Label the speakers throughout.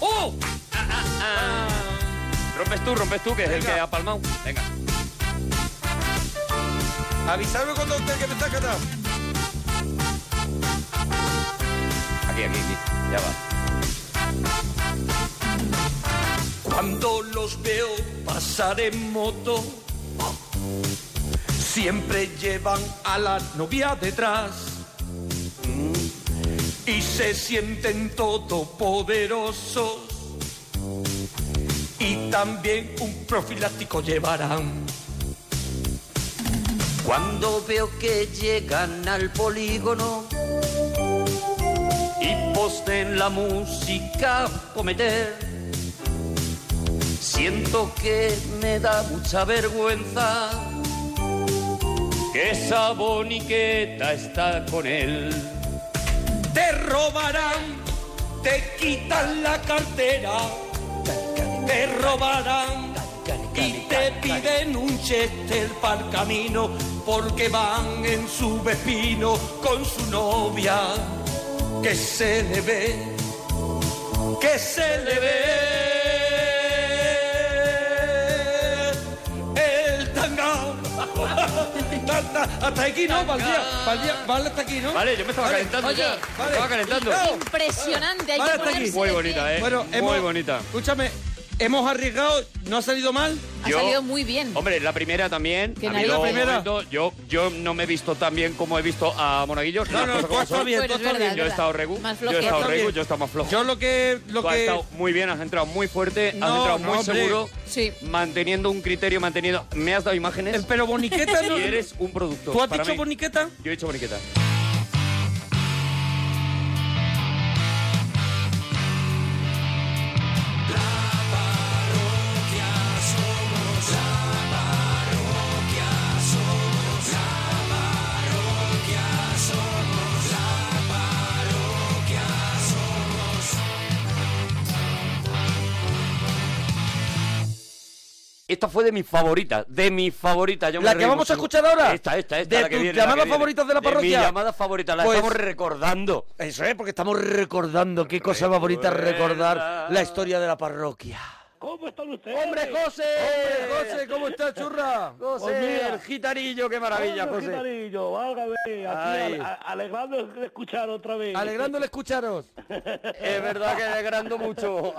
Speaker 1: Oh.
Speaker 2: Rompes tú, rompes tú, que es el
Speaker 3: Venga.
Speaker 2: que ha palmado. Venga.
Speaker 3: Avisadme cuando usted que me está catando.
Speaker 2: Aquí, aquí, aquí. Ya va.
Speaker 1: Cuando los veo pasar en moto, siempre llevan a la novia detrás y se sienten todopoderosos y también un profiláctico llevarán.
Speaker 4: Cuando veo que llegan al polígono,
Speaker 1: y posten la música a cometer. Siento que me da mucha vergüenza que esa boniqueta está con él. Te robarán, te quitan la cartera, te robarán y te piden un chester para camino porque van en su vecino con su novia que se le ve, que se le ve el tangao.
Speaker 3: Hasta, hasta aquí, ¿no? Valdría, valdría, vale hasta aquí, ¿no?
Speaker 2: Vale, yo me estaba
Speaker 3: Vale,
Speaker 2: calentando
Speaker 3: oye,
Speaker 2: ya. Me
Speaker 3: vale.
Speaker 2: estaba calentando.
Speaker 3: No.
Speaker 5: Impresionante, hay
Speaker 3: Vale,
Speaker 5: que
Speaker 3: hasta aquí.
Speaker 5: ponerse
Speaker 2: Muy
Speaker 5: de
Speaker 2: bonita,
Speaker 5: pie.
Speaker 2: ¿eh?
Speaker 3: Bueno, hemos,
Speaker 2: Muy bonita.
Speaker 3: Escúchame, hemos arriesgado, no ha salido mal.
Speaker 5: Ha
Speaker 2: Yo-
Speaker 5: salido muy bien.
Speaker 2: Hombre, la primera también.
Speaker 5: Que
Speaker 2: Ha
Speaker 5: nadie
Speaker 2: habido
Speaker 5: la primera.
Speaker 2: momentos- este yo, yo no me he visto tan bien como he visto a Monaguillo. Las
Speaker 3: No, no,
Speaker 2: cosas
Speaker 3: tú
Speaker 2: como
Speaker 3: has estado
Speaker 2: son.
Speaker 3: bien,
Speaker 5: Bueno,
Speaker 3: tú has
Speaker 5: Pues es
Speaker 3: estado
Speaker 5: verdad.
Speaker 3: bien.
Speaker 2: Yo he estado regu,
Speaker 5: Más
Speaker 2: yo he estado
Speaker 5: flojeado.
Speaker 2: regu, yo he estado más flojo.
Speaker 3: Yo lo que... Lo
Speaker 2: Tú has
Speaker 3: que...
Speaker 2: estado muy bien, has entrado muy fuerte,
Speaker 3: No,
Speaker 2: has entrado
Speaker 3: no,
Speaker 2: muy
Speaker 3: hombre.
Speaker 2: seguro,
Speaker 5: Sí.
Speaker 2: manteniendo un criterio, manteniendo... Me has dado
Speaker 3: Eh,
Speaker 2: imágenes
Speaker 3: Pero Boniqueta no...
Speaker 2: y eres un producto.
Speaker 3: ¿Tú has
Speaker 2: para
Speaker 3: dicho
Speaker 2: mí.
Speaker 3: Boniqueta?
Speaker 2: Yo he dicho boniqueta. Esta fue de mis favoritas, de mis favoritas. yo me
Speaker 3: ¿La que
Speaker 2: reí
Speaker 3: vamos
Speaker 2: mucho.
Speaker 3: a escuchar ahora?
Speaker 2: Esta, esta, esta.
Speaker 3: ¿De
Speaker 2: la que
Speaker 3: tus
Speaker 2: viene,
Speaker 3: llamadas
Speaker 2: la que viene.
Speaker 3: favoritas de la parroquia?
Speaker 2: mis llamadas favoritas, la
Speaker 3: Pues-
Speaker 2: estamos recordando.
Speaker 3: Eso es, porque estamos recordando. Qué cosa más bonita recordar la historia de la parroquia.
Speaker 4: ¡Hombre, José!
Speaker 3: José, ¿cómo estás, churra?
Speaker 4: el gitanillo, qué maravilla, José.
Speaker 6: Gitanillo, válgame, aquí
Speaker 4: Ay.
Speaker 6: ale- a- alegrando de escuchar otra vez.
Speaker 3: Alegrándole escucharos.
Speaker 4: Es verdad que alegrando mucho.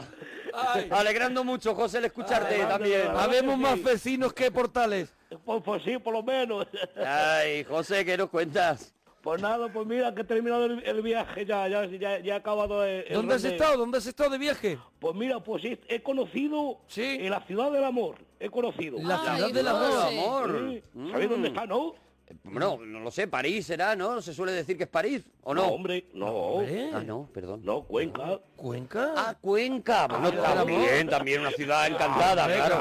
Speaker 4: Alegrando mucho, José, el escucharte
Speaker 6: Ay,
Speaker 4: también.
Speaker 6: anda, anda.
Speaker 3: Habemos
Speaker 6: sí.
Speaker 3: más vecinos que portales.
Speaker 6: Pues, pues sí, por lo menos.
Speaker 4: Ay, José, ¿qué nos cuentas?
Speaker 6: Pues nada, pues mira que he terminado el, el viaje ya, ya, ya, ya he acabado el, el
Speaker 3: ¿Dónde has
Speaker 6: rondeo.
Speaker 3: estado? ¿Dónde has estado de viaje?
Speaker 6: Pues mira, pues he, he conocido
Speaker 3: Sí.
Speaker 6: eh, la ciudad del amor, he conocido.
Speaker 3: La
Speaker 5: Ay,
Speaker 3: ciudad del
Speaker 5: José.
Speaker 3: amor.
Speaker 4: Amor.
Speaker 6: Sí. ¿Sabéis dónde
Speaker 4: Mm.
Speaker 6: está, no?
Speaker 4: No, no lo sé, París será, ¿no? Se suele decir que es París, ¿o
Speaker 6: No,
Speaker 4: no?
Speaker 6: hombre, no,
Speaker 3: hombre.
Speaker 4: Ah, no, perdón.
Speaker 6: no, Cuenca.
Speaker 3: ¿Cuenca?
Speaker 4: Ah, Cuenca. Bueno,
Speaker 6: Claro.
Speaker 4: también, también una ciudad
Speaker 6: Ah,
Speaker 4: encantada,
Speaker 3: Hombre,
Speaker 4: claro.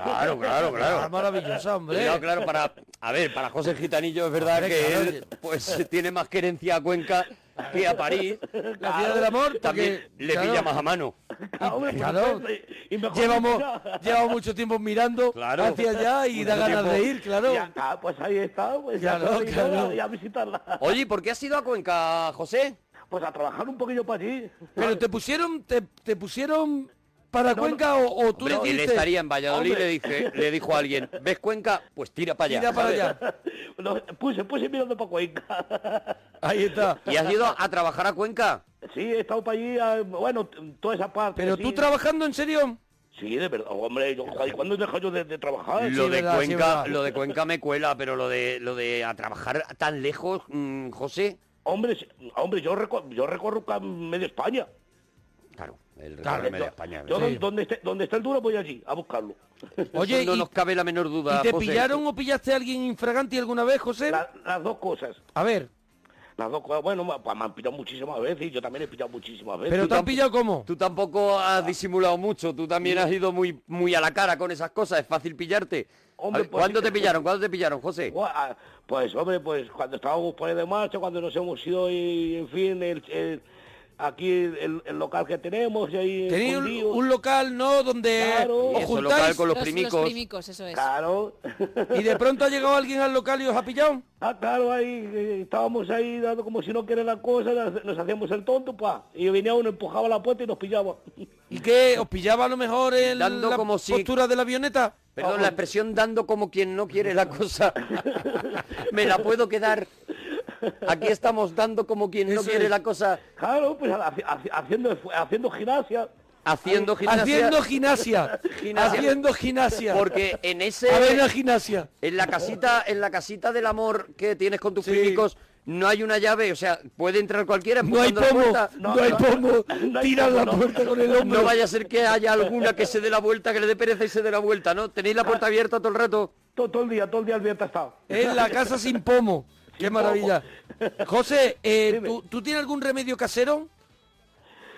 Speaker 4: Claro, claro,
Speaker 3: Ah,
Speaker 4: claro.
Speaker 3: maravillosa, hombre.
Speaker 4: Cuidado, claro, para... A ver, para José Gitanillo es verdad
Speaker 3: Hombre,
Speaker 4: que
Speaker 3: claro,
Speaker 4: él pues tiene más querencia a Cuenca que a París.
Speaker 3: La ciudad del amor porque,
Speaker 4: También le
Speaker 3: claro,
Speaker 4: pilla más a mano.
Speaker 6: Hombre, pues,
Speaker 3: claro.
Speaker 6: y mejor
Speaker 3: Llevamos,
Speaker 6: ya.
Speaker 3: llevamos mucho tiempo mirando
Speaker 4: Claro.
Speaker 3: hacia allá y da
Speaker 4: Mucho
Speaker 3: ganas de
Speaker 4: tiempo.
Speaker 3: ir, claro.
Speaker 6: Ya, ah, pues ahí está, pues ya,
Speaker 3: Claro,
Speaker 6: estoy, ya,
Speaker 3: claro.
Speaker 6: ya a visitarla.
Speaker 4: Oye, ¿por qué has ido a Cuenca, José?
Speaker 6: Pues a trabajar un poquillo para allí.
Speaker 3: Pero te pusieron, te, te pusieron para
Speaker 6: No,
Speaker 3: Cuenca o, o tú
Speaker 4: Hombre,
Speaker 3: le
Speaker 4: él
Speaker 3: dijiste,
Speaker 4: estaría en Valladolid y
Speaker 6: Hombre.
Speaker 4: le, dije, le dijo a alguien, ¿ves Cuenca? Pues tira para allá.
Speaker 3: Mira para
Speaker 4: ¿sabes?
Speaker 3: allá.
Speaker 6: No, puse, puse mirando para Cuenca.
Speaker 3: Ahí está.
Speaker 4: ¿Y has ido a trabajar a Cuenca?
Speaker 6: Sí, he estado para allí, ah, bueno, t- toda esa parte.
Speaker 3: Pero
Speaker 6: sí.
Speaker 3: tú trabajando en serio.
Speaker 6: Sí, de verdad, hombre, yo, joder, ¿cuándo he dejado yo de, de trabajar?
Speaker 4: Lo
Speaker 3: sí,
Speaker 4: de
Speaker 3: verdad, sí,
Speaker 4: Cuenca,
Speaker 3: verdad.
Speaker 4: lo de Cuenca me cuela, pero lo de lo de a trabajar tan lejos, mm, José,
Speaker 6: Hombre, sí, hombre, yo, reco- yo recorro ca- media España.
Speaker 4: claro, el
Speaker 3: Claro,
Speaker 4: recorrerme de
Speaker 6: Yo-
Speaker 4: España.
Speaker 6: Yo,
Speaker 4: ¿verdad?
Speaker 3: Sí.
Speaker 6: donde, esté, donde está el duro voy allí, a buscarlo.
Speaker 3: Oye,
Speaker 4: no
Speaker 3: ¿y,
Speaker 4: nos cabe la menor duda.
Speaker 3: y te
Speaker 4: José.
Speaker 3: pillaron o pillaste a alguien infraganti alguna vez, José?
Speaker 6: La- las dos cosas.
Speaker 3: A ver,
Speaker 6: Las dos cosas, bueno, ma- pues me han pillado muchísimas veces y yo también he pillado muchísimas veces.
Speaker 3: pero te han
Speaker 4: tampo-
Speaker 3: pillado cómo?
Speaker 4: Tú tampoco has disimulado mucho, tú también has ido muy muy a la cara con esas cosas, es fácil pillarte. A
Speaker 6: Hombre,
Speaker 4: ver,
Speaker 6: pues
Speaker 4: ¿Cuándo
Speaker 6: sí
Speaker 4: te
Speaker 6: que-
Speaker 4: pillaron? ¿Cuándo te pillaron, José?
Speaker 6: Gua- ah, Pues hombre, pues cuando estábamos por ahí de marcha, cuando nos hemos ido y en fin, el, el- aquí el, el local que tenemos y ahí
Speaker 3: Tenéis un,
Speaker 6: escondido.
Speaker 3: un local, ¿no? Donde
Speaker 6: Claro.
Speaker 3: os
Speaker 4: Eso, local
Speaker 3: juntáis
Speaker 4: con los
Speaker 5: Los
Speaker 4: primicos.
Speaker 5: primicos, eso es.
Speaker 6: Claro.
Speaker 3: y de pronto ha llegado alguien al local y os ha pillado.
Speaker 6: Ah, claro, ahí eh, estábamos ahí dando como si no quiere la cosa, nos nos hacíamos el tonto, pa. Y venía uno, empujaba la puerta y nos pillaba. ¿Y qué? ¿Os pillaba a lo mejor el,
Speaker 4: Dando
Speaker 6: la
Speaker 4: como si-
Speaker 6: postura de la avioneta?
Speaker 4: Perdón, la expresión dando como quien no quiere la cosa. Me la puedo quedar. Aquí estamos dando como quien no
Speaker 6: Eso
Speaker 4: quiere
Speaker 6: es.
Speaker 4: la cosa,
Speaker 3: Claro, pues haci- haci- haciendo, esfu- haciendo gimnasia.
Speaker 4: haciendo gimnasia.
Speaker 6: Haciendo gimnasia.
Speaker 4: Gimnasia.
Speaker 6: Haciendo gimnasia.
Speaker 4: Porque en ese.
Speaker 6: A ver, una gimnasia.
Speaker 4: En la casita, en la casita del amor que tienes con tus
Speaker 6: Sí.
Speaker 4: primicos, no hay una llave, o sea, puede entrar cualquiera
Speaker 6: No hay
Speaker 4: empujando la
Speaker 6: pomo,
Speaker 4: puerta.
Speaker 6: no,
Speaker 3: No,
Speaker 6: hay
Speaker 3: no,
Speaker 6: pomo.
Speaker 3: no hay
Speaker 6: Tiran
Speaker 3: pomo,
Speaker 6: la
Speaker 3: no.
Speaker 6: puerta con el hombro.
Speaker 4: No vaya a ser que haya alguna que se dé la vuelta, que le dé pereza y se dé la vuelta, ¿no? Tenéis la puerta abierta todo el rato.
Speaker 3: To- Ah. Todo, el día, todo el día abierta estaba.
Speaker 6: En la casa sin pomo. Qué maravilla. José, eh, ¿tú, tú tienes algún remedio casero?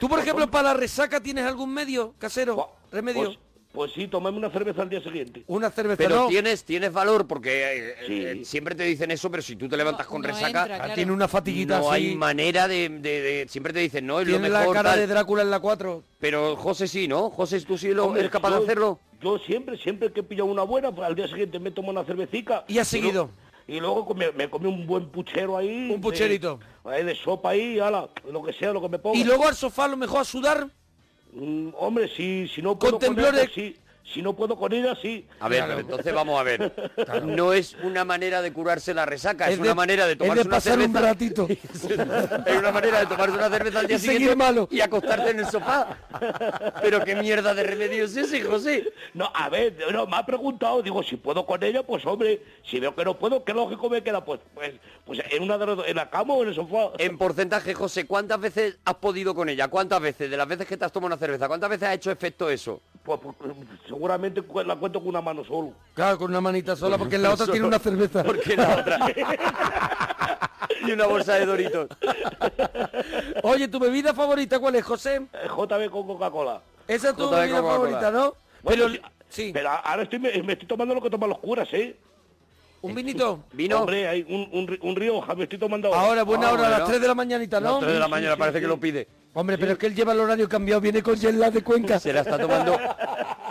Speaker 6: ¿Tú, por ejemplo, para la resaca tienes algún medio
Speaker 3: Buah,
Speaker 6: casero? ¿Remedio?
Speaker 3: Ah, Pues, pues sí, tomarme una cerveza al día siguiente.
Speaker 6: Una cerveza,
Speaker 4: Pero
Speaker 6: ¿no?
Speaker 4: tienes, tienes valor, porque eh,
Speaker 3: Sí.
Speaker 4: eh, siempre te dicen eso, pero si tú te levantas con
Speaker 5: no
Speaker 4: resaca,
Speaker 5: entra,
Speaker 6: Ah,
Speaker 5: claro.
Speaker 6: Tiene una fatiguita
Speaker 4: no
Speaker 6: así.
Speaker 4: hay manera de, de- de- Siempre te dicen, no, es lo
Speaker 6: tiene la
Speaker 4: mejor.
Speaker 6: cara
Speaker 4: tal.
Speaker 6: de Drácula en la 4.
Speaker 4: Pero José sí, ¿no? José, tú sí lo
Speaker 3: Hombre,
Speaker 4: eres capaz de
Speaker 3: yo-
Speaker 4: hacerlo.
Speaker 3: Yo siempre, siempre que he pillado una buena, pues al día siguiente me tomo una cervecita.
Speaker 6: ¿Y has
Speaker 3: lo-
Speaker 6: seguido?
Speaker 3: Y luego com- me, me comí un buen puchero ahí.
Speaker 6: Un
Speaker 3: de-
Speaker 6: pucherito.
Speaker 3: ahí de sopa ahí, ala, lo que sea, lo que Pues me ponga.
Speaker 6: Y luego al sofá a lo mejor a sudar.
Speaker 3: Mm, hombre, si, si no puedo
Speaker 6: Con
Speaker 3: con,
Speaker 6: temblores.
Speaker 3: ella, sí. Si no puedo con ella, sí.
Speaker 4: A ver, pero entonces vamos a ver. No es una manera de curarse la resaca, es,
Speaker 6: de-
Speaker 4: una manera de
Speaker 6: es
Speaker 4: tomarse una
Speaker 6: pasar
Speaker 4: cerveza.
Speaker 6: un ratito.
Speaker 4: es una manera de tomarse una cerveza al día
Speaker 6: Y seguir
Speaker 4: siguiente
Speaker 6: malo.
Speaker 4: y acostarte en el sofá. Pero qué mierda de remedio es ese, José.
Speaker 3: No, a ver, no, me ha preguntado, digo, si puedo con ella, pues hombre, si veo que no puedo, qué lógico me queda, pues, pues, pues en una de las dos, en la cama o en el sofá.
Speaker 4: En porcentaje, José, ¿cuántas veces has podido con ella? ¿Cuántas veces? De las veces que te has tomado una cerveza, ¿cuántas veces ha hecho efecto eso?
Speaker 3: Pues, pues, seguramente cu- la cuento con una mano solo.
Speaker 6: Claro, con una manita sola, porque en la otra tiene una cerveza.
Speaker 4: Porque la otra. y una bolsa de doritos.
Speaker 6: Oye, ¿tu bebida favorita cuál es, José?
Speaker 3: Eh, JB con Coca-Cola.
Speaker 6: Esa es tu
Speaker 4: Jota de
Speaker 6: bebida
Speaker 4: Coca-Cola.
Speaker 6: favorita, ¿no?
Speaker 3: Bueno,
Speaker 6: pero, sí,
Speaker 3: Pero a- ahora estoy, me, me estoy tomando lo que toman los curas, ¿eh?
Speaker 6: un vinito.
Speaker 4: Vino.
Speaker 3: Hombre, hay un, un, ri- un Rioja, me estoy tomando
Speaker 6: Ahora, buena
Speaker 4: Ah,
Speaker 6: hora, a las
Speaker 4: bueno.
Speaker 6: 3 de la mañanita, ¿no?
Speaker 4: Las 3 de la mañana parece que lo pide.
Speaker 6: Hombre, pero es que él lleva el horario cambiado, viene con jet lag de Cuenca.
Speaker 4: Se la está tomando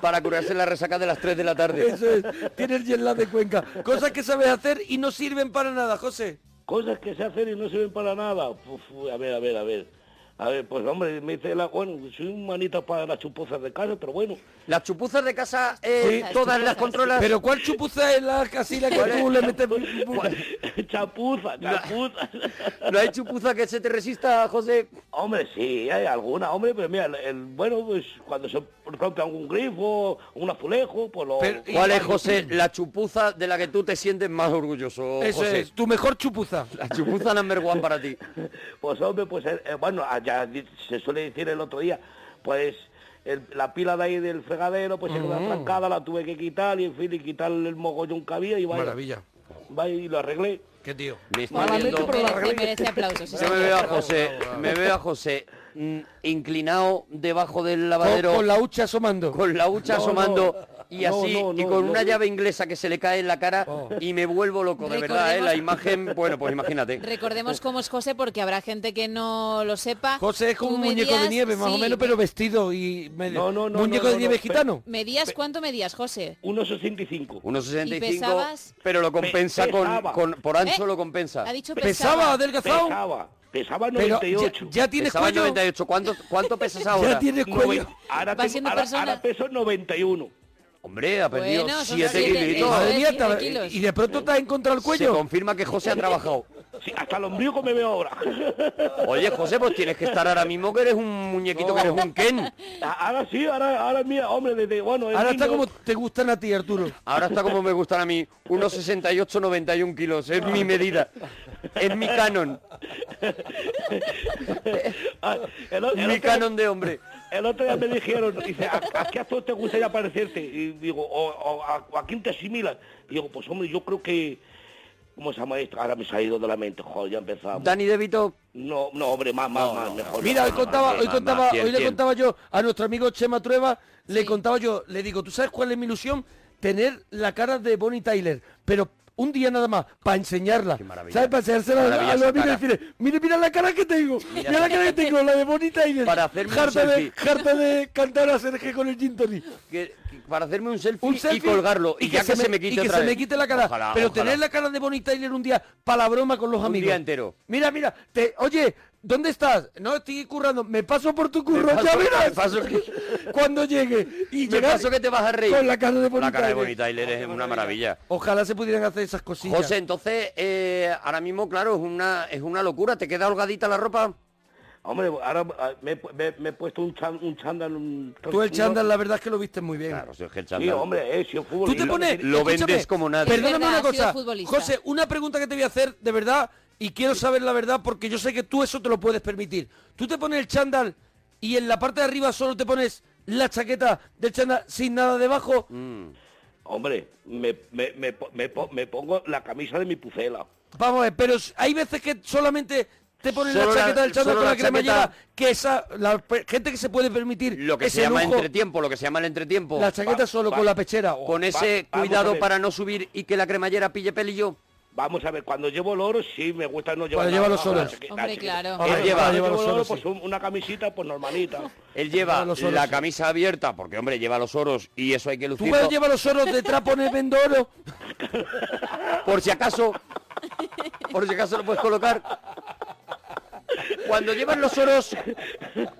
Speaker 4: para curarse la resaca de las 3 de la tarde.
Speaker 6: Eso es, tiene el jet lag de Cuenca. Cosas que sabes hacer y no sirven para nada, José.
Speaker 3: Cosas que se hacen y no sirven para nada. Uf, uf, a ver, a ver, a ver. A ver, pues hombre, me dice la... Bueno, soy un manita para las chupuzas de casa, pero bueno.
Speaker 4: Las chupuzas de casa, eh, todas las controlas.
Speaker 6: Pero ¿cuál chupuza es la casilla que tú le metes?
Speaker 3: Pues, chapuza, chapuza.
Speaker 4: ¿No hay chupuza que se te resista, José?
Speaker 3: hombre, sí, hay alguna, hombre, pero mira, el, el- bueno, pues cuando se rompe algún grifo, un azulejo, pues lo...
Speaker 6: Pero-
Speaker 4: ¿Cuál es, José, la chupuza de la que tú te sientes más orgulloso,
Speaker 6: Eso
Speaker 4: José?
Speaker 6: es, tu mejor chupuza.
Speaker 4: La chupuza number one para ti.
Speaker 3: Pues hombre, pues eh, eh, bueno, ah, ya di- se suele decir el otro día, pues el- la pila de ahí del fregadero pues se quedó
Speaker 6: Mm.
Speaker 3: atrancada, la tuve que quitar y en fin, y quitarle el mogollón que había y vaya,
Speaker 6: Maravilla.
Speaker 3: vaya y lo arreglé.
Speaker 6: Qué tío.
Speaker 4: Me está
Speaker 3: Malamente,
Speaker 4: viendo...
Speaker 3: pero la
Speaker 5: Merece,
Speaker 3: regla-
Speaker 5: merece aplausos. sí,
Speaker 4: Yo me
Speaker 5: señor.
Speaker 4: veo a José, me veo a José mm, inclinado debajo del
Speaker 6: Con,
Speaker 4: lavadero
Speaker 6: con la hucha asomando.
Speaker 4: con la hucha
Speaker 3: No, no,
Speaker 4: asomando y
Speaker 3: no,
Speaker 4: así
Speaker 3: no,
Speaker 4: y
Speaker 3: no,
Speaker 4: con
Speaker 3: no.
Speaker 4: una llave inglesa que se le cae en la cara
Speaker 6: Oh.
Speaker 4: y me vuelvo loco de verdad, ¿eh?
Speaker 5: Recordemos-
Speaker 4: la imagen, bueno, pues imagínate.
Speaker 5: Recordemos cómo es José porque habrá gente que no lo sepa.
Speaker 6: José es como
Speaker 5: Tú
Speaker 6: un muñeco de
Speaker 5: medías-
Speaker 6: nieve, más o
Speaker 5: sí,
Speaker 6: menos, pero vestido y medio.
Speaker 3: No, no, no,
Speaker 6: muñeco
Speaker 3: no,
Speaker 6: de
Speaker 3: no,
Speaker 6: nieve
Speaker 3: no, pero-
Speaker 6: gitano.
Speaker 5: ¿Medías cuánto medías, José?
Speaker 3: 1,65.
Speaker 4: 1,65,
Speaker 5: pesabas?
Speaker 4: pero lo compensa
Speaker 3: Pe-
Speaker 4: con,
Speaker 3: pesaba.
Speaker 4: con- por ancho
Speaker 5: ¿Eh?
Speaker 4: lo compensa.
Speaker 5: Ha dicho
Speaker 6: Pesaba,
Speaker 5: pesaba.
Speaker 6: adelgazado.
Speaker 3: Pesaba, pesaba
Speaker 6: Pero
Speaker 3: 98.
Speaker 6: ya, ya tienes
Speaker 4: Pesaba
Speaker 6: cuello.
Speaker 4: 98, ¿cuánto, cuánto pesas ahora?
Speaker 6: Ya tienes cuello.
Speaker 3: Noven- ahora,
Speaker 5: Va
Speaker 3: tengo-
Speaker 5: siendo
Speaker 3: ahora-
Speaker 5: persona.
Speaker 3: ahora peso 91.
Speaker 4: Hombre, ha perdido
Speaker 5: Bueno, son
Speaker 4: 7
Speaker 5: siete,
Speaker 4: kilitos.
Speaker 5: eso
Speaker 6: Madre
Speaker 5: es,
Speaker 6: mía,
Speaker 5: tiene
Speaker 6: te-
Speaker 5: kilos.
Speaker 6: y de pronto te has encontrado el
Speaker 4: Se
Speaker 6: cuello.
Speaker 4: confirma que José ha trabajado.
Speaker 3: Sí, hasta el ombligo me veo ahora.
Speaker 4: Oye, José, pues tienes que estar ahora mismo que eres un muñequito, que eres un Ken.
Speaker 3: A- Ah, ahora sí, ahora, ahora mira, hombre, desde, bueno... el
Speaker 6: Ahora está
Speaker 3: niño-
Speaker 6: como te gustan a ti, Arturo.
Speaker 4: Ahora está como me gustan a mí, unos 68, 91 kilos. Es mi medida. Es mi canon.
Speaker 3: Ah, el o- el
Speaker 4: Mi
Speaker 3: otro-
Speaker 4: canon de hombre.
Speaker 3: El otro día me dijeron, dice, ¿a, a qué actor te gustaría parecerte? Y digo, o, o a, o a quién te asimilas? Y digo, pues hombre, yo creo que... ¿Cómo se llama esto? Ahora me se ha ido de la mente, joder, ya empezamos.
Speaker 4: Dani De Vito.
Speaker 3: No, no, hombre, más, más, más, mejor.
Speaker 6: Mira,
Speaker 3: más,
Speaker 6: hoy
Speaker 3: más,
Speaker 6: contaba,
Speaker 3: más,
Speaker 6: hoy
Speaker 3: más,
Speaker 6: contaba,
Speaker 3: más.
Speaker 6: hoy le contaba yo a nuestro amigo Chema Trueba, le contaba yo, le digo, ¿tú sabes cuál es mi ilusión? Tener la cara de Bonnie Tyler, pero un día nada más, para enseñarla.
Speaker 4: maravilla.
Speaker 6: ¿Sabes? Para enseñársela a los
Speaker 4: Maravillosa
Speaker 6: amigos y
Speaker 4: cara.
Speaker 6: decirle, mire, mira la cara que tengo, mira,
Speaker 4: esa
Speaker 6: la cara que tengo, la de bonita y de...
Speaker 4: Para hacerme un
Speaker 6: jarta de,
Speaker 4: selfie.
Speaker 6: jarta de cantar a Sergio con el gin tonic.
Speaker 4: Que- que para hacerme un selfie,
Speaker 6: un selfie
Speaker 4: y colgarlo. Y, ya que se me, quite
Speaker 6: y que
Speaker 4: otra
Speaker 6: se me
Speaker 4: vez.
Speaker 6: quite la cara.
Speaker 4: Ojalá,
Speaker 6: pero
Speaker 4: ojalá.
Speaker 6: tener la cara de Bonita Tyler un día para la broma con los
Speaker 4: Un
Speaker 6: amigos.
Speaker 4: día entero.
Speaker 6: Mira, mira, te, oye, ¿dónde estás? No, estoy currando. Me paso por tu curro,
Speaker 4: paso-
Speaker 6: ya verás.
Speaker 4: me paso
Speaker 6: Cuando llegue. Y
Speaker 4: Me
Speaker 6: llegar
Speaker 4: paso que te vas a reír.
Speaker 6: Con la cara de Bonita
Speaker 4: La cara de
Speaker 6: Tyler.
Speaker 4: Bonnie Tyler es una maravilla.
Speaker 6: Ojalá se pudieran hacer esas cosillas.
Speaker 4: José, entonces, eh, ahora mismo, claro, es una, es una locura. ¿Te queda holgadita la ropa?
Speaker 3: Hombre, ahora ah, me, he pu- me- me he puesto un, chan, un chándal... Un,
Speaker 6: Tú el
Speaker 3: uno-
Speaker 6: chándal, la verdad es que lo viste muy bien.
Speaker 4: Claro, si es que el
Speaker 3: Sí,
Speaker 4: chándal-
Speaker 3: hombre, eh, si es fútbol.
Speaker 6: Tú te pones...
Speaker 4: Lo
Speaker 6: escúchame,
Speaker 4: vendes como nadie.
Speaker 6: Perdóname
Speaker 5: Es verdad,
Speaker 6: una
Speaker 5: ha sido
Speaker 6: cosa.
Speaker 5: futbolista.
Speaker 6: José, una pregunta que te voy a hacer de verdad y quiero saber la verdad porque yo sé que tú eso te lo puedes permitir. Tú te pones el chándal y en la parte de arriba solo te pones la chaqueta del chándal sin nada debajo.
Speaker 4: Mm.
Speaker 3: Hombre, me, me, me, po- me, po- me pongo la camisa de mi pucela.
Speaker 6: Vamos a ver, pero s- hay veces que solamente te pones
Speaker 4: Solo
Speaker 6: la
Speaker 4: la-
Speaker 6: chaqueta del chándal
Speaker 4: solo
Speaker 6: con la,
Speaker 4: la
Speaker 6: cremallera,
Speaker 4: chaqueta.
Speaker 6: que esa, la pe- gente que se puede permitir
Speaker 4: Lo que se
Speaker 6: ese
Speaker 4: llama
Speaker 6: lujo,
Speaker 4: entretiempo, lo que se llama el entretiempo.
Speaker 6: la chaqueta
Speaker 3: Va-
Speaker 6: solo
Speaker 3: va-
Speaker 6: con la pechera. o-
Speaker 4: Pues, Con ese
Speaker 3: vamos a
Speaker 4: cuidado
Speaker 3: ver.
Speaker 4: para no subir y que la cremallera pille pelillo.
Speaker 3: Vamos a ver, cuando llevo el oro, sí, me gusta no llevar
Speaker 6: Cuando
Speaker 3: nada
Speaker 6: lleva los
Speaker 3: abajo, la
Speaker 6: oros.
Speaker 3: chaqueta,
Speaker 5: Hombre,
Speaker 3: la chaqueta.
Speaker 5: claro.
Speaker 3: Pero
Speaker 4: Él lleva-
Speaker 3: cuando llevo
Speaker 6: lleva los
Speaker 3: el oro,
Speaker 6: oros,
Speaker 3: pues
Speaker 6: sí.
Speaker 3: un- una camisita, pues normalita.
Speaker 4: Él lleva
Speaker 6: Lleva los
Speaker 4: la
Speaker 6: oros.
Speaker 4: camisa abierta, porque hombre, lleva los oros y eso hay que
Speaker 6: Tú
Speaker 4: lucirlo.
Speaker 6: vas a llevar los oros de trapo en el vendoro.
Speaker 4: Por si acaso, por si acaso lo puedes colocar. Cuando llevas los oros,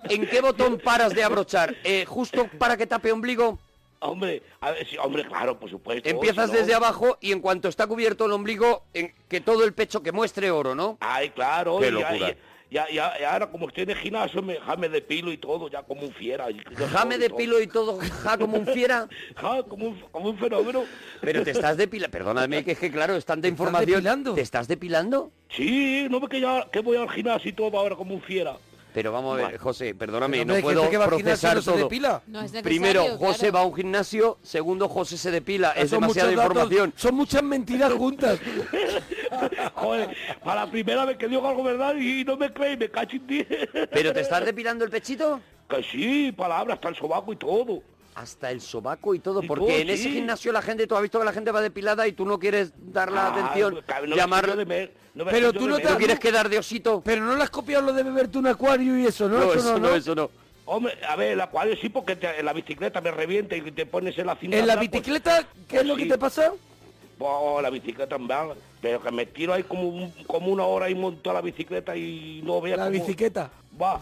Speaker 4: ¿en qué botón paras de abrochar? Eh, justo para que tape ombligo,
Speaker 3: Hombre, a ver, sí, hombre, claro, por supuesto.
Speaker 4: empiezas
Speaker 3: si no-
Speaker 4: desde abajo y en cuanto está cubierto el ombligo, en que todo el pecho que muestre oro, ¿no?
Speaker 3: Ay, claro.
Speaker 4: Qué
Speaker 3: y ya-
Speaker 4: locura.
Speaker 3: y- Ya, ya, ya ahora como estoy en el gimnasio, me, ja, me depilo y todo, ya como un fiera. y- y-
Speaker 4: Jame de
Speaker 3: todo.
Speaker 4: pilo y todo, ja, como un fiera.
Speaker 3: Ja, como, un, como un fenómeno.
Speaker 4: Pero te estás depilando. Perdóname, que es que claro, es tanta
Speaker 6: estás
Speaker 4: información.
Speaker 6: depilando?
Speaker 4: ¿Te estás depilando?
Speaker 3: Sí, no ve que ya que voy al gimnasio y todo ahora como un fiera.
Speaker 4: Pero vamos a ver, José, perdóname,
Speaker 6: Pero,
Speaker 4: no
Speaker 6: hombre, hay
Speaker 4: puedo
Speaker 6: gente que va al gimnasio y
Speaker 4: procesar
Speaker 6: no se
Speaker 4: todo.
Speaker 6: depila.
Speaker 5: No es necesario,
Speaker 4: Primero, José
Speaker 5: claro.
Speaker 4: va a un gimnasio. Segundo, José se depila. Es
Speaker 6: Son
Speaker 4: demasiada
Speaker 6: muchos datos,
Speaker 4: información.
Speaker 6: son muchas mentiras juntas.
Speaker 3: Joder, para la primera vez que digo algo verdad y no me crees, me cacho en ti.
Speaker 4: ¿Pero te estás depilando el pechito?
Speaker 3: Que sí, palabras, hasta el sobaco y todo.
Speaker 4: Hasta el sobaco y todo.
Speaker 3: Y
Speaker 4: Porque
Speaker 3: todo,
Speaker 4: en ese
Speaker 3: Oh, sí.
Speaker 4: gimnasio la gente, tú has visto que la gente va depilada y tú no quieres dar la
Speaker 3: Ah,
Speaker 4: atención.
Speaker 3: cabrón, no me
Speaker 4: llamar...
Speaker 3: estoy yo de mer- no me
Speaker 6: Pero
Speaker 3: estoy yo
Speaker 6: tú
Speaker 3: de
Speaker 6: no
Speaker 3: mer-
Speaker 6: te-
Speaker 4: ¿Tú quieres quedar de osito?
Speaker 6: Pero no le has copiado lo de beberte un acuario y eso, ¿no?
Speaker 4: No,
Speaker 6: Eso
Speaker 4: eso
Speaker 6: no,
Speaker 4: no,
Speaker 6: ¿no?
Speaker 4: eso no.
Speaker 3: Hombre, a ver, el acuario sí porque te- en la bicicleta me revienta y te pones en la cinta.
Speaker 6: ¿En la
Speaker 3: blanca, pues-
Speaker 6: bicicleta qué es lo que
Speaker 3: sí.
Speaker 6: te pasa?
Speaker 3: Oh, la bicicleta en verdad, pero que me tiro ahí como, un- como una hora y monto la bicicleta y no veas
Speaker 6: La
Speaker 3: cómo-
Speaker 6: bicicleta.
Speaker 3: Va,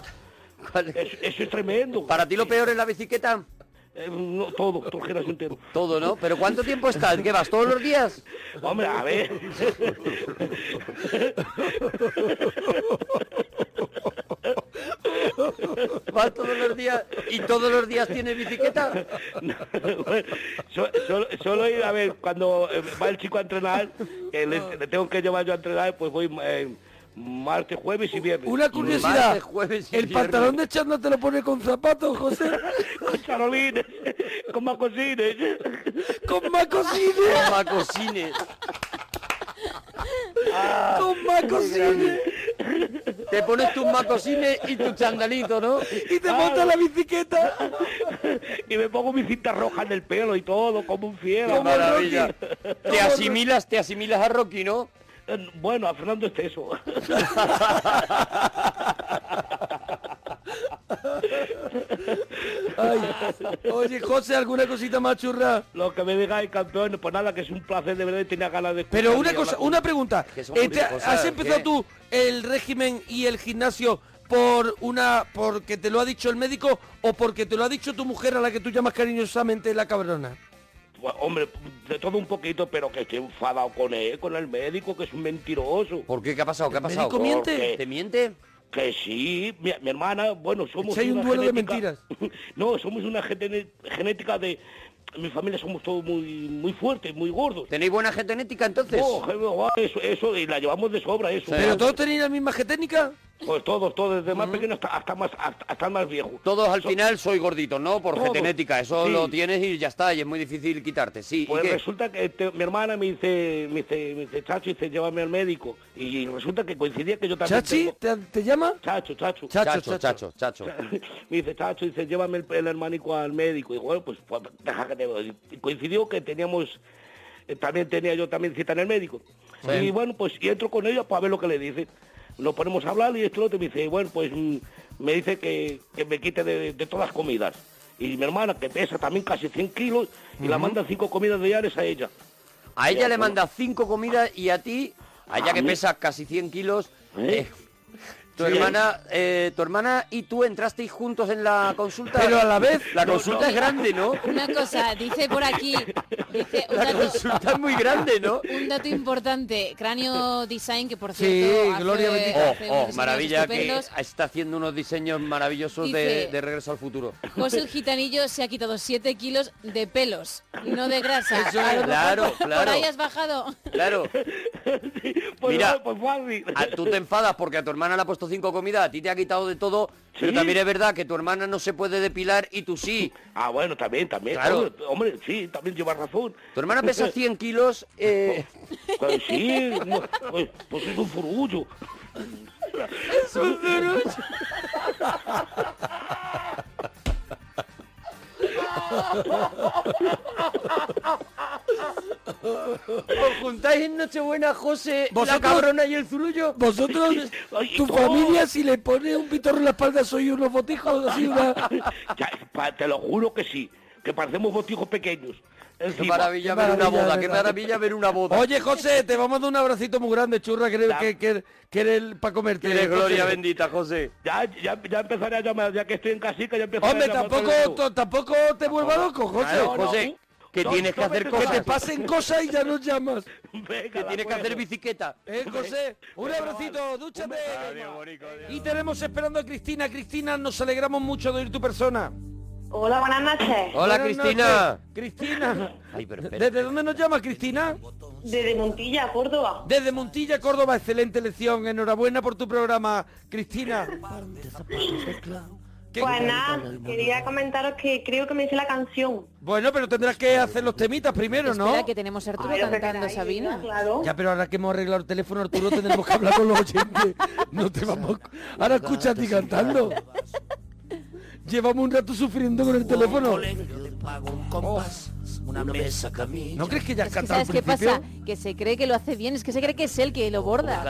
Speaker 4: ¿Cuál-
Speaker 3: eso, eso es tremendo.
Speaker 4: ¿Para ti lo peor es la bicicleta?
Speaker 3: Eh, no, todo, todo el gimnasio entero.
Speaker 4: Todo, ¿no? ¿Pero cuánto tiempo estás? ¿Qué vas? ¿Todos los días?
Speaker 3: Hombre, a ver.
Speaker 4: ¿Vas todos los días? ¿Y todos los días tienes bicicleta?
Speaker 3: So- solo, solo ir a ver, cuando eh, va el chico a entrenar, que le, le tengo que llevar yo a entrenar, pues voy eh, martes, jueves y viernes.
Speaker 6: Una curiosidad.
Speaker 4: Martes, jueves y
Speaker 6: ¿El
Speaker 4: viernes.
Speaker 6: pantalón de chándal te lo pone con zapatos, José?
Speaker 3: Con charolines, con macocines.
Speaker 6: ¡Con macosines!
Speaker 4: Macosines.
Speaker 3: Ah.
Speaker 6: ¡Con macosines!
Speaker 4: Te pones tus macosines y tu chandalito, ¿no?
Speaker 6: Y te monta la bicicleta.
Speaker 3: Y me pongo mi cinta roja en el pelo y todo, como un fiero.
Speaker 4: Qué maravilla. Te asimilas, te asimilas a Rocky, ¿no?
Speaker 3: Eh, Bueno, a Fernando Esteso.
Speaker 6: Ay. Oye, José, ¿alguna cosita más churra?
Speaker 3: Lo que me digáis, campeón, pues nada, que es un placer de verdad y tenía ganas de escuchar
Speaker 6: Pero
Speaker 3: y
Speaker 6: una cosa,
Speaker 3: hablar con-
Speaker 6: una pregunta.
Speaker 4: Que son
Speaker 6: Eh,
Speaker 4: muchas
Speaker 6: te-
Speaker 4: cosas,
Speaker 6: ¿Has empezado
Speaker 4: ¿qué?
Speaker 6: tú el régimen y el gimnasio por una porque te lo ha dicho el médico o porque te lo ha dicho tu mujer a la que tú llamas cariñosamente la cabrona?
Speaker 3: Pues, hombre, de todo un poquito, pero que estoy enfadado con él, con el médico, que es un mentiroso.
Speaker 4: ¿Por qué? ¿Qué ha pasado? ¿Qué ha
Speaker 6: ¿El
Speaker 4: pasado?
Speaker 6: médico miente?
Speaker 3: ¿Por qué?
Speaker 4: ¿Te miente?
Speaker 3: Que sí, mi, mi hermana, bueno, somos
Speaker 6: Si hay un
Speaker 3: una
Speaker 6: duelo de
Speaker 3: genética- no, somos una gene- genética de... Mi familia somos todos muy, muy fuertes, muy gordos. Oh,
Speaker 4: ¿Tenéis buena genética entonces?
Speaker 3: No, eso, eso, y la llevamos de sobra, eso.
Speaker 6: ¿Pero Mm. todos tenéis la misma genética?
Speaker 3: Pues todos, todos, desde más pequeño hasta, hasta más hasta, hasta el más viejo.
Speaker 4: Todos al
Speaker 3: So-
Speaker 4: final soy gordito, ¿no? Por
Speaker 3: Todos.
Speaker 4: genética, eso
Speaker 3: Sí.
Speaker 4: lo tienes y ya está, y es muy difícil quitarte, sí. ¿y
Speaker 3: Pues
Speaker 4: qué?
Speaker 3: resulta que este, mi hermana me dice, me dice, me dice, Chacho, dice, llévame al médico. Y resulta que coincidía que yo también
Speaker 6: ¿Chachi?
Speaker 3: tengo-
Speaker 6: ¿Te, te llama?
Speaker 3: Chacho, Chacho.
Speaker 6: Chacho,
Speaker 4: Chacho, chacho, chacho.
Speaker 3: Me dice, Chacho, dice, llévame el, el hermanico al médico. Y digo, bueno, pues, pues, deja que te... voy". Y Coincidió que teníamos eh, también tenía yo también cita en el médico.
Speaker 7: Sí.
Speaker 3: Y bueno, pues y entro con ella para ver lo que le dice. Nos ponemos a hablar y esto lo otro y me dice, bueno, pues mm, me dice que, que me quite de, de todas las comidas. Y mi hermana, que pesa también casi 100 kilos, y la
Speaker 4: Ujú.
Speaker 3: manda cinco comidas diarias a ella.
Speaker 4: A ella
Speaker 3: Ya,
Speaker 4: le
Speaker 3: bueno.
Speaker 4: manda cinco comidas y a ti, a ella
Speaker 3: ¿A
Speaker 4: que
Speaker 3: mí?
Speaker 4: pesa casi 100 kilos,
Speaker 3: ¿Eh?
Speaker 4: eh, tu
Speaker 3: Sí.
Speaker 4: hermana, eh, tu hermana y tú entrasteis juntos en la consulta.
Speaker 6: Pero a la vez,
Speaker 4: La
Speaker 3: no,
Speaker 4: consulta
Speaker 3: no.
Speaker 4: es grande, ¿no?
Speaker 5: Una cosa, dice por aquí, dice un
Speaker 4: La
Speaker 5: dato,
Speaker 4: consulta es muy grande, ¿no?
Speaker 5: un dato importante, Cráneo Design, que por
Speaker 6: Sí,
Speaker 5: cierto hace-
Speaker 6: Gloria Bendita.
Speaker 4: Oh,
Speaker 5: hace unos
Speaker 4: oh,
Speaker 5: diseños
Speaker 4: maravilla que
Speaker 5: estupendos.
Speaker 4: está haciendo unos diseños maravillosos de,
Speaker 5: Dice-
Speaker 4: de Regreso al Futuro.
Speaker 5: José Pues el Gitanillo se ha quitado 7 kilos de pelos, no de grasa.
Speaker 4: Eso es,
Speaker 5: A lo mejor
Speaker 4: claro,
Speaker 5: por- Por
Speaker 4: claro.
Speaker 5: ahí has bajado.
Speaker 4: Claro,
Speaker 3: Pues,
Speaker 4: Mira,
Speaker 3: no, pues fácil.
Speaker 4: a- tú te enfadas porque a tu hermana le ha puesto cinco comidas, a ti te ha quitado de todo, pero
Speaker 3: Sí.
Speaker 4: también es verdad que tu hermana no se puede depilar y tú sí.
Speaker 3: Ah, bueno, también, también.
Speaker 4: Claro.
Speaker 3: Hombre, hombre, sí, también lleva razón.
Speaker 4: Tu hermana pesa 100 kilos, eh,
Speaker 3: Pues sí, mu- pues, pues es un furullo.
Speaker 4: Eh, os juntáis en Nochebuena, José, la
Speaker 6: ¿Vosotros?
Speaker 4: cabrona y el zurullo.
Speaker 6: Vosotros,
Speaker 3: Ay,
Speaker 6: tu
Speaker 3: no.
Speaker 6: familia, si le pone un pitorro en la espalda, soy unos botijos, así una...
Speaker 3: Ya, pa- te lo juro que sí, que parecemos botijos pequeños.
Speaker 4: Qué
Speaker 3: Encima.
Speaker 4: maravilla
Speaker 6: Qué
Speaker 4: ver una
Speaker 6: maravilla,
Speaker 4: boda,
Speaker 6: de
Speaker 4: qué
Speaker 6: verdad.
Speaker 4: maravilla ver una boda.
Speaker 6: Oye, José, te vamos a dar un abracito muy grande, churra, que eres,
Speaker 3: Ya.
Speaker 6: que, que- que eres el- pa' comerte.
Speaker 4: Eres
Speaker 6: José.
Speaker 4: gloria bendita, José.
Speaker 3: Ya, ya, ya empezaré a llamar, ya que estoy en casica, ya empezaré
Speaker 6: Hombre,
Speaker 3: a llamar.
Speaker 6: tampoco,
Speaker 3: todo el mundo.
Speaker 6: to- tampoco te vuelvas loco, José.
Speaker 4: Claro,
Speaker 3: no,
Speaker 4: José, que
Speaker 3: no,
Speaker 4: tienes que
Speaker 3: no
Speaker 4: hacer
Speaker 3: me-
Speaker 6: Que
Speaker 4: cosas.
Speaker 6: te pasen cosas y ya nos llamas.
Speaker 3: Venga,
Speaker 4: Que
Speaker 3: la
Speaker 4: tienes que
Speaker 3: puedo.
Speaker 4: hacer bicicleta.
Speaker 6: Eh, José, un abracito, dúchate. Y tenemos esperando a Cristina. Cristina, nos alegramos mucho de oír tu persona.
Speaker 8: Hola, buenas noches.
Speaker 4: Hola,
Speaker 6: Buenas
Speaker 4: Cristina.
Speaker 6: noches, Cristina.
Speaker 4: Ay, pero espera.
Speaker 6: ¿Desde dónde nos llamas, Cristina?
Speaker 8: Desde Montilla, Córdoba.
Speaker 6: Desde Montilla, Córdoba. Excelente elección. Enhorabuena por tu programa, Cristina. ¿Qué-
Speaker 8: Pues nada, quería comentaros que creo que me hice la canción.
Speaker 6: Bueno, pero tendrás que hacer los temitas primero, ¿no?
Speaker 5: Espera, que tenemos a Arturo
Speaker 8: Pero que
Speaker 5: cantando
Speaker 8: queráis,
Speaker 5: Sabina.
Speaker 8: ¿no? Claro.
Speaker 6: Ya, pero ahora que hemos arreglado el teléfono, Arturo, tendremos que hablar con los oyentes. No te vamos. Ahora escucha a ti cantando. Llevamos un rato sufriendo con el teléfono. Oh, ¿No crees que ya has
Speaker 5: Es que
Speaker 6: cantado al
Speaker 5: ¿Sabes qué pasa?
Speaker 6: principio?
Speaker 5: Que se cree que lo hace bien, es que se cree que es él que lo borda.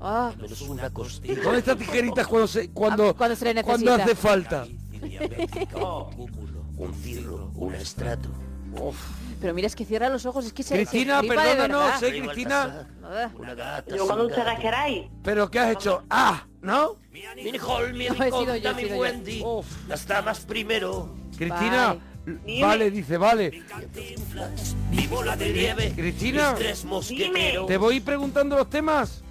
Speaker 5: Ah,
Speaker 6: ¿Dónde está tijeritas cuando se, cuando,
Speaker 5: Ah, cuando se le
Speaker 6: cuando
Speaker 5: necesita.
Speaker 6: hace falta?
Speaker 5: pero mira, es que cierra los ojos, es que se se
Speaker 6: Cristina,
Speaker 5: flipa de
Speaker 6: perdónanos,
Speaker 5: verdad.
Speaker 6: eh, Cristina,
Speaker 5: Ah,
Speaker 8: Yo cuando ustedes queráis.
Speaker 6: pero ¿qué has hecho? Ah, ¿no?
Speaker 5: No, he sido yo, he sido yo.
Speaker 6: Uf.
Speaker 7: primero.
Speaker 6: Cristina,
Speaker 8: Dime.
Speaker 6: vale, dice, vale. Cristina,
Speaker 8: mosqueteros.
Speaker 6: te voy preguntando los temas.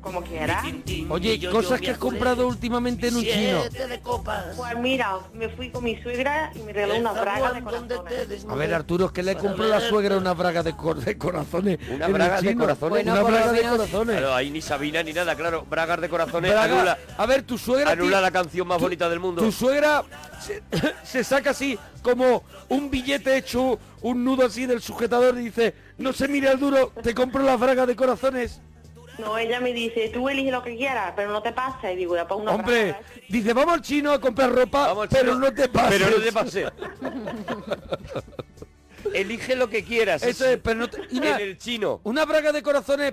Speaker 8: Como quieras.
Speaker 6: Oye, cosas que has comprado últimamente en un chino.
Speaker 8: Pues mira, me fui con mi suegra y me regaló una braga de corazones.
Speaker 6: A ver, Arturo, es que le compró la suegra una braga de, cor- de corazones.
Speaker 4: Una
Speaker 6: en el
Speaker 4: braga de
Speaker 6: chino.
Speaker 4: corazones.
Speaker 5: Bueno,
Speaker 6: una
Speaker 5: por lo
Speaker 6: braga de
Speaker 5: menos-
Speaker 6: corazones.
Speaker 4: Claro, ahí ni Sabina ni nada, claro. Bragas de corazones
Speaker 6: Braga-
Speaker 4: anula,
Speaker 6: A ver, tu suegra... ti-
Speaker 4: anula la canción más
Speaker 6: tu-
Speaker 4: bonita del mundo.
Speaker 6: Tu suegra se, se saca así como un billete hecho, un nudo así del sujetador y dice, no se mire al duro, te compro las bragas de corazones.
Speaker 8: No, ella me dice, tú eliges lo que quieras, pero no te pases. Y digo, ya pongo una
Speaker 6: Hombre,
Speaker 8: braga.
Speaker 6: dice, vamos al chino a comprar ropa,
Speaker 4: Vamos,
Speaker 6: pero
Speaker 4: chino,
Speaker 6: no te pases.
Speaker 4: Pero no te pases. Elige lo que quieras.
Speaker 6: Eso es, pero no te- y
Speaker 4: En
Speaker 6: nada,
Speaker 4: el chino.
Speaker 6: una braga de corazones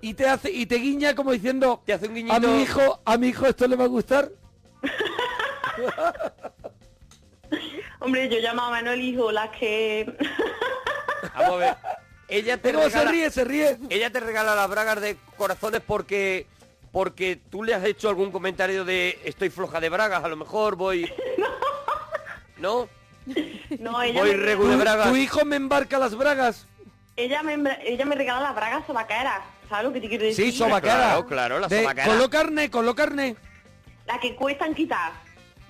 Speaker 6: y te hace y te guiña como diciendo
Speaker 4: Te hace un
Speaker 6: a
Speaker 4: guiñito".
Speaker 6: mi hijo a mi hijo esto le va a gustar
Speaker 8: Hombre, yo llamaba a elijo las que...
Speaker 4: Vamos a ver. Ella te
Speaker 6: pero cómo se
Speaker 4: regala-
Speaker 6: ríe se ríe
Speaker 4: Ella te regala las bragas de corazones porque porque tú le has hecho algún comentario de estoy floja de bragas, a lo mejor voy ¿No?
Speaker 8: no, ella
Speaker 4: Voy
Speaker 8: me-
Speaker 4: regu-
Speaker 6: tu,
Speaker 4: de bragas.
Speaker 6: tu hijo me embarca las bragas
Speaker 8: Ella me, ella me regala las bragas sobaqueras, ¿sabes lo que te quiero decir?
Speaker 6: sí sobacara
Speaker 4: claro, claro, la
Speaker 6: De-
Speaker 4: sobacara.
Speaker 6: con lo carne con lo carne
Speaker 8: Las que cuestan quitar.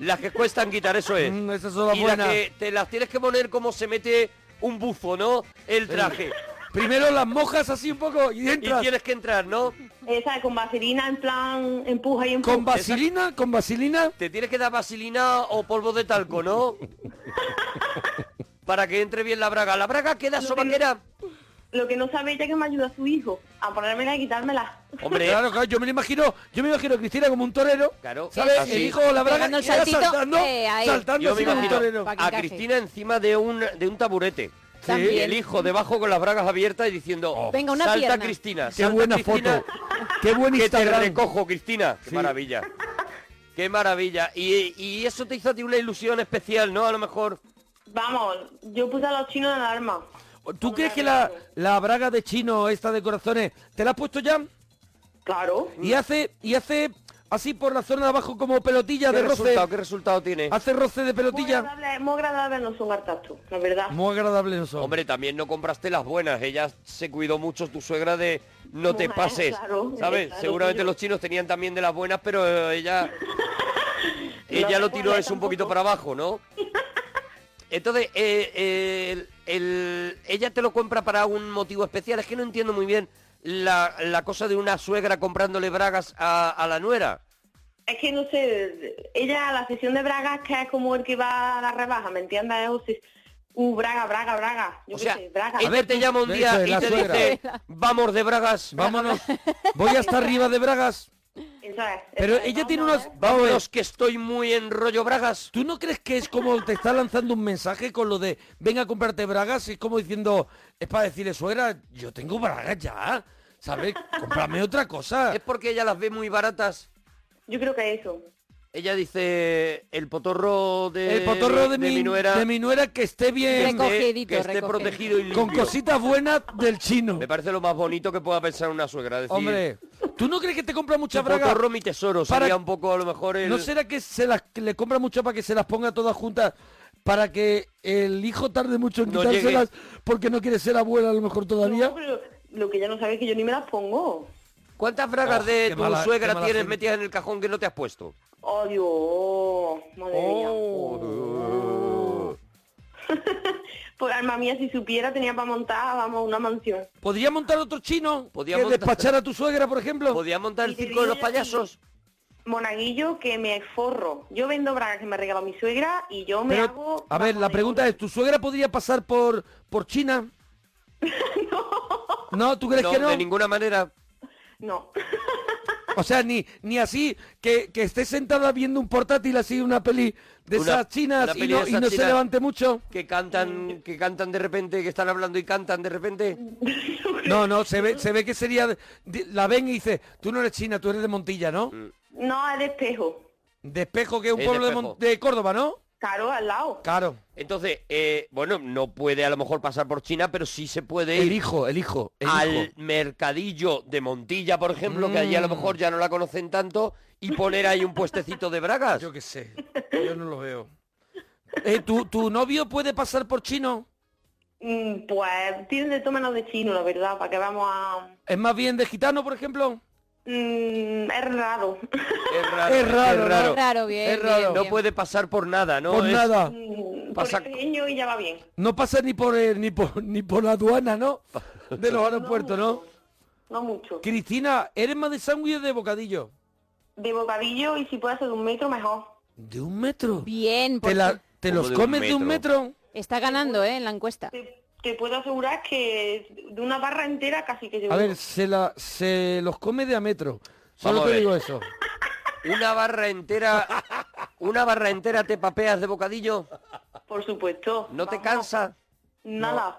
Speaker 4: Las que cuestan quitar, eso es.
Speaker 6: Mm, esa es la
Speaker 4: y
Speaker 6: buena
Speaker 4: las que te las tienes que poner como se mete un bufo, ¿no? El traje.
Speaker 6: primero las mojas así un poco y
Speaker 4: Y
Speaker 6: entras
Speaker 4: tienes que entrar, ¿no?
Speaker 8: Esa con vaselina en plan empuja y empuja.
Speaker 6: con vaselina con vaselina
Speaker 4: Te tienes que dar vaselina o polvo de talco, ¿no? Para que entre bien la braga. La braga queda sobaquera.
Speaker 8: Lo que no sabe ella que me ayuda a su hijo a ponérmela y quitármela.
Speaker 4: Hombre,
Speaker 6: Claro, claro, yo me lo imagino, yo me imagino a Cristina como un torero.
Speaker 4: Claro,
Speaker 6: ¿sabes?
Speaker 4: así.
Speaker 6: El hijo o la braga
Speaker 5: Pegando el
Speaker 6: y ella
Speaker 5: saltito,
Speaker 6: saltando,
Speaker 5: eh, ahí.
Speaker 6: saltando
Speaker 4: Yo me
Speaker 6: así como un
Speaker 4: imagino
Speaker 6: torero.
Speaker 5: Pa' que
Speaker 4: a
Speaker 5: encaje.
Speaker 4: Cristina encima de un de un taburete. Y
Speaker 5: También.
Speaker 4: el hijo debajo con las bragas abiertas y diciendo, "Oh,
Speaker 5: Venga, una
Speaker 4: salta
Speaker 5: pierna".
Speaker 4: Cristina.
Speaker 6: Qué
Speaker 4: salta,
Speaker 6: buena
Speaker 4: Cristina,
Speaker 6: foto. Qué buen
Speaker 4: que te
Speaker 6: Instagram.
Speaker 4: recojo, Cristina. Qué maravilla. Qué maravilla. Y, y eso te hizo a ti una ilusión especial, ¿no? A lo mejor.
Speaker 8: Vamos, yo puse a los chinos en alarma.
Speaker 6: ¿Tú crees que la, la braga de chino, esta de corazones, te la has puesto ya?
Speaker 8: Claro.
Speaker 6: Y hace, y hace así por la zona de abajo como pelotilla
Speaker 4: ¿Qué
Speaker 6: de roce.
Speaker 4: resultado, ¿Qué resultado tiene?
Speaker 6: Hace roce de
Speaker 8: Muy
Speaker 6: pelotilla.
Speaker 8: agradable, muy agradable no son hartactos, la verdad.
Speaker 6: Muy agradable no son.
Speaker 4: Hombre, también no compraste las buenas. Ella se cuidó mucho tu suegra de no te
Speaker 8: Mujer,
Speaker 4: pases.
Speaker 8: claro,
Speaker 4: ¿Sabes?
Speaker 8: claro,
Speaker 4: Seguramente
Speaker 8: coño.
Speaker 4: los chinos tenían también de las buenas, pero eh, ella ella
Speaker 8: No
Speaker 4: lo
Speaker 8: te
Speaker 4: tiró
Speaker 8: puede
Speaker 4: eso un poquito
Speaker 8: tampoco.
Speaker 4: para abajo, ¿no? Entonces, eh, eh, el- el- ella te lo compra para un motivo especial. Es que no entiendo muy bien la, la cosa de una suegra comprándole bragas a, a la nuera.
Speaker 8: Es que no sé, ella a la sesión de bragas que es como el que va a la rebaja, ¿me entiendes? Es un- Uh, braga, braga, braga. Yo
Speaker 4: O
Speaker 8: qué
Speaker 4: sea,
Speaker 8: sé, braga.
Speaker 4: ella Este te llama un
Speaker 6: Eso
Speaker 4: día
Speaker 6: es,
Speaker 4: y
Speaker 6: la
Speaker 4: te
Speaker 6: suegra.
Speaker 4: dice, vamos de bragas,
Speaker 6: Vámonos. Voy hasta arriba de bragas.
Speaker 8: Eso es,
Speaker 6: Pero
Speaker 8: eso es,
Speaker 6: ella
Speaker 8: vamos,
Speaker 6: tiene unos...
Speaker 8: ¿eh?
Speaker 6: Vamos a ver,
Speaker 4: vámonos que estoy muy en rollo bragas.
Speaker 6: ¿Tú no crees que es como te está lanzando un mensaje con lo de venga a comprarte bragas? Es como diciendo, es para decirle suegra, yo tengo bragas ya. ¿Sabes? Cómprame otra cosa.
Speaker 4: Es porque ella las ve muy baratas.
Speaker 8: Yo creo que eso.
Speaker 4: Ella dice el potorro de
Speaker 6: El potorro de, mi,
Speaker 4: nuera
Speaker 6: de mi nuera que esté
Speaker 4: que
Speaker 6: bien,
Speaker 5: Reco-
Speaker 4: esté-
Speaker 5: Recogidito,
Speaker 4: que esté
Speaker 5: recogido.
Speaker 4: protegido y
Speaker 6: con
Speaker 4: limpio.
Speaker 6: cositas buenas del chino.
Speaker 4: Me parece lo más bonito que pueda pensar una suegra. Decir,
Speaker 6: Hombre, ¿tú no crees que te compra
Speaker 4: "Tu
Speaker 6: muchas bragas?
Speaker 4: potorro mi tesoro
Speaker 6: Para-
Speaker 4: sería un poco a lo mejor el
Speaker 6: ¿No será que se las que le compra mucho para que se las ponga todas juntas? Para que el hijo tarde mucho en
Speaker 4: No
Speaker 6: quitárselas porque no quiere ser abuela a lo mejor todavía.
Speaker 8: No, pero lo que ella no sabe es que yo ni me las pongo.
Speaker 4: ¿Cuántas bragas
Speaker 6: Oh,
Speaker 4: de
Speaker 6: qué
Speaker 4: tu
Speaker 6: mala- qué
Speaker 4: suegra
Speaker 6: mala
Speaker 4: tienes
Speaker 6: gente.
Speaker 4: metidas en el cajón que no te has puesto?
Speaker 8: Oh, Dios, madre
Speaker 6: Oh.
Speaker 8: mía. Pues alma mía, si supiera tenía para montar, vamos, una mansión.
Speaker 6: ¿Podría montar otro chino?
Speaker 4: Podía
Speaker 6: que
Speaker 4: montar-
Speaker 6: despachar a tu suegra, por ejemplo?
Speaker 4: ¿Podías montar el
Speaker 8: Y te
Speaker 4: circo de
Speaker 8: digo
Speaker 4: los
Speaker 8: yo que-
Speaker 4: payasos?
Speaker 8: Monaguillo, que me forro. Yo vendo bragas que me regaló mi suegra y yo me
Speaker 6: Pero,
Speaker 8: hago...
Speaker 6: a ver, la pregunta es, ¿tu suegra podría pasar por, por China? no. ¿tú crees
Speaker 4: No,
Speaker 6: que no?
Speaker 4: de ninguna manera.
Speaker 8: No.
Speaker 6: O sea, ni, ni así, que, que esté sentada viendo un portátil así, una peli de
Speaker 4: Una-
Speaker 6: esas chinas
Speaker 4: una
Speaker 6: y
Speaker 4: peli
Speaker 6: no,
Speaker 4: de
Speaker 6: y
Speaker 4: esas
Speaker 6: no se
Speaker 4: chinas.
Speaker 6: levante mucho.
Speaker 4: Que cantan, que cantan de repente, que están hablando y cantan de repente.
Speaker 6: No, no, se ve, se ve que sería... de- de- La ven y dice, tú no eres china, tú eres de Montilla, ¿no?
Speaker 8: No, es de espejo.
Speaker 6: De Espejo, que es un
Speaker 4: Mm. Es de
Speaker 6: pueblo de,
Speaker 4: Espejo.
Speaker 6: Mon- de Córdoba, ¿no?
Speaker 8: Claro, al lado.
Speaker 6: Claro.
Speaker 4: Entonces, eh, bueno, no puede a lo mejor pasar por China, pero sí se puede ir
Speaker 6: El hijo, el hijo, el
Speaker 4: al
Speaker 6: hijo. Mm.
Speaker 4: mercadillo de Montilla, por ejemplo, que allí a lo mejor ya no la conocen tanto, y poner ahí un puestecito de bragas.
Speaker 6: Yo qué sé, yo no lo veo. Eh, ¿tu, ¿Tu novio puede pasar por chino?
Speaker 8: Mm, Pues tienen de todo menos de chino, la verdad, para que vamos a...
Speaker 6: ¿Es más bien de gitano, por ejemplo?
Speaker 8: Mm, es raro.
Speaker 4: Es raro.
Speaker 6: Es raro,
Speaker 4: es
Speaker 5: Es raro, bien,
Speaker 6: Es raro.
Speaker 5: bien,
Speaker 4: No
Speaker 5: bien.
Speaker 4: puede pasar por nada, ¿no?
Speaker 6: por
Speaker 4: Es-
Speaker 6: nada.
Speaker 8: Mm,
Speaker 4: Pasa-
Speaker 8: Por pequeño y ya va bien.
Speaker 6: No pasa ni por, eh, ni por ni por la aduana, ¿no? De los aeropuertos, ¿no?
Speaker 8: No mucho.
Speaker 6: Cristina, ¿eres más de sándwich o de bocadillo?
Speaker 8: De bocadillo y si puede ser de un metro, mejor.
Speaker 6: ¿De un metro?
Speaker 5: Bien,
Speaker 6: ¿Te,
Speaker 5: porque
Speaker 6: la- te
Speaker 4: ¿Cómo
Speaker 6: los
Speaker 4: de un
Speaker 6: comes de un metro?
Speaker 5: está ganando, ¿eh? En la encuesta.
Speaker 8: Te, te puedo asegurar que de una barra entera casi que seguro.
Speaker 6: A ver, se, la, se los come de a metro. Solo
Speaker 4: Vamos a
Speaker 6: te
Speaker 4: ver.
Speaker 6: digo eso.
Speaker 4: Una barra entera, una barra entera te papeas de bocadillo,
Speaker 8: Por supuesto.
Speaker 4: no te
Speaker 8: Vamos,
Speaker 4: cansa.
Speaker 8: Nada.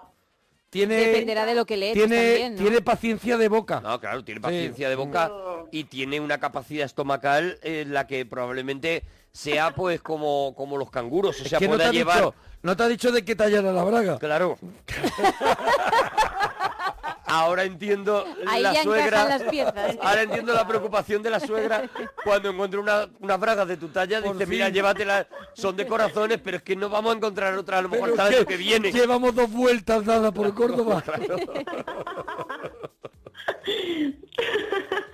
Speaker 6: Tiene,
Speaker 5: Dependerá de lo que le eches
Speaker 6: tiene,
Speaker 5: también, ¿no?
Speaker 6: tiene paciencia de boca.
Speaker 4: No, claro, tiene paciencia de boca
Speaker 8: No.
Speaker 4: y tiene una capacidad estomacal en la que probablemente sea pues como, como los canguros, o sea,
Speaker 6: que no te,
Speaker 4: pueda
Speaker 6: ha
Speaker 4: llevar...
Speaker 6: dicho, no te ha dicho de qué tallar a la braga.
Speaker 4: Claro. Ahora entiendo
Speaker 5: Ahí
Speaker 4: la
Speaker 5: ya
Speaker 4: suegra.
Speaker 5: encajan las piezas.
Speaker 4: Ahora entiendo la preocupación de la suegra cuando encuentra una- unas bragas de tu talla.
Speaker 6: Por
Speaker 4: dice,
Speaker 6: fin.
Speaker 4: mira, llévatelas. Son de corazones, pero es que no vamos a encontrar otra a lo mejor
Speaker 6: Pero
Speaker 4: hasta el
Speaker 6: que
Speaker 4: año que viene.
Speaker 6: Llevamos dos vueltas dadas por Córdoba.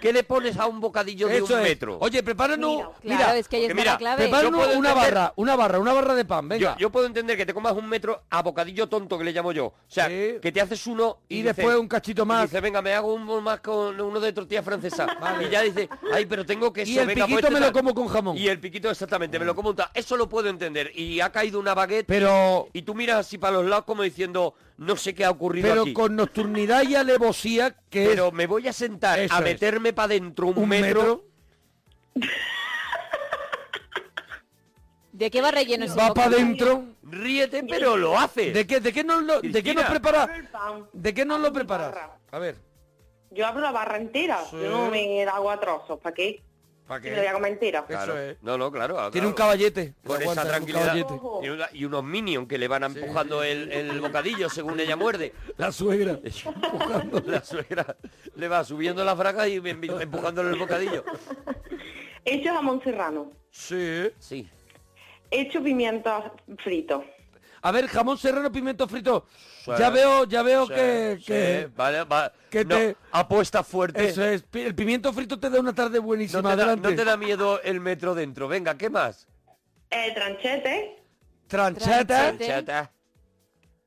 Speaker 4: ¿Qué le pones a un bocadillo de
Speaker 6: Eso
Speaker 4: un
Speaker 6: es.
Speaker 4: metro?
Speaker 6: Oye, prepáranos.
Speaker 8: Mira,
Speaker 5: Claro, es que ahí
Speaker 4: porque
Speaker 5: está
Speaker 4: mira,
Speaker 5: la clave.
Speaker 4: prepara-
Speaker 6: Prepáranos
Speaker 4: Yo puedo
Speaker 6: una
Speaker 4: entender-
Speaker 6: barra, una barra, una barra de pan, venga.
Speaker 4: yo, yo puedo entender que te comas un metro a bocadillo tonto, que le llamo yo. O sea,
Speaker 6: Sí.
Speaker 4: que te haces uno y,
Speaker 6: Y
Speaker 4: dices-
Speaker 6: después un cachito
Speaker 4: y
Speaker 6: más.
Speaker 4: dices, venga, me hago un más con uno de tortilla francesa.
Speaker 6: Vale.
Speaker 4: Y ya dices, ay, pero tengo que pues,
Speaker 6: y el piquito me lo como con jamón.
Speaker 4: este Y el piquito exactamente, me lo como un ta- Eso lo puedo entender. Y ha caído una baguette
Speaker 6: Pero,
Speaker 4: y tú miras así para los lados como diciendo, no sé qué ha ocurrido
Speaker 6: pero
Speaker 4: aquí.
Speaker 6: con nocturnidad y alevosía que es-
Speaker 4: Pero me voy a sentar
Speaker 6: Eso
Speaker 4: a
Speaker 6: es.
Speaker 4: meterme para dentro un,
Speaker 6: ¿Un metro?
Speaker 4: metro.
Speaker 5: ¿De qué va relleno ese
Speaker 6: Va
Speaker 5: bocata?
Speaker 6: para adentro.
Speaker 4: Ríete, pero lo hace.
Speaker 6: ¿De qué, de qué, nos, lo- de qué nos
Speaker 4: Cristina.
Speaker 6: prepara?
Speaker 8: El pan.
Speaker 6: ¿De qué nos lo preparas? A ver,
Speaker 8: Yo abro la barra entera,
Speaker 6: Sí.
Speaker 8: yo no me hago a trozos, ¿para qué?
Speaker 6: ¿para
Speaker 8: Si lo voy a
Speaker 6: qué?
Speaker 8: comer entera.
Speaker 4: Claro.
Speaker 6: Eso es.
Speaker 4: No, no, claro. ah,
Speaker 6: Tiene un
Speaker 4: claro.
Speaker 6: caballete.
Speaker 4: Con esa
Speaker 6: Aguanta, un
Speaker 4: tranquilidad.
Speaker 6: caballete.
Speaker 8: caballete.
Speaker 4: Y, una- y unos minions que le van empujando el, el bocadillo según ella muerde.
Speaker 6: La suegra.
Speaker 4: La suegra le va subiendo las bragas y em- em- empujándole el bocadillo.
Speaker 8: Hecho jamón serrano,
Speaker 6: Sí.
Speaker 4: Sí.
Speaker 8: hecho pimientos fritos.
Speaker 6: A ver, jamón serrano, pimiento frito.
Speaker 4: Sí.
Speaker 6: Ya veo, ya veo
Speaker 4: Sí,
Speaker 6: que...
Speaker 4: sí,
Speaker 6: que-
Speaker 4: vale, va-
Speaker 6: que
Speaker 4: no,
Speaker 6: te-
Speaker 4: apuesta fuerte.
Speaker 6: Eso es. Pi- El pimiento frito te da una tarde buenísima.
Speaker 4: No te, da,
Speaker 6: adelante.
Speaker 4: no te da miedo el metro dentro. Venga, ¿qué más?
Speaker 8: Eh, tranchete,
Speaker 6: Trancheta.
Speaker 5: Tranchete.
Speaker 4: Chata,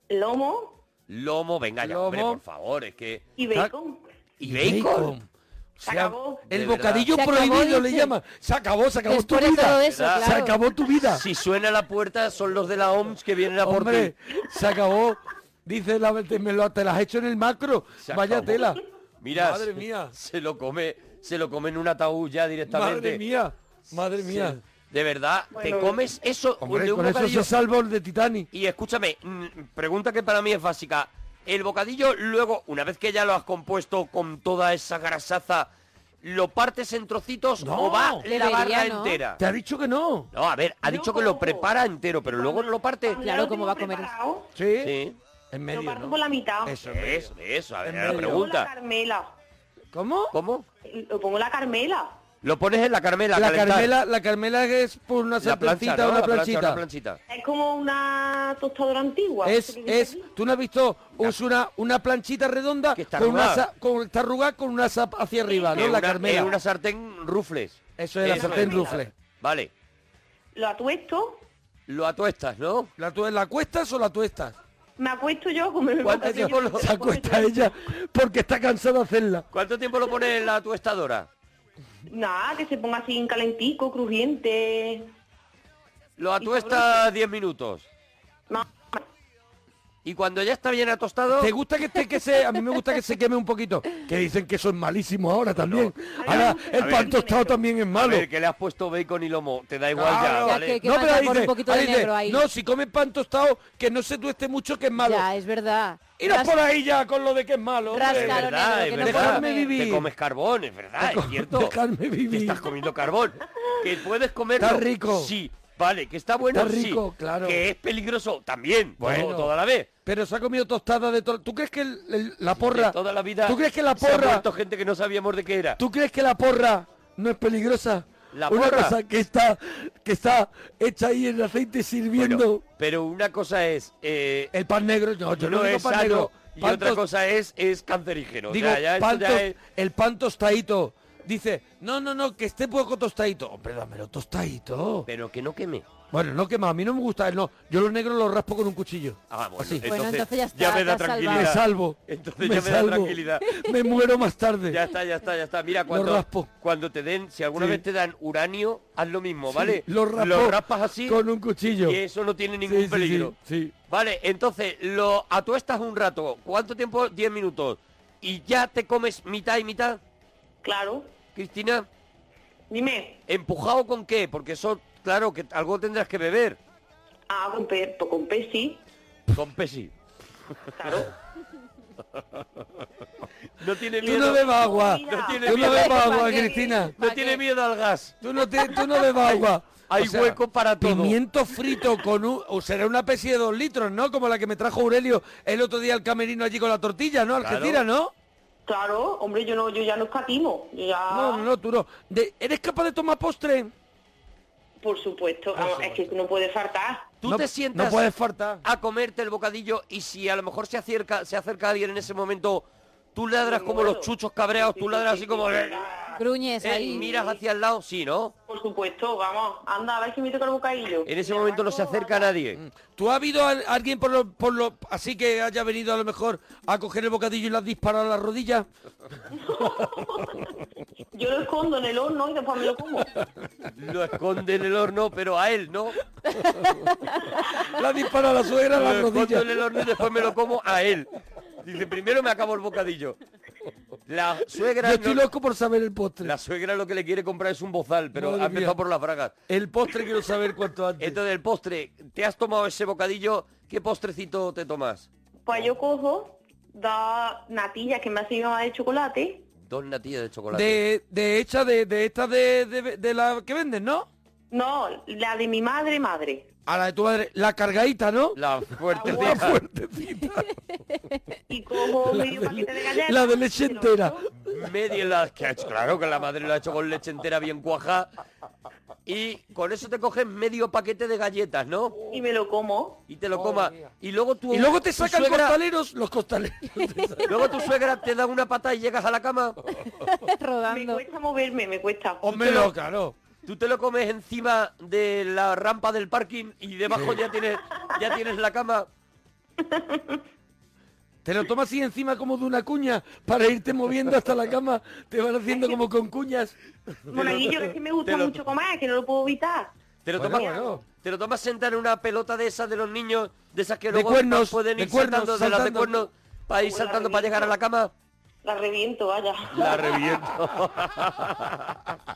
Speaker 8: lomo
Speaker 4: lomo, venga ya,
Speaker 6: Lomo.
Speaker 4: hombre, por favor, es que...
Speaker 8: y bacon.
Speaker 4: Y bacon.
Speaker 6: O
Speaker 8: Se
Speaker 6: sea,
Speaker 8: acabó.
Speaker 6: el
Speaker 4: De
Speaker 6: bocadillo
Speaker 5: verdad. Se acabó,
Speaker 6: prohibido le
Speaker 5: dice.
Speaker 6: llama. Se acabó, se acabó
Speaker 5: Después
Speaker 6: tu
Speaker 5: de
Speaker 6: vida.
Speaker 5: todo eso,
Speaker 4: ¿Verdad?
Speaker 6: Se
Speaker 5: claro.
Speaker 6: acabó tu vida.
Speaker 4: Si suena la puerta, son los de la OMS que vienen a por
Speaker 6: Hombre,
Speaker 4: ti.
Speaker 6: se acabó. Dice, la, te, me lo, te las has hecho en el macro.
Speaker 4: Se
Speaker 6: Vaya
Speaker 4: acabó.
Speaker 6: tela.
Speaker 4: Mira,
Speaker 6: Madre
Speaker 4: se-
Speaker 6: mía.
Speaker 4: se lo come, se lo come en un ataúd ya directamente.
Speaker 6: Madre mía. Madre
Speaker 4: Sí.
Speaker 6: mía.
Speaker 4: De verdad,
Speaker 8: Bueno.
Speaker 4: te comes eso
Speaker 6: Hombre,
Speaker 4: de un
Speaker 6: con eso
Speaker 4: bocadillo.
Speaker 6: se salva el de Titanic.
Speaker 4: Y escúchame, mm, pregunta que para mí es básica. El bocadillo, luego, una vez que ya lo has compuesto con toda esa grasaza, ¿lo partes en trocitos
Speaker 6: No.
Speaker 4: o va la
Speaker 5: Debería,
Speaker 4: barra
Speaker 5: ¿no?
Speaker 4: entera?
Speaker 6: Te ha dicho que no.
Speaker 4: No, a ver, ha
Speaker 8: Yo
Speaker 4: dicho que lo
Speaker 8: como.
Speaker 4: prepara entero, pero luego no lo parte.
Speaker 8: Cuando
Speaker 5: Claro,
Speaker 8: lo
Speaker 5: ¿cómo
Speaker 8: tengo
Speaker 5: va a comer?
Speaker 8: preparado,
Speaker 6: Sí.
Speaker 4: Sí,
Speaker 6: En
Speaker 8: Lo
Speaker 6: medio,
Speaker 8: parto
Speaker 6: ¿no?
Speaker 8: por la mitad.
Speaker 6: Eso, en medio.
Speaker 4: eso, eso, a ver,
Speaker 6: En
Speaker 4: era la
Speaker 6: medio.
Speaker 8: Pongo la
Speaker 4: pregunta.
Speaker 8: carmela.
Speaker 6: ¿Cómo?
Speaker 4: ¿Cómo?
Speaker 8: Lo pongo la carmela.
Speaker 4: Lo pones en la carmela, a
Speaker 6: La
Speaker 4: calentar.
Speaker 6: carmela, la carmela es por una
Speaker 4: la plancha,
Speaker 6: serpencita
Speaker 4: ¿no?
Speaker 6: o una
Speaker 4: La plancha,
Speaker 6: planchita.
Speaker 4: una planchita.
Speaker 8: Es como una tostadora antigua.
Speaker 6: Es,
Speaker 8: ¿Qué
Speaker 6: es,
Speaker 8: dices?
Speaker 6: tú no has visto, es una, una planchita redonda
Speaker 4: Que está
Speaker 6: con una
Speaker 4: arrugada.
Speaker 6: sa- con, está arrugada con una sap hacia arriba, ¿no?
Speaker 4: En
Speaker 6: la
Speaker 4: una-
Speaker 6: carmela.
Speaker 4: en una sartén rufles.
Speaker 6: Eso es la
Speaker 4: Eso
Speaker 6: sartén
Speaker 4: es.
Speaker 6: rufle.
Speaker 4: Vale.
Speaker 8: Lo atuesto,
Speaker 4: Lo atuestas, ¿no?
Speaker 6: ¿La, tu- ¿La cuestas o la tuestas?
Speaker 8: me acuesto yo a comer el
Speaker 4: ¿Cuánto
Speaker 8: bocadillo.
Speaker 4: tiempo lo-
Speaker 6: Se acuesta ella porque está cansada de hacerla.
Speaker 4: ¿Cuánto tiempo lo pones en la tuestadora?
Speaker 8: Nada, que se ponga así en calentico, crujiente.
Speaker 4: Lo atuesta 10 minutos.
Speaker 8: No,
Speaker 4: Y cuando ya está bien atostado,
Speaker 6: ¿Te gusta que esté que se, a mí me gusta que se queme un poquito? Que dicen que eso es malísimo ahora también.
Speaker 8: No.
Speaker 6: Ahora
Speaker 8: A ver,
Speaker 6: el
Speaker 8: a ver.
Speaker 6: pan tostado también es
Speaker 4: a
Speaker 6: malo.
Speaker 4: ver, que le has puesto bacon y lomo, te da igual ya,
Speaker 6: Claro.
Speaker 5: Ya
Speaker 4: ¿vale?
Speaker 5: que-
Speaker 6: No, pero
Speaker 5: manda
Speaker 6: ahí
Speaker 5: por
Speaker 6: dice,
Speaker 5: un poquito
Speaker 6: ahí
Speaker 5: de
Speaker 6: dice,
Speaker 5: negro ahí.
Speaker 6: no, si come pan tostado, que no se tueste mucho, que es malo.
Speaker 5: Ya, es verdad.
Speaker 6: Iros
Speaker 5: Ras-
Speaker 6: por ahí ya con lo de que es malo. hombre.
Speaker 5: Rasca lo negro, que no
Speaker 6: verdad.
Speaker 5: puedo
Speaker 6: Dejadme
Speaker 5: comer.
Speaker 6: vivir.
Speaker 4: Te comes carbón, es verdad,
Speaker 6: Te co-
Speaker 4: es cierto.
Speaker 6: dejadme vivir.
Speaker 4: Te estás comiendo carbón. Que puedes comerlo.
Speaker 6: Está rico.
Speaker 4: Sí. Vale, que está bueno,
Speaker 6: Está
Speaker 4: sí.
Speaker 6: rico, claro.
Speaker 4: Que es peligroso también, bueno,
Speaker 6: Bueno.
Speaker 4: toda la vez.
Speaker 6: Pero se ha comido tostada de todo. ¿Tú crees que el- el- la
Speaker 4: De
Speaker 6: porra?
Speaker 4: toda la vida.
Speaker 6: ¿Tú crees que la
Speaker 4: Se ha
Speaker 6: porra?
Speaker 4: muerto gente que no sabíamos de qué era.
Speaker 6: ¿Tú crees que la porra no es peligrosa?
Speaker 4: ¿La
Speaker 6: Una
Speaker 4: porra?
Speaker 6: cosa que está que está hecha ahí en aceite
Speaker 4: Bueno,
Speaker 6: sirviendo.
Speaker 4: pero una cosa es eh,
Speaker 6: El pan negro, no, yo no,
Speaker 4: no
Speaker 6: digo
Speaker 4: es
Speaker 6: pan
Speaker 4: sano
Speaker 6: negro.
Speaker 4: y
Speaker 6: Pan
Speaker 4: otra
Speaker 6: tos-
Speaker 4: cosa es es cancerígeno. O
Speaker 6: digo,
Speaker 4: sea, ya esto
Speaker 6: pan
Speaker 4: ya
Speaker 6: tos-
Speaker 4: es-
Speaker 6: el pan tostadito. Dice, no, no, no, que esté poco tostadito. Hombre, dámelo tostadito.
Speaker 4: Pero que no queme.
Speaker 6: Bueno, no quema, a mí no me gusta el no. Yo los negros los raspo con un cuchillo.
Speaker 4: Ah, bueno,
Speaker 6: Así.
Speaker 5: Bueno, entonces ya está,
Speaker 4: me
Speaker 5: te
Speaker 4: da
Speaker 5: has salvado.
Speaker 4: tranquilidad.
Speaker 6: Me salvo.
Speaker 4: Entonces
Speaker 6: me
Speaker 4: ya me da
Speaker 6: salvo.
Speaker 4: tranquilidad.
Speaker 6: Me muero más tarde.
Speaker 4: Ya está, ya está, ya está. Mira,
Speaker 6: Lo
Speaker 4: cuando,
Speaker 6: raspo.
Speaker 4: cuando te den, si alguna
Speaker 6: Sí.
Speaker 4: vez te dan uranio, haz lo mismo, ¿vale?
Speaker 6: Sí, lo, rapo
Speaker 4: raspas así
Speaker 6: Con un cuchillo.
Speaker 4: y eso no tiene ningún
Speaker 6: Sí, sí,
Speaker 4: peligro.
Speaker 6: sí, sí.
Speaker 4: Vale, entonces lo atuestas un rato. ¿Cuánto tiempo? 10 minutos. Y ya te comes mitad y mitad,
Speaker 8: claro.
Speaker 4: Cristina.
Speaker 8: Dime,
Speaker 4: ¿Empujado con qué? Porque eso, claro, que algo tendrás que beber.
Speaker 8: ah, con, pe con pesi,
Speaker 4: Con pesi.
Speaker 8: claro.
Speaker 4: No tiene
Speaker 6: Tú
Speaker 4: miedo.
Speaker 6: no bebas agua.
Speaker 8: Mira. No
Speaker 4: tiene
Speaker 6: Tú no
Speaker 4: miedo.
Speaker 6: bebas agua,
Speaker 5: ¿Para qué?
Speaker 6: Cristina.
Speaker 4: No
Speaker 5: ¿Para
Speaker 4: tiene
Speaker 5: qué?
Speaker 4: miedo al gas.
Speaker 6: Tú no, te, tú no bebas agua.
Speaker 4: Hay
Speaker 6: O sea,
Speaker 4: hueco para todo.
Speaker 6: Pimiento frito con un... O será una especie de dos litros, ¿no? Como la que me trajo Aurelio el otro día al camerino allí con la tortilla, ¿no? Argentina, ¿no?
Speaker 8: Claro, hombre, yo no, yo ya no escatimo. Yo ya...
Speaker 6: No, no, no, tú no. De- ¿Eres capaz de tomar postre?
Speaker 8: Por supuesto,
Speaker 6: Ah.
Speaker 8: vamos, es que no puede faltar.
Speaker 4: Tú
Speaker 6: No-
Speaker 4: te sientas
Speaker 6: No puedes faltar.
Speaker 4: a comerte el bocadillo y si a lo mejor se acerca, se acerca alguien en ese momento, tú ladras
Speaker 8: Me
Speaker 4: como
Speaker 8: muero.
Speaker 4: los chuchos cabreados, tú ladras así como... eh,
Speaker 5: Gruñes
Speaker 4: eh,
Speaker 5: ahí.
Speaker 4: y miras hacia el lado, sí, ¿no?
Speaker 8: Por supuesto, vamos. Anda, a ver si me toca el bocadillo.
Speaker 4: En ese momento no se acerca nadie.
Speaker 6: Mm. ¿Tú ha habido al- alguien por lo, por lo... Así que haya venido a lo mejor a coger el bocadillo y le has disparado a las rodillas?
Speaker 8: Yo lo escondo en el horno y después me lo como.
Speaker 4: Lo esconde en el horno, pero a él no.
Speaker 6: La dispara la suegra a
Speaker 4: Lo
Speaker 6: las
Speaker 4: escondo
Speaker 6: rodillas.
Speaker 4: en el horno y después me lo como a él. Dice, primero me acabo el bocadillo. La suegra
Speaker 6: Yo estoy
Speaker 4: no-
Speaker 6: loco por saber el postre.
Speaker 4: La suegra lo que le quiere comprar es un bozal, pero
Speaker 6: Madre
Speaker 4: ha empezado
Speaker 6: mía.
Speaker 4: por las bragas.
Speaker 6: El postre quiero saber cuánto antes.
Speaker 4: Entonces, el postre, ¿te has tomado ese bocadillo? ¿Qué postrecito te tomas?
Speaker 8: Pues yo cojo dos natillas que me ha sido de chocolate.
Speaker 4: Dos natillas de chocolate.
Speaker 6: De, de hecha de, de esta de, de, de la que venden, ¿no?
Speaker 8: No, la de mi madre, madre.
Speaker 6: A la de tu madre, la cargadita, ¿no?
Speaker 4: La fuerte.
Speaker 6: La fuerte.
Speaker 8: Y cojo medio
Speaker 6: de-
Speaker 8: paquete de galletas.
Speaker 6: La de leche entera.
Speaker 4: Media la que ha hecho, claro que la madre lo ha hecho con leche entera bien cuajada. Y con eso te coges medio paquete de galletas, ¿no?
Speaker 8: Y me lo como.
Speaker 4: Y te lo comas. Y luego tú
Speaker 6: Y luego te
Speaker 4: tu
Speaker 6: sacan
Speaker 4: suegra-
Speaker 6: costaleros, los costaleros. te sacan.
Speaker 4: Luego tu suegra te da una pata y llegas a la cama.
Speaker 8: Me
Speaker 5: rodando.
Speaker 8: cuesta moverme, me cuesta.
Speaker 6: Hombre
Speaker 4: lo-
Speaker 6: loca, ¿no?
Speaker 4: Tú te lo comes encima de la rampa del parking y debajo ya tienes ya tienes la cama.
Speaker 6: Te lo tomas así encima como de una cuña para irte moviendo hasta la cama. Te van haciendo como con cuñas.
Speaker 8: Monaguillo, que es que me gusta
Speaker 4: te lo-
Speaker 8: mucho comer, que no lo puedo evitar.
Speaker 4: Te lo
Speaker 6: Bueno,
Speaker 4: tomas
Speaker 6: bueno.
Speaker 4: te lo tomas sentado en una pelota de esas de los niños, de esas que
Speaker 6: De
Speaker 4: luego
Speaker 6: cuernos,
Speaker 4: pueden
Speaker 6: de
Speaker 4: ir
Speaker 6: cuernos,
Speaker 4: saltando, de las de
Speaker 6: saltando.
Speaker 4: cuernos para ir
Speaker 8: Uy, la
Speaker 4: saltando para llegar a la cama.
Speaker 8: La reviento, vaya.
Speaker 4: La reviento.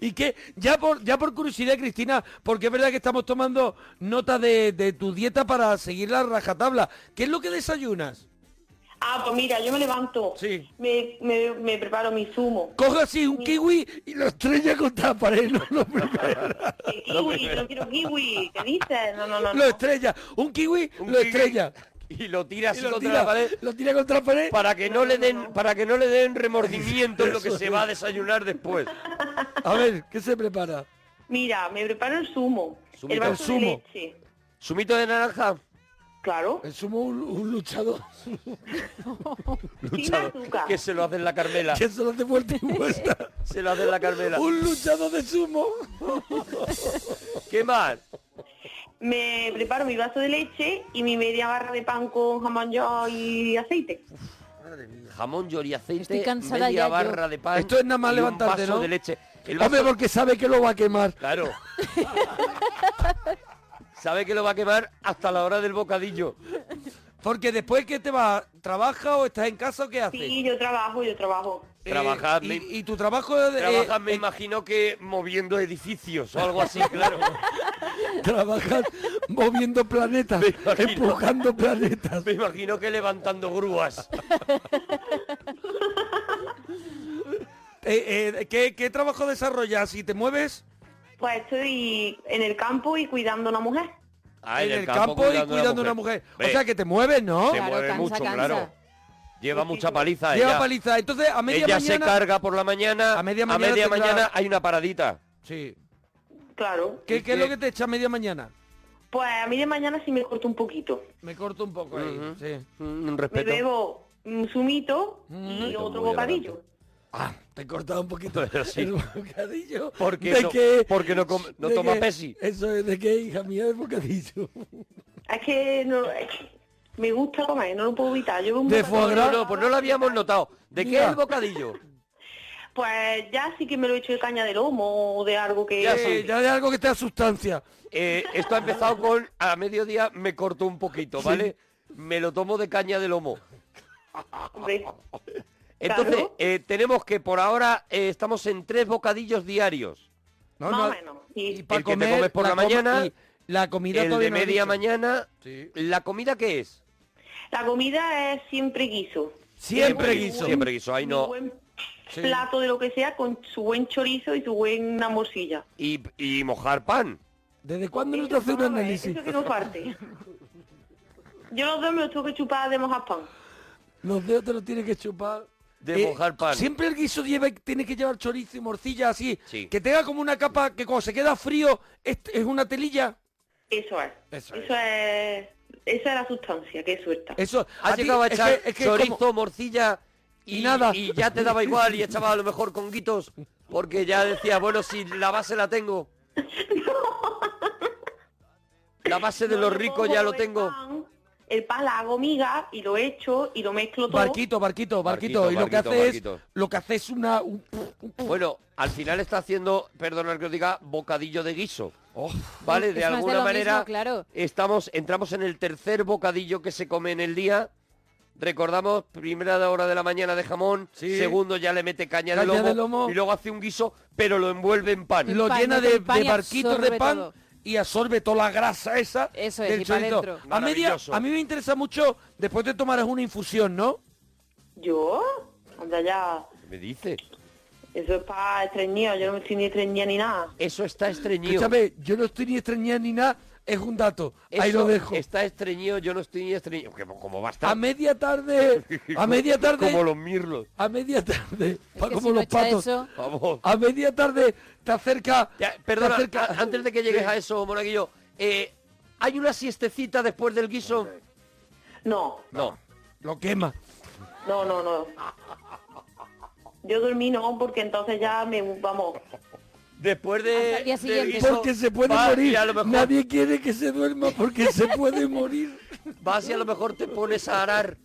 Speaker 6: Y que, ya por, ya por curiosidad, Cristina, porque es verdad que estamos tomando nota de, de tu dieta para seguir la rajatabla. ¿Qué es lo que desayunas?
Speaker 8: Ah, pues mira, yo me levanto.
Speaker 6: Sí.
Speaker 8: Me, me- me preparo mi zumo.
Speaker 6: Coge así un kiwi y lo estrella contra la pared. No, no, primero.
Speaker 8: Que kiwi, que no quiero kiwi. ¿Qué dices? No, no, no.
Speaker 6: lo
Speaker 8: no.
Speaker 6: estrella. Un kiwi
Speaker 4: Un
Speaker 6: lo
Speaker 4: kiwi
Speaker 6: estrella.
Speaker 4: Y lo tiras
Speaker 6: Y
Speaker 4: así
Speaker 6: lo
Speaker 4: contra
Speaker 6: tira,
Speaker 4: la pared
Speaker 6: lo tira contra la pared.
Speaker 4: para que no le den para que no le den remordimiento en lo que se va a desayunar después.
Speaker 6: A ver, ¿qué se prepara?
Speaker 8: Mira, me preparo el zumo.
Speaker 4: Zumito.
Speaker 8: el vaso
Speaker 6: El zumo.
Speaker 8: de leche.
Speaker 4: Sumito de naranja.
Speaker 8: Claro.
Speaker 6: El sumo un, un luchador.
Speaker 8: Sin azúcar.
Speaker 4: Que se lo hace en la Carmela.
Speaker 6: Que se lo hace fuerte y vuelta.
Speaker 4: Se lo hace en la Carmela.
Speaker 6: un luchador de sumo.
Speaker 4: ¿Qué más?
Speaker 8: Me preparo mi vaso de leche y mi media barra de pan con jamón yo y aceite.
Speaker 4: Jamón, llor y aceite,
Speaker 5: Estoy cansada
Speaker 4: media
Speaker 5: ya, yo.
Speaker 4: barra de pan.
Speaker 6: Esto es nada más
Speaker 4: y un
Speaker 6: levantarte,
Speaker 4: vaso
Speaker 6: ¿no?
Speaker 4: de leche. El vaso-
Speaker 6: Hombre, porque sabe que lo va a quemar.
Speaker 4: Claro. Sabe que lo
Speaker 6: Eh,
Speaker 4: va a quemar hasta la hora del bocadillo.
Speaker 6: Porque después que te vas, ¿trabaja o estás en casa o qué haces?
Speaker 8: Sí, yo trabajo, yo trabajo.
Speaker 6: Eh,
Speaker 4: Trabajar, me-
Speaker 6: y, y tu trabajo es de-
Speaker 4: Trabajas, me
Speaker 6: eh,
Speaker 4: imagino que moviendo edificios o algo así, claro.
Speaker 6: trabajas moviendo planetas,
Speaker 4: imagino.
Speaker 6: empujando planetas.
Speaker 4: Me imagino que levantando grúas.
Speaker 6: Eh, eh, ¿qué, qué trabajo desarrollas? Si te mueves
Speaker 8: Pues estoy en el campo y cuidando a una mujer.
Speaker 4: Ah,
Speaker 6: en el campo, y cuidando a una mujer. O sea que te mueves, ¿no?
Speaker 4: se
Speaker 5: Claro,
Speaker 4: mueve
Speaker 5: cansa,
Speaker 4: mucho,
Speaker 5: cansa.
Speaker 4: claro. Lleva mucha paliza
Speaker 6: Lleva
Speaker 4: ella.
Speaker 6: paliza. Entonces, a media
Speaker 4: ella se
Speaker 6: mañana...
Speaker 4: carga por la mañana.
Speaker 6: A media mañana
Speaker 4: media
Speaker 6: tendrá-
Speaker 4: mañana hay una paradita.
Speaker 6: Sí.
Speaker 8: Claro.
Speaker 6: ¿Qué,
Speaker 4: ¿Y
Speaker 6: qué es lo
Speaker 4: qué?
Speaker 6: que te echa a media mañana?
Speaker 8: Pues a mí de mañana sí me corto un poquito.
Speaker 6: Me corto un poco ahí,
Speaker 4: Ujú.
Speaker 6: sí.
Speaker 4: Un
Speaker 8: Me
Speaker 4: respeto.
Speaker 8: bebo un zumito y
Speaker 6: Mm.
Speaker 8: otro
Speaker 4: Muy
Speaker 8: bocadillo.
Speaker 6: Ah, te he cortado un poquito
Speaker 4: Pero sí.
Speaker 6: el bocadillo.
Speaker 4: ¿Por qué
Speaker 6: de
Speaker 4: no-
Speaker 6: que-
Speaker 4: por qué no come- no
Speaker 6: de
Speaker 4: toma
Speaker 6: que-
Speaker 4: Pepsi?
Speaker 6: Eso es de qué, hija mía, de bocadillo.
Speaker 8: Es que no, es que me gusta comer, no lo puedo evitar. Yo veo un
Speaker 6: De
Speaker 8: bocadillo-
Speaker 6: foie gras.
Speaker 4: No, pues no lo habíamos notado. ¿De qué
Speaker 6: Mira.
Speaker 4: es el bocadillo?
Speaker 8: Pues ya sí que me lo he hecho de caña de lomo o de algo que...
Speaker 4: Ya
Speaker 6: Eh, ya de algo que te da sustancia.
Speaker 4: Eh, esto ha empezado con a mediodía me corto un poquito, ¿vale? Me lo tomo de caña de lomo.
Speaker 8: Hombre,
Speaker 4: Entonces,
Speaker 8: Claro.
Speaker 4: eh, tenemos que por ahora eh, estamos en tres bocadillos diarios.
Speaker 6: No,
Speaker 8: más o
Speaker 6: no.
Speaker 8: menos. sí.
Speaker 6: Y para
Speaker 4: El que te comes por la
Speaker 6: coma-
Speaker 4: mañana,
Speaker 6: y la comida
Speaker 4: El
Speaker 6: todavía
Speaker 4: de
Speaker 6: no la he
Speaker 4: media
Speaker 6: dicho.
Speaker 4: mañana.
Speaker 6: Sí.
Speaker 4: ¿La comida qué es?
Speaker 8: La comida es siempre guiso.
Speaker 6: Siempre
Speaker 8: Muy
Speaker 6: guiso.
Speaker 8: buen-
Speaker 4: Siempre guiso, ahí
Speaker 8: muy
Speaker 4: no.
Speaker 8: buen
Speaker 6: Sí.
Speaker 8: plato de lo que sea con su buen chorizo y su buena morcilla.
Speaker 4: Y, y mojar pan.
Speaker 6: ¿Desde cuándo no te
Speaker 8: Eso,
Speaker 6: hace un
Speaker 8: vamos a ver,
Speaker 6: análisis?
Speaker 8: Eso que no parte. Yo los dos me los tengo que chupar de mojar pan.
Speaker 6: Los dedos te los tienes que chupar.
Speaker 4: De mojar pan.
Speaker 6: Siempre el guiso lleva, tiene que llevar chorizo y morcilla así.
Speaker 4: Sí.
Speaker 6: Que tenga como una capa que cuando se queda frío es, es una telilla.
Speaker 8: Eso es.
Speaker 6: Eso
Speaker 8: es. Esa es la sustancia que suelta.
Speaker 6: Eso.
Speaker 4: Has
Speaker 6: a ti-
Speaker 4: llegado a
Speaker 6: es
Speaker 4: echar
Speaker 6: que- es que
Speaker 4: chorizo,
Speaker 6: como-
Speaker 4: morcilla y,
Speaker 6: Y nada.
Speaker 4: Y ya te daba igual y echaba a lo mejor conguitos. Porque ya decía, bueno, si la base la tengo. La base de
Speaker 8: Yo
Speaker 4: los
Speaker 8: le
Speaker 4: ricos
Speaker 8: pongo
Speaker 4: ya lo
Speaker 8: el
Speaker 4: tengo.
Speaker 8: pan, el pan la hago miga y lo echo y lo mezclo todo.
Speaker 6: Barquito, barquito, barquito.
Speaker 4: Barquito,
Speaker 6: y lo que
Speaker 4: barquito,
Speaker 6: hace es.
Speaker 4: barquito.
Speaker 6: Lo que hace es una. un-
Speaker 4: Bueno, al final está haciendo, perdonad que os diga, bocadillo de guiso.
Speaker 6: Oh,
Speaker 4: ¿Vale?
Speaker 5: Es
Speaker 4: De
Speaker 5: más de
Speaker 4: alguna
Speaker 5: lo
Speaker 4: manera
Speaker 5: mismo, claro.
Speaker 4: estamos, entramos en el tercer bocadillo que se come en el día Recordamos, primera hora de la mañana de jamón, segundo ya le mete caña, de,
Speaker 6: Caña
Speaker 4: lomo,
Speaker 6: de lomo.
Speaker 4: y luego hace un guiso, pero lo envuelve en pan.
Speaker 6: Lo llena de, de barquitos de
Speaker 4: absorbe
Speaker 6: pan
Speaker 4: todo.
Speaker 6: y absorbe toda la grasa esa
Speaker 4: Eso es,
Speaker 6: del
Speaker 4: y pa'
Speaker 6: chorizo.
Speaker 4: dentro.
Speaker 6: A, media,
Speaker 4: Maravilloso.
Speaker 6: a mí me interesa mucho, después te tomarás una infusión, ¿no?
Speaker 8: ¿Yo? Anda ya.
Speaker 4: ¿Me dice?
Speaker 8: Eso es para estreñido, yo no estoy ni estreñida ni nada.
Speaker 4: Eso está estreñido.
Speaker 6: Escúchame, yo no estoy ni estreñida ni nada, es un dato. Ahí
Speaker 4: Eso
Speaker 6: lo dejo.
Speaker 4: Está estreñido, yo no estoy ni estreñido. que Como va a estar.
Speaker 6: A media tarde, a media tarde...
Speaker 4: Como los mirlos.
Speaker 6: A media tarde, pa-
Speaker 4: que
Speaker 6: como
Speaker 4: si no
Speaker 6: los
Speaker 4: echa
Speaker 6: patos.
Speaker 4: eso- Vamos.
Speaker 6: A media tarde te acerca...
Speaker 4: Perdona,
Speaker 6: te acerca-
Speaker 4: a- antes de que llegues a eso, Monaguillo, eh, ¿hay una siestecita después del guiso?
Speaker 8: No,
Speaker 4: No.
Speaker 6: Lo quema.
Speaker 8: no, no, no. Yo dormí no, porque entonces ya me, vamos,
Speaker 4: Después de...
Speaker 8: Hasta el día
Speaker 4: del
Speaker 8: siguiente.
Speaker 4: guiso,
Speaker 6: Porque se puede
Speaker 4: vas y
Speaker 6: morir.
Speaker 4: a lo mejor-
Speaker 6: Nadie quiere que se duerma porque se puede morir.
Speaker 4: Vas y a lo mejor te pones a arar.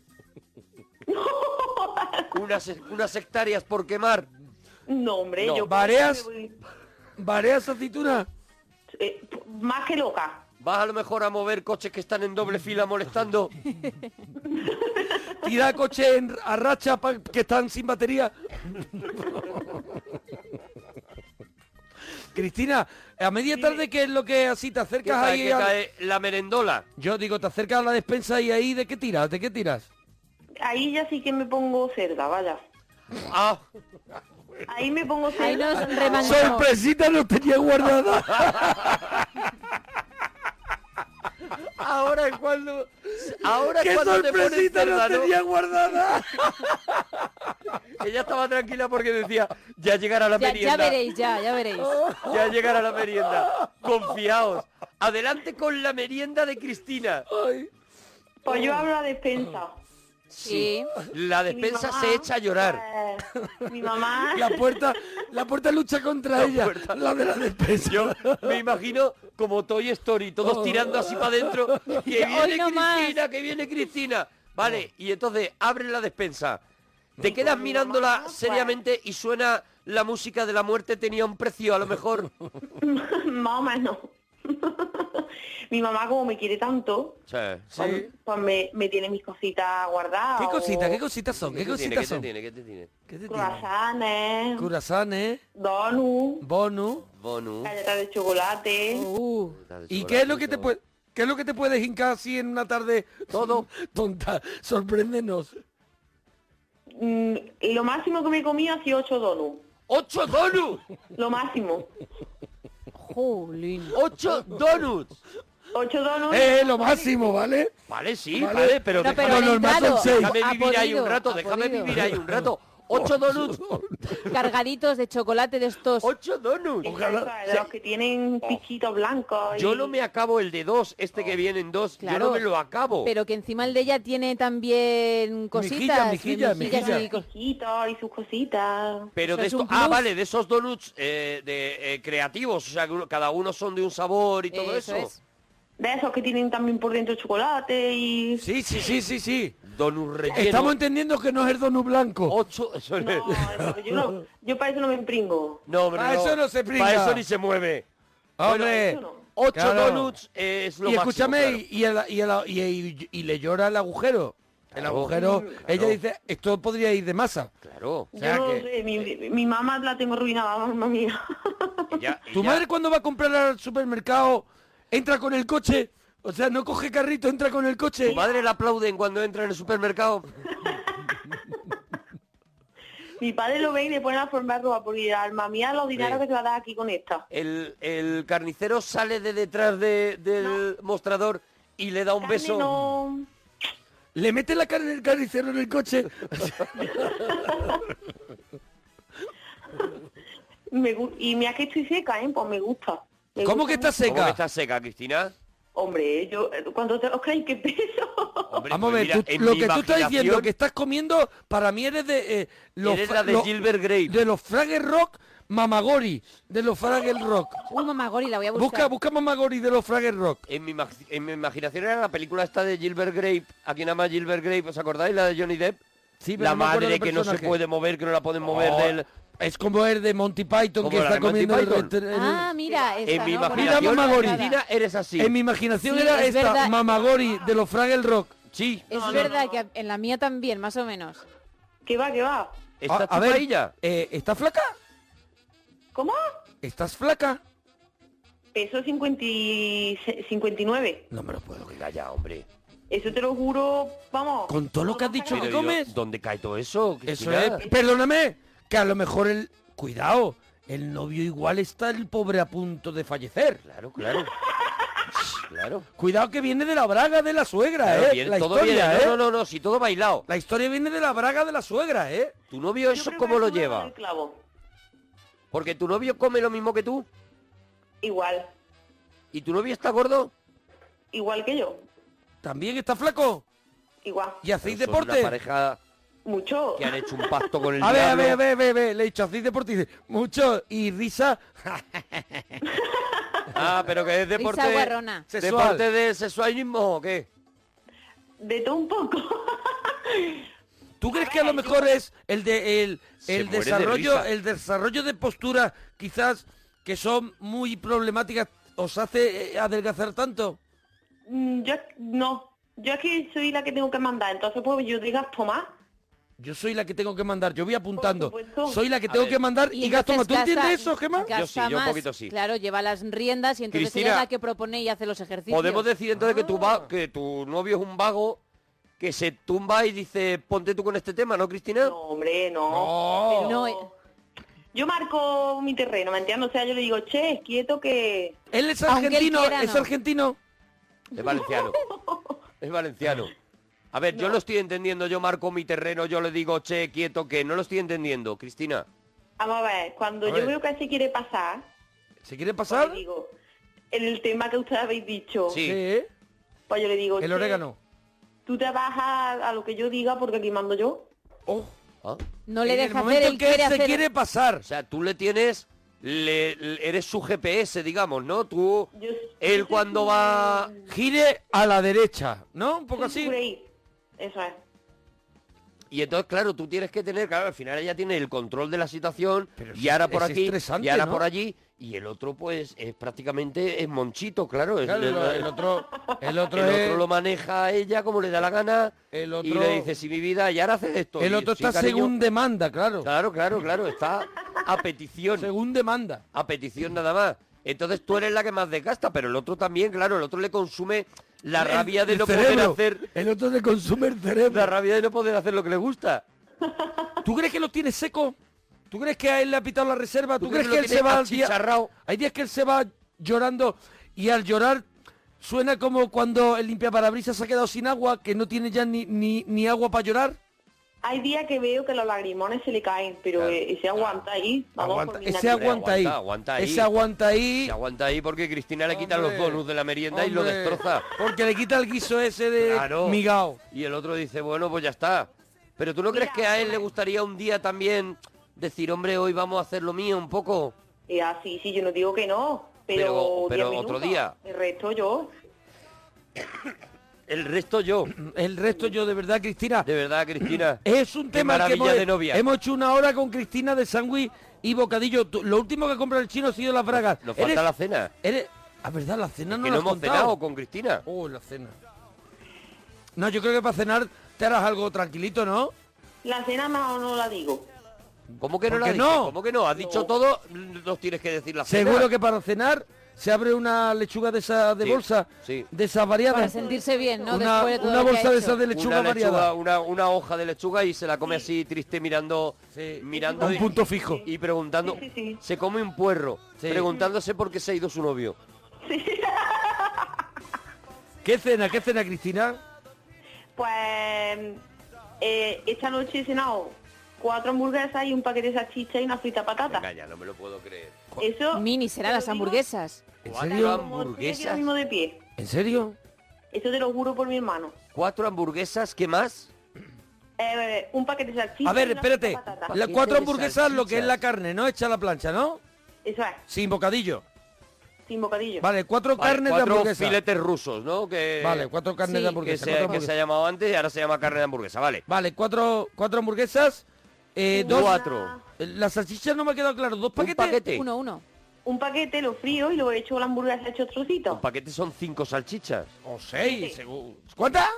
Speaker 4: unas, unas hectáreas por quemar.
Speaker 8: no, hombre,
Speaker 4: No,
Speaker 8: yo...
Speaker 4: ¿vareas?
Speaker 6: ¿Vareas aceituna?
Speaker 8: Eh, más que loca.
Speaker 4: Vas a lo mejor a mover coches que están en doble fila molestando.
Speaker 6: Tira coche en, a racha pa- que están sin batería. Cristina, a media tarde, ¿qué es lo que así te
Speaker 4: Que
Speaker 6: acercas
Speaker 4: cae,
Speaker 6: ahí?
Speaker 4: que
Speaker 6: al-
Speaker 4: cae la merendola.
Speaker 6: Yo digo, te acercas a la despensa y ahí, ¿de qué tiras? ¿De qué tiras?
Speaker 8: Ahí ya sí que me pongo cerda, vaya.
Speaker 4: Ah.
Speaker 8: Ahí me pongo cerda. Pues
Speaker 5: Ahí nos remangamos.
Speaker 6: ¡Sorpresita no tenía guardada!
Speaker 4: Ahora es cuando... Ahora es
Speaker 6: ¡Qué
Speaker 4: cuando te pones
Speaker 6: sorpresita no
Speaker 4: cerda, ¿no?
Speaker 6: tenía guardada!
Speaker 4: Ella estaba tranquila porque decía, ya llegará la
Speaker 5: Ya, ya
Speaker 4: merienda.
Speaker 5: veréis, ya, ya veréis.
Speaker 4: Ya llegará la merienda. Confiaos. Adelante con la merienda de Cristina.
Speaker 8: Pues yo hablo a despensa.
Speaker 5: Sí.
Speaker 4: La
Speaker 8: Mi
Speaker 4: despensa
Speaker 8: mamá,
Speaker 4: se echa a llorar.
Speaker 8: pues, mi mamá...
Speaker 6: La puerta, la puerta lucha contra ella, la de la despensa.
Speaker 4: Yo me imagino como Toy Story, todos tirando así para adentro. Que viene
Speaker 5: no más.
Speaker 4: Cristina, que viene Cristina. Vale, y entonces abren la despensa. Te quedas
Speaker 8: mi
Speaker 4: mirándola
Speaker 8: mamá,
Speaker 4: seriamente y suena la música de la muerte tenía un precio, a lo mejor.
Speaker 8: Más o menos. Mi mamá como me quiere tanto, pues, pues me, me tiene mis cositas guardadas.
Speaker 6: ¿Qué
Speaker 8: o
Speaker 6: cositas, qué cositas son? ¿Qué
Speaker 4: ¿Qué te tiene?
Speaker 6: cositas
Speaker 4: ¿Qué te
Speaker 6: son?
Speaker 4: tiene? ¿Qué te tiene?
Speaker 6: ¿Qué te tiene?
Speaker 8: Croissants,
Speaker 4: ¿eh?
Speaker 6: Curasanes,
Speaker 8: donuts,
Speaker 6: bonus.
Speaker 4: Bonus.
Speaker 8: galletas de chocolate.
Speaker 5: Uh,
Speaker 6: ¿Y qué es lo que te puede, qué es lo que te puedes hincar así en una tarde todo tonta? Sorpréndenos.
Speaker 8: Mm, y lo máximo que me he comido ha sido ocho donuts.
Speaker 4: ¡Ocho donuts!
Speaker 8: Lo máximo.
Speaker 5: jolín.
Speaker 4: ¡Ocho donuts!
Speaker 8: Ocho donuts.
Speaker 6: Eh, lo máximo, ¿vale?
Speaker 4: Vale, sí,
Speaker 6: Vale.
Speaker 4: vale, pero,
Speaker 5: No,
Speaker 4: déjame,
Speaker 5: pero
Speaker 6: Lo
Speaker 5: han
Speaker 6: normal son
Speaker 5: entrado,
Speaker 6: seis.
Speaker 5: ha
Speaker 4: déjame vivir ahí
Speaker 5: podido,
Speaker 4: un rato,
Speaker 5: ha
Speaker 4: déjame
Speaker 5: podido.
Speaker 4: vivir ahí un rato. Ocho donuts,
Speaker 5: Cargaditos de chocolate de estos.
Speaker 4: ocho donuts.
Speaker 8: Eso, de los que tienen pichitos blancos. y-
Speaker 4: Oh. Yo no me acabo el de dos, este que viene en dos, yo
Speaker 5: Oh, Claro.
Speaker 4: no me lo acabo.
Speaker 5: Pero que encima el de ella tiene también cositas.
Speaker 6: mejillas,
Speaker 5: mejillas
Speaker 6: mejillas.
Speaker 5: y co-
Speaker 8: Pichitos y sus cositas.
Speaker 4: Pero
Speaker 5: Eso
Speaker 4: de
Speaker 5: es
Speaker 4: esto,
Speaker 5: un
Speaker 4: ah,
Speaker 5: plus.
Speaker 4: vale, de esos donuts eh, de, eh, creativos, o sea, que uno- cada uno son de un sabor y todo eso.
Speaker 5: Eso es.
Speaker 8: De esos que tienen también por dentro chocolate y...
Speaker 6: Sí, sí, sí, sí, sí.
Speaker 4: Donut relleno.
Speaker 6: Estamos entendiendo que no es el donut blanco.
Speaker 4: ocho. eso no,
Speaker 8: No, eso, yo, no, yo para eso no me empringo.
Speaker 4: no, hombre,
Speaker 6: Pa' eso no se pringa.
Speaker 4: Para eso ni se mueve.
Speaker 6: Hombre,
Speaker 8: Bueno, eso no.
Speaker 4: Ocho
Speaker 6: claro.
Speaker 4: donuts eh, es lo
Speaker 6: Y
Speaker 4: máximo,
Speaker 6: escúchame,
Speaker 4: claro.
Speaker 6: y- y, el- y el- y- y- y le llora el agujero. El
Speaker 4: Claro.
Speaker 6: agujero, ella
Speaker 4: Claro.
Speaker 6: dice, esto podría ir de masa.
Speaker 4: Claro.
Speaker 6: O sea
Speaker 8: yo no
Speaker 6: que-
Speaker 8: sé, mi, mi mamá la tengo arruinada, mamá mía.
Speaker 4: Ella-
Speaker 6: Tu
Speaker 4: ella-
Speaker 6: madre cuando va a comprar al supermercado, entra con el coche, o sea, no coge carrito, entra con el
Speaker 4: Tu
Speaker 6: coche.
Speaker 4: madre la aplauden cuando entra en el supermercado.
Speaker 8: mi padre lo ve y le pone a formar ropa porque dirá, alma mía, los dineros que te va a dar aquí con esta.
Speaker 4: El, el carnicero sale de detrás de- del mostrador y le da un
Speaker 8: Carne
Speaker 4: beso.
Speaker 8: no...
Speaker 6: Le mete la carne del carnicero en el coche.
Speaker 8: me gu- y mira que estoy seca, ¿eh? Pues me gusta. Me
Speaker 6: ¿Cómo
Speaker 8: gusta
Speaker 6: que está
Speaker 8: mucho.
Speaker 4: ¿Cómo que
Speaker 6: seca?
Speaker 4: está seca, Cristina?
Speaker 8: Hombre, yo...
Speaker 5: eh,
Speaker 8: cuando te los creéis que peso?
Speaker 4: Hombre,
Speaker 6: Vamos a
Speaker 4: pues
Speaker 6: ver,
Speaker 4: mira,
Speaker 6: Ah, tú-
Speaker 4: en
Speaker 6: lo
Speaker 4: mi
Speaker 6: que tú estás diciendo,
Speaker 4: imaginación,
Speaker 6: que estás comiendo, para mí eres de... eh, los
Speaker 4: eres
Speaker 6: fra-
Speaker 4: la de
Speaker 6: los-
Speaker 4: Gilbert Grape.
Speaker 6: de los Fraggle Rock, Mamagori, de los Fraggle Rock.
Speaker 5: Uy, mamá Gori, la voy a
Speaker 6: Busca,
Speaker 5: buscar.
Speaker 6: busca Mamagori de los Fraggle Rock.
Speaker 4: En mi, imag- en mi imaginación era la película esta de Gilbert Grape, a quien ama Gilbert Grape, ¿os acordáis? La de Johnny Depp.
Speaker 6: Sí, pero
Speaker 4: la
Speaker 6: no me acuerdo
Speaker 4: madre
Speaker 6: del
Speaker 4: que no se
Speaker 6: personaje.
Speaker 4: puede mover, que no la pueden mover
Speaker 6: Oh,
Speaker 4: del...
Speaker 6: Es como el de Monty Python
Speaker 4: Como
Speaker 6: que
Speaker 4: la
Speaker 6: está
Speaker 4: de Monty
Speaker 6: comiendo el
Speaker 4: Python.
Speaker 6: reten- el-
Speaker 5: Ah, mira, esta,
Speaker 4: En mi
Speaker 5: ¿no? Por
Speaker 4: imaginación,
Speaker 5: la
Speaker 6: Mira, mamá
Speaker 5: portada.
Speaker 6: Gori.
Speaker 4: Cristina, eres así.
Speaker 6: En mi imaginación
Speaker 5: Sí,
Speaker 6: era
Speaker 5: es
Speaker 6: esta,
Speaker 5: verdad.
Speaker 6: Mamagori de los Fraggle Rock.
Speaker 4: Sí.
Speaker 5: Es verdad que en la mía también, más o menos.
Speaker 8: ¿Qué va, qué va?
Speaker 6: A, a ver, eh, ¿estás flaca?
Speaker 8: ¿Cómo?
Speaker 6: ¿Estás flaca?
Speaker 8: Peso 50 y se- 59.
Speaker 6: No me lo puedo creer ya, hombre.
Speaker 8: Eso te lo juro, vamos.
Speaker 6: Con todo lo que has dicho que
Speaker 4: Pero, ¿y
Speaker 6: comes.
Speaker 4: ¿Dónde cae todo eso?
Speaker 6: Eso
Speaker 4: Cristina?
Speaker 6: es, perdóname, que a lo mejor el... Cuidado, el novio igual está el pobre a punto de fallecer.
Speaker 4: Claro, claro. Claro.
Speaker 6: Cuidado que viene de la braga de la suegra,
Speaker 4: Claro,
Speaker 6: ¿eh?
Speaker 4: viene-
Speaker 6: la
Speaker 4: todo
Speaker 6: historia,
Speaker 4: viene-
Speaker 6: ¿eh?
Speaker 4: No, no, no, si todo bailado.
Speaker 6: La historia viene de la braga de la suegra, ¿eh?
Speaker 4: ¿Tu novio eso cómo lo lleva? Porque tu novio come lo mismo que tú.
Speaker 8: Igual,
Speaker 4: ¿Y tu novio está gordo?
Speaker 8: igual que yo.
Speaker 6: ¿También está flaco?
Speaker 8: Igual.
Speaker 6: ¿Y hacéis
Speaker 4: Pero son
Speaker 6: deporte?
Speaker 4: Una pareja
Speaker 8: Mucho.
Speaker 4: que han hecho un pacto con el
Speaker 6: A ver, a
Speaker 4: diablo.
Speaker 6: ver, a ver, a ver, a ver, le he dicho, hacéis deporte y dice, mucho, y risa,
Speaker 4: Ah, pero que es
Speaker 5: Risa
Speaker 4: deporte...
Speaker 5: guarrona.
Speaker 6: Sexual.
Speaker 4: ¿Deporte de sexualismo o qué?
Speaker 8: De todo un poco.
Speaker 6: ¿Tú crees que a lo mejor es el de el,
Speaker 4: Se
Speaker 6: el
Speaker 4: muere de
Speaker 6: desarrollo
Speaker 4: risa.
Speaker 6: el desarrollo de posturas quizás que son muy problemáticas os hace eh, adelgazar tanto?
Speaker 8: Mm, Yo no. Yo es que soy la que tengo que mandar, entonces pues yo digas tomar.
Speaker 6: Yo soy la que tengo que mandar, yo voy apuntando.
Speaker 8: Por supuesto.
Speaker 6: Soy la que
Speaker 4: A
Speaker 6: tengo
Speaker 4: ver.
Speaker 6: que mandar y, gasto más. ¿Tú
Speaker 5: entonces
Speaker 6: entiendes
Speaker 5: gasta-
Speaker 6: eso, Gemma?
Speaker 5: gasta
Speaker 4: Yo sí, yo un
Speaker 5: más.
Speaker 4: poquito sí.
Speaker 5: Claro, lleva las riendas y entonces
Speaker 4: Cristina,
Speaker 5: ella es la que propone y hace los ejercicios.
Speaker 4: Podemos decir entonces que, tu va- que tu novio es un vago que se tumba y dice, ponte tú con este tema, ¿no, Cristina?
Speaker 8: No, hombre, no.
Speaker 6: No.
Speaker 8: Pero
Speaker 5: No, eh.
Speaker 8: Yo marco mi terreno, ¿me entiendes? O sea, yo le digo, che, quieto que...
Speaker 6: Él es
Speaker 5: Aunque él
Speaker 6: argentino,
Speaker 5: quiera,
Speaker 6: es
Speaker 5: no.
Speaker 6: argentino.
Speaker 4: Es valenciano. Es valenciano. A ver, yo lo estoy entendiendo, yo marco mi terreno, yo le digo, che, quieto, que no lo estoy entendiendo, Cristina.
Speaker 8: Vamos a ver, cuando
Speaker 6: A
Speaker 8: yo
Speaker 6: ver.
Speaker 8: veo que él se quiere pasar,
Speaker 6: ¿Se quiere
Speaker 8: pues
Speaker 6: pasar?
Speaker 8: le digo, el tema que ustedes habéis dicho,
Speaker 4: Sí.
Speaker 6: ¿eh?
Speaker 8: pues yo le digo,
Speaker 6: El
Speaker 8: "Che,
Speaker 6: orégano.
Speaker 8: tú te vas a, a lo que yo diga porque aquí mando yo.
Speaker 6: Oh,
Speaker 4: Ah,
Speaker 5: No le
Speaker 6: en el
Speaker 5: deja hacer,
Speaker 6: momento
Speaker 5: él
Speaker 6: en que él
Speaker 5: quiere
Speaker 6: se
Speaker 5: hacer...
Speaker 6: quiere pasar.
Speaker 4: O sea, tú le tienes, le- le- eres su GPS, digamos, ¿no? Tú,
Speaker 8: Yo- yo
Speaker 4: él
Speaker 8: soy
Speaker 4: cuando
Speaker 8: su-
Speaker 4: va...
Speaker 6: Gire a la derecha, ¿no? Un poco
Speaker 8: soy su
Speaker 6: así.
Speaker 8: Grey. Eso es.
Speaker 4: Y entonces, claro, tú tienes que tener, claro, al final ella tiene el control de la situación,
Speaker 6: Pero
Speaker 4: y
Speaker 6: eso
Speaker 4: ahora
Speaker 6: es-
Speaker 4: por
Speaker 6: es
Speaker 4: aquí,
Speaker 6: estresante,
Speaker 4: y ahora
Speaker 6: ¿no?
Speaker 4: por allí, y el otro, pues, es prácticamente, es monchito, claro. es-
Speaker 6: Claro,
Speaker 4: es-
Speaker 6: el, el otro, el otro
Speaker 4: el
Speaker 6: es-
Speaker 4: otro lo maneja a ella como le da la gana
Speaker 6: El
Speaker 4: y
Speaker 6: otro-
Speaker 4: le dice, sí, mi vida, y ahora haces esto.
Speaker 6: el
Speaker 4: Y,
Speaker 6: otro
Speaker 4: "Sí,
Speaker 6: está
Speaker 4: cariño".
Speaker 6: según demanda, claro.
Speaker 4: Claro, claro, claro, está a petición,
Speaker 6: Según demanda.
Speaker 4: a petición nada más. Entonces tú eres la que más desgasta, pero el otro también, claro, el otro le consume la rabia de
Speaker 6: El
Speaker 4: no
Speaker 6: cerebro.
Speaker 4: poder hacer...
Speaker 6: El otro se consume el
Speaker 4: La
Speaker 6: cerebro.
Speaker 4: rabia de no poder hacer lo que le gusta.
Speaker 6: ¿Tú crees que lo tiene seco? ¿Tú crees que a él le ha pitado la reserva? ¿Tú, crees que él
Speaker 4: lo
Speaker 6: se
Speaker 4: tiene
Speaker 6: va al día-
Speaker 4: achicharrao?
Speaker 6: Hay días que él se va llorando y al llorar suena como cuando el limpiaparabrisas se ha quedado sin agua, que no tiene ya ni, ni, ni agua para llorar.
Speaker 8: Hay días que veo que los lagrimones se le caen, pero
Speaker 4: Claro.
Speaker 8: eh, ese aguanta ahí. Vamos
Speaker 6: Aguanta-
Speaker 8: por mi
Speaker 6: Ese
Speaker 8: nariz.
Speaker 6: aguanta ahí.
Speaker 4: aguanta, aguanta ahí.
Speaker 6: Ese aguanta ahí.
Speaker 4: Se aguanta ahí porque Cristina le quita los
Speaker 6: Hombre,
Speaker 4: bonus de la merienda y lo
Speaker 6: hombre,
Speaker 4: destroza.
Speaker 6: Porque le quita el guiso ese de
Speaker 4: Claro.
Speaker 6: migao.
Speaker 4: Y el otro dice, bueno, pues ya está. Pero tú no crees que a él le gustaría un día también decir, hombre, hoy vamos a hacer lo mío un poco.
Speaker 8: Y eh, así, sí, yo no digo que no,
Speaker 4: Pero-
Speaker 8: pero...
Speaker 4: pero
Speaker 8: 10
Speaker 4: otro
Speaker 8: minutos.
Speaker 4: día.
Speaker 8: El resto yo.
Speaker 4: El resto yo.
Speaker 6: El resto yo de verdad, Cristina,
Speaker 4: De verdad, Cristina.
Speaker 6: Es un
Speaker 4: Qué
Speaker 6: tema que
Speaker 4: maravilla
Speaker 6: hemos,
Speaker 4: de novia.
Speaker 6: hemos hecho una hora con Cristina de sándwich y bocadillo. Tú- lo último que compra el chino ha sido las bragas.
Speaker 4: Nos falta
Speaker 6: Eres-
Speaker 4: la cena.
Speaker 6: eres- Ah, verdad, la cena no
Speaker 4: que
Speaker 6: la
Speaker 4: no
Speaker 6: has
Speaker 4: hemos
Speaker 6: contado.
Speaker 4: cenado con Cristina.
Speaker 6: Oh, la cena. No, yo creo que para cenar te harás algo tranquilito, ¿no?
Speaker 8: La cena mejor no la digo.
Speaker 4: ¿Cómo que no
Speaker 6: ¿Por
Speaker 4: la
Speaker 6: qué
Speaker 4: dices?
Speaker 6: no?
Speaker 4: ¿Cómo que no? Has dicho todo, nos tienes que decir la cena.
Speaker 6: Seguro que para cenar se abre una lechuga de esa de
Speaker 4: Sí,
Speaker 6: bolsa,
Speaker 4: sí.
Speaker 6: de esas variadas.
Speaker 5: Para sentirse bien, ¿no?
Speaker 6: Una,
Speaker 5: Después de todo
Speaker 6: una
Speaker 5: lo que
Speaker 6: bolsa
Speaker 5: ha
Speaker 6: de
Speaker 5: hecho.
Speaker 6: esas de lechuga,
Speaker 4: una, lechuga
Speaker 6: variada.
Speaker 4: una, una hoja de lechuga y se la come así triste mirando
Speaker 6: Sí.
Speaker 4: mirando
Speaker 6: A un
Speaker 4: y-
Speaker 6: punto fijo.
Speaker 4: y preguntando
Speaker 8: Sí, sí, sí.
Speaker 4: se come un puerro
Speaker 6: Sí.
Speaker 4: preguntándose por qué se ha ido su novio
Speaker 6: ¿Qué cena, qué cena, Cristina?
Speaker 8: Pues eh, esta noche he cenado cuatro hamburguesas y un paquete de salchicha y una frita patata.
Speaker 4: Venga, ya no me lo puedo creer
Speaker 8: Eso...
Speaker 5: Mini serán
Speaker 8: te lo
Speaker 5: las
Speaker 8: digo
Speaker 5: hamburguesas.
Speaker 6: ¿En
Speaker 4: Cuatro
Speaker 6: serio?
Speaker 8: como estoy aquí
Speaker 4: hamburguesas.
Speaker 8: ahora mismo de pie.
Speaker 6: ¿En serio?
Speaker 8: Eso te lo juro por mi hermano.
Speaker 4: cuatro hamburguesas qué más
Speaker 8: Eh, un paquete de salchicha.
Speaker 6: A ver,
Speaker 8: y una
Speaker 6: espérate.
Speaker 8: frita patata.
Speaker 6: Las
Speaker 4: Paquete
Speaker 6: cuatro
Speaker 4: de
Speaker 6: hamburguesas, lo que es la
Speaker 4: salchichas.
Speaker 6: carne, ¿no? Hecha a la plancha, ¿no?
Speaker 8: Eso es,
Speaker 6: Sin bocadillo.
Speaker 8: sin bocadillo.
Speaker 6: Vale, cuatro
Speaker 4: Vale,
Speaker 6: carnes de
Speaker 4: cuatro
Speaker 6: hamburguesa.
Speaker 4: filetes rusos no que
Speaker 6: Vale, cuatro carnes
Speaker 5: Sí.
Speaker 6: de
Speaker 4: que
Speaker 6: hamburguesa.
Speaker 4: se,
Speaker 6: cuatro
Speaker 4: que se ha
Speaker 6: hamburguesas.
Speaker 4: llamado antes y ahora se llama carne de hamburguesa vale
Speaker 6: Vale, cuatro, cuatro hamburguesas. eh, dos.
Speaker 4: cuatro
Speaker 6: La salchicha no me ha quedado claro. ¿Dos
Speaker 4: un
Speaker 6: paquetes?
Speaker 4: paquete
Speaker 5: Uno, uno.
Speaker 8: Un paquete lo frío y luego he hecho la hamburguesa hecho trocitos.
Speaker 4: un paquete son cinco salchichas
Speaker 6: O seis, según. ¿Cuántas?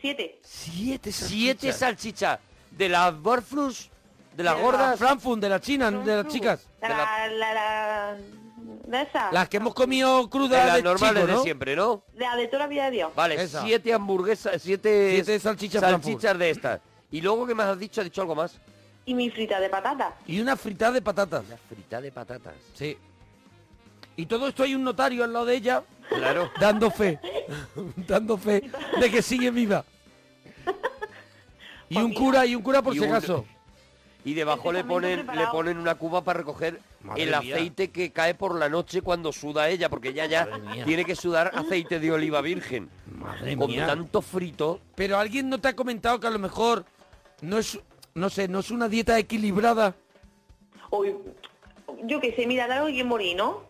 Speaker 8: Siete.
Speaker 6: Siete
Speaker 4: Siete salchichas. De las Borflus, de las
Speaker 8: De las
Speaker 4: gordas.
Speaker 6: Frankfurt, de la China, de las chicas.
Speaker 8: La, la, la, de esa.
Speaker 6: Las que hemos comido
Speaker 4: Ah. de
Speaker 6: crudas.
Speaker 4: las
Speaker 6: de
Speaker 4: normales
Speaker 6: chico, ¿no?
Speaker 4: de siempre, ¿no?
Speaker 8: La de toda la vida de Dios.
Speaker 4: Vale,
Speaker 6: Esa.
Speaker 4: siete hamburguesas, siete,
Speaker 6: Siete salchichas Frankfurt.
Speaker 4: de estas. Y luego, ¿qué más has dicho? ¿Has dicho algo más?
Speaker 8: Y mi frita de patata.
Speaker 6: Y una fritada de patatas.
Speaker 4: Frita de patatas.
Speaker 6: Sí. Y todo esto hay un notario al lado de ella
Speaker 4: Claro.
Speaker 6: dando fe. dando fe de que sigue viva. Y un cura, y un cura por
Speaker 4: Y
Speaker 6: si
Speaker 4: un-
Speaker 6: acaso.
Speaker 4: Y debajo le
Speaker 8: Perfectamente
Speaker 4: ponen, le
Speaker 8: preparado.
Speaker 4: ponen una cuba para recoger
Speaker 6: Madre
Speaker 4: el
Speaker 6: mía.
Speaker 4: aceite que cae por la noche cuando suda ella, porque ella ya tiene que sudar aceite de oliva virgen.
Speaker 6: Madre
Speaker 4: Con
Speaker 6: mía.
Speaker 4: tanto frito.
Speaker 6: Pero alguien no te ha comentado que a lo mejor no es, no sé, no es una dieta equilibrada.
Speaker 8: O, yo qué sé, mira, de algo que morir, ¿no?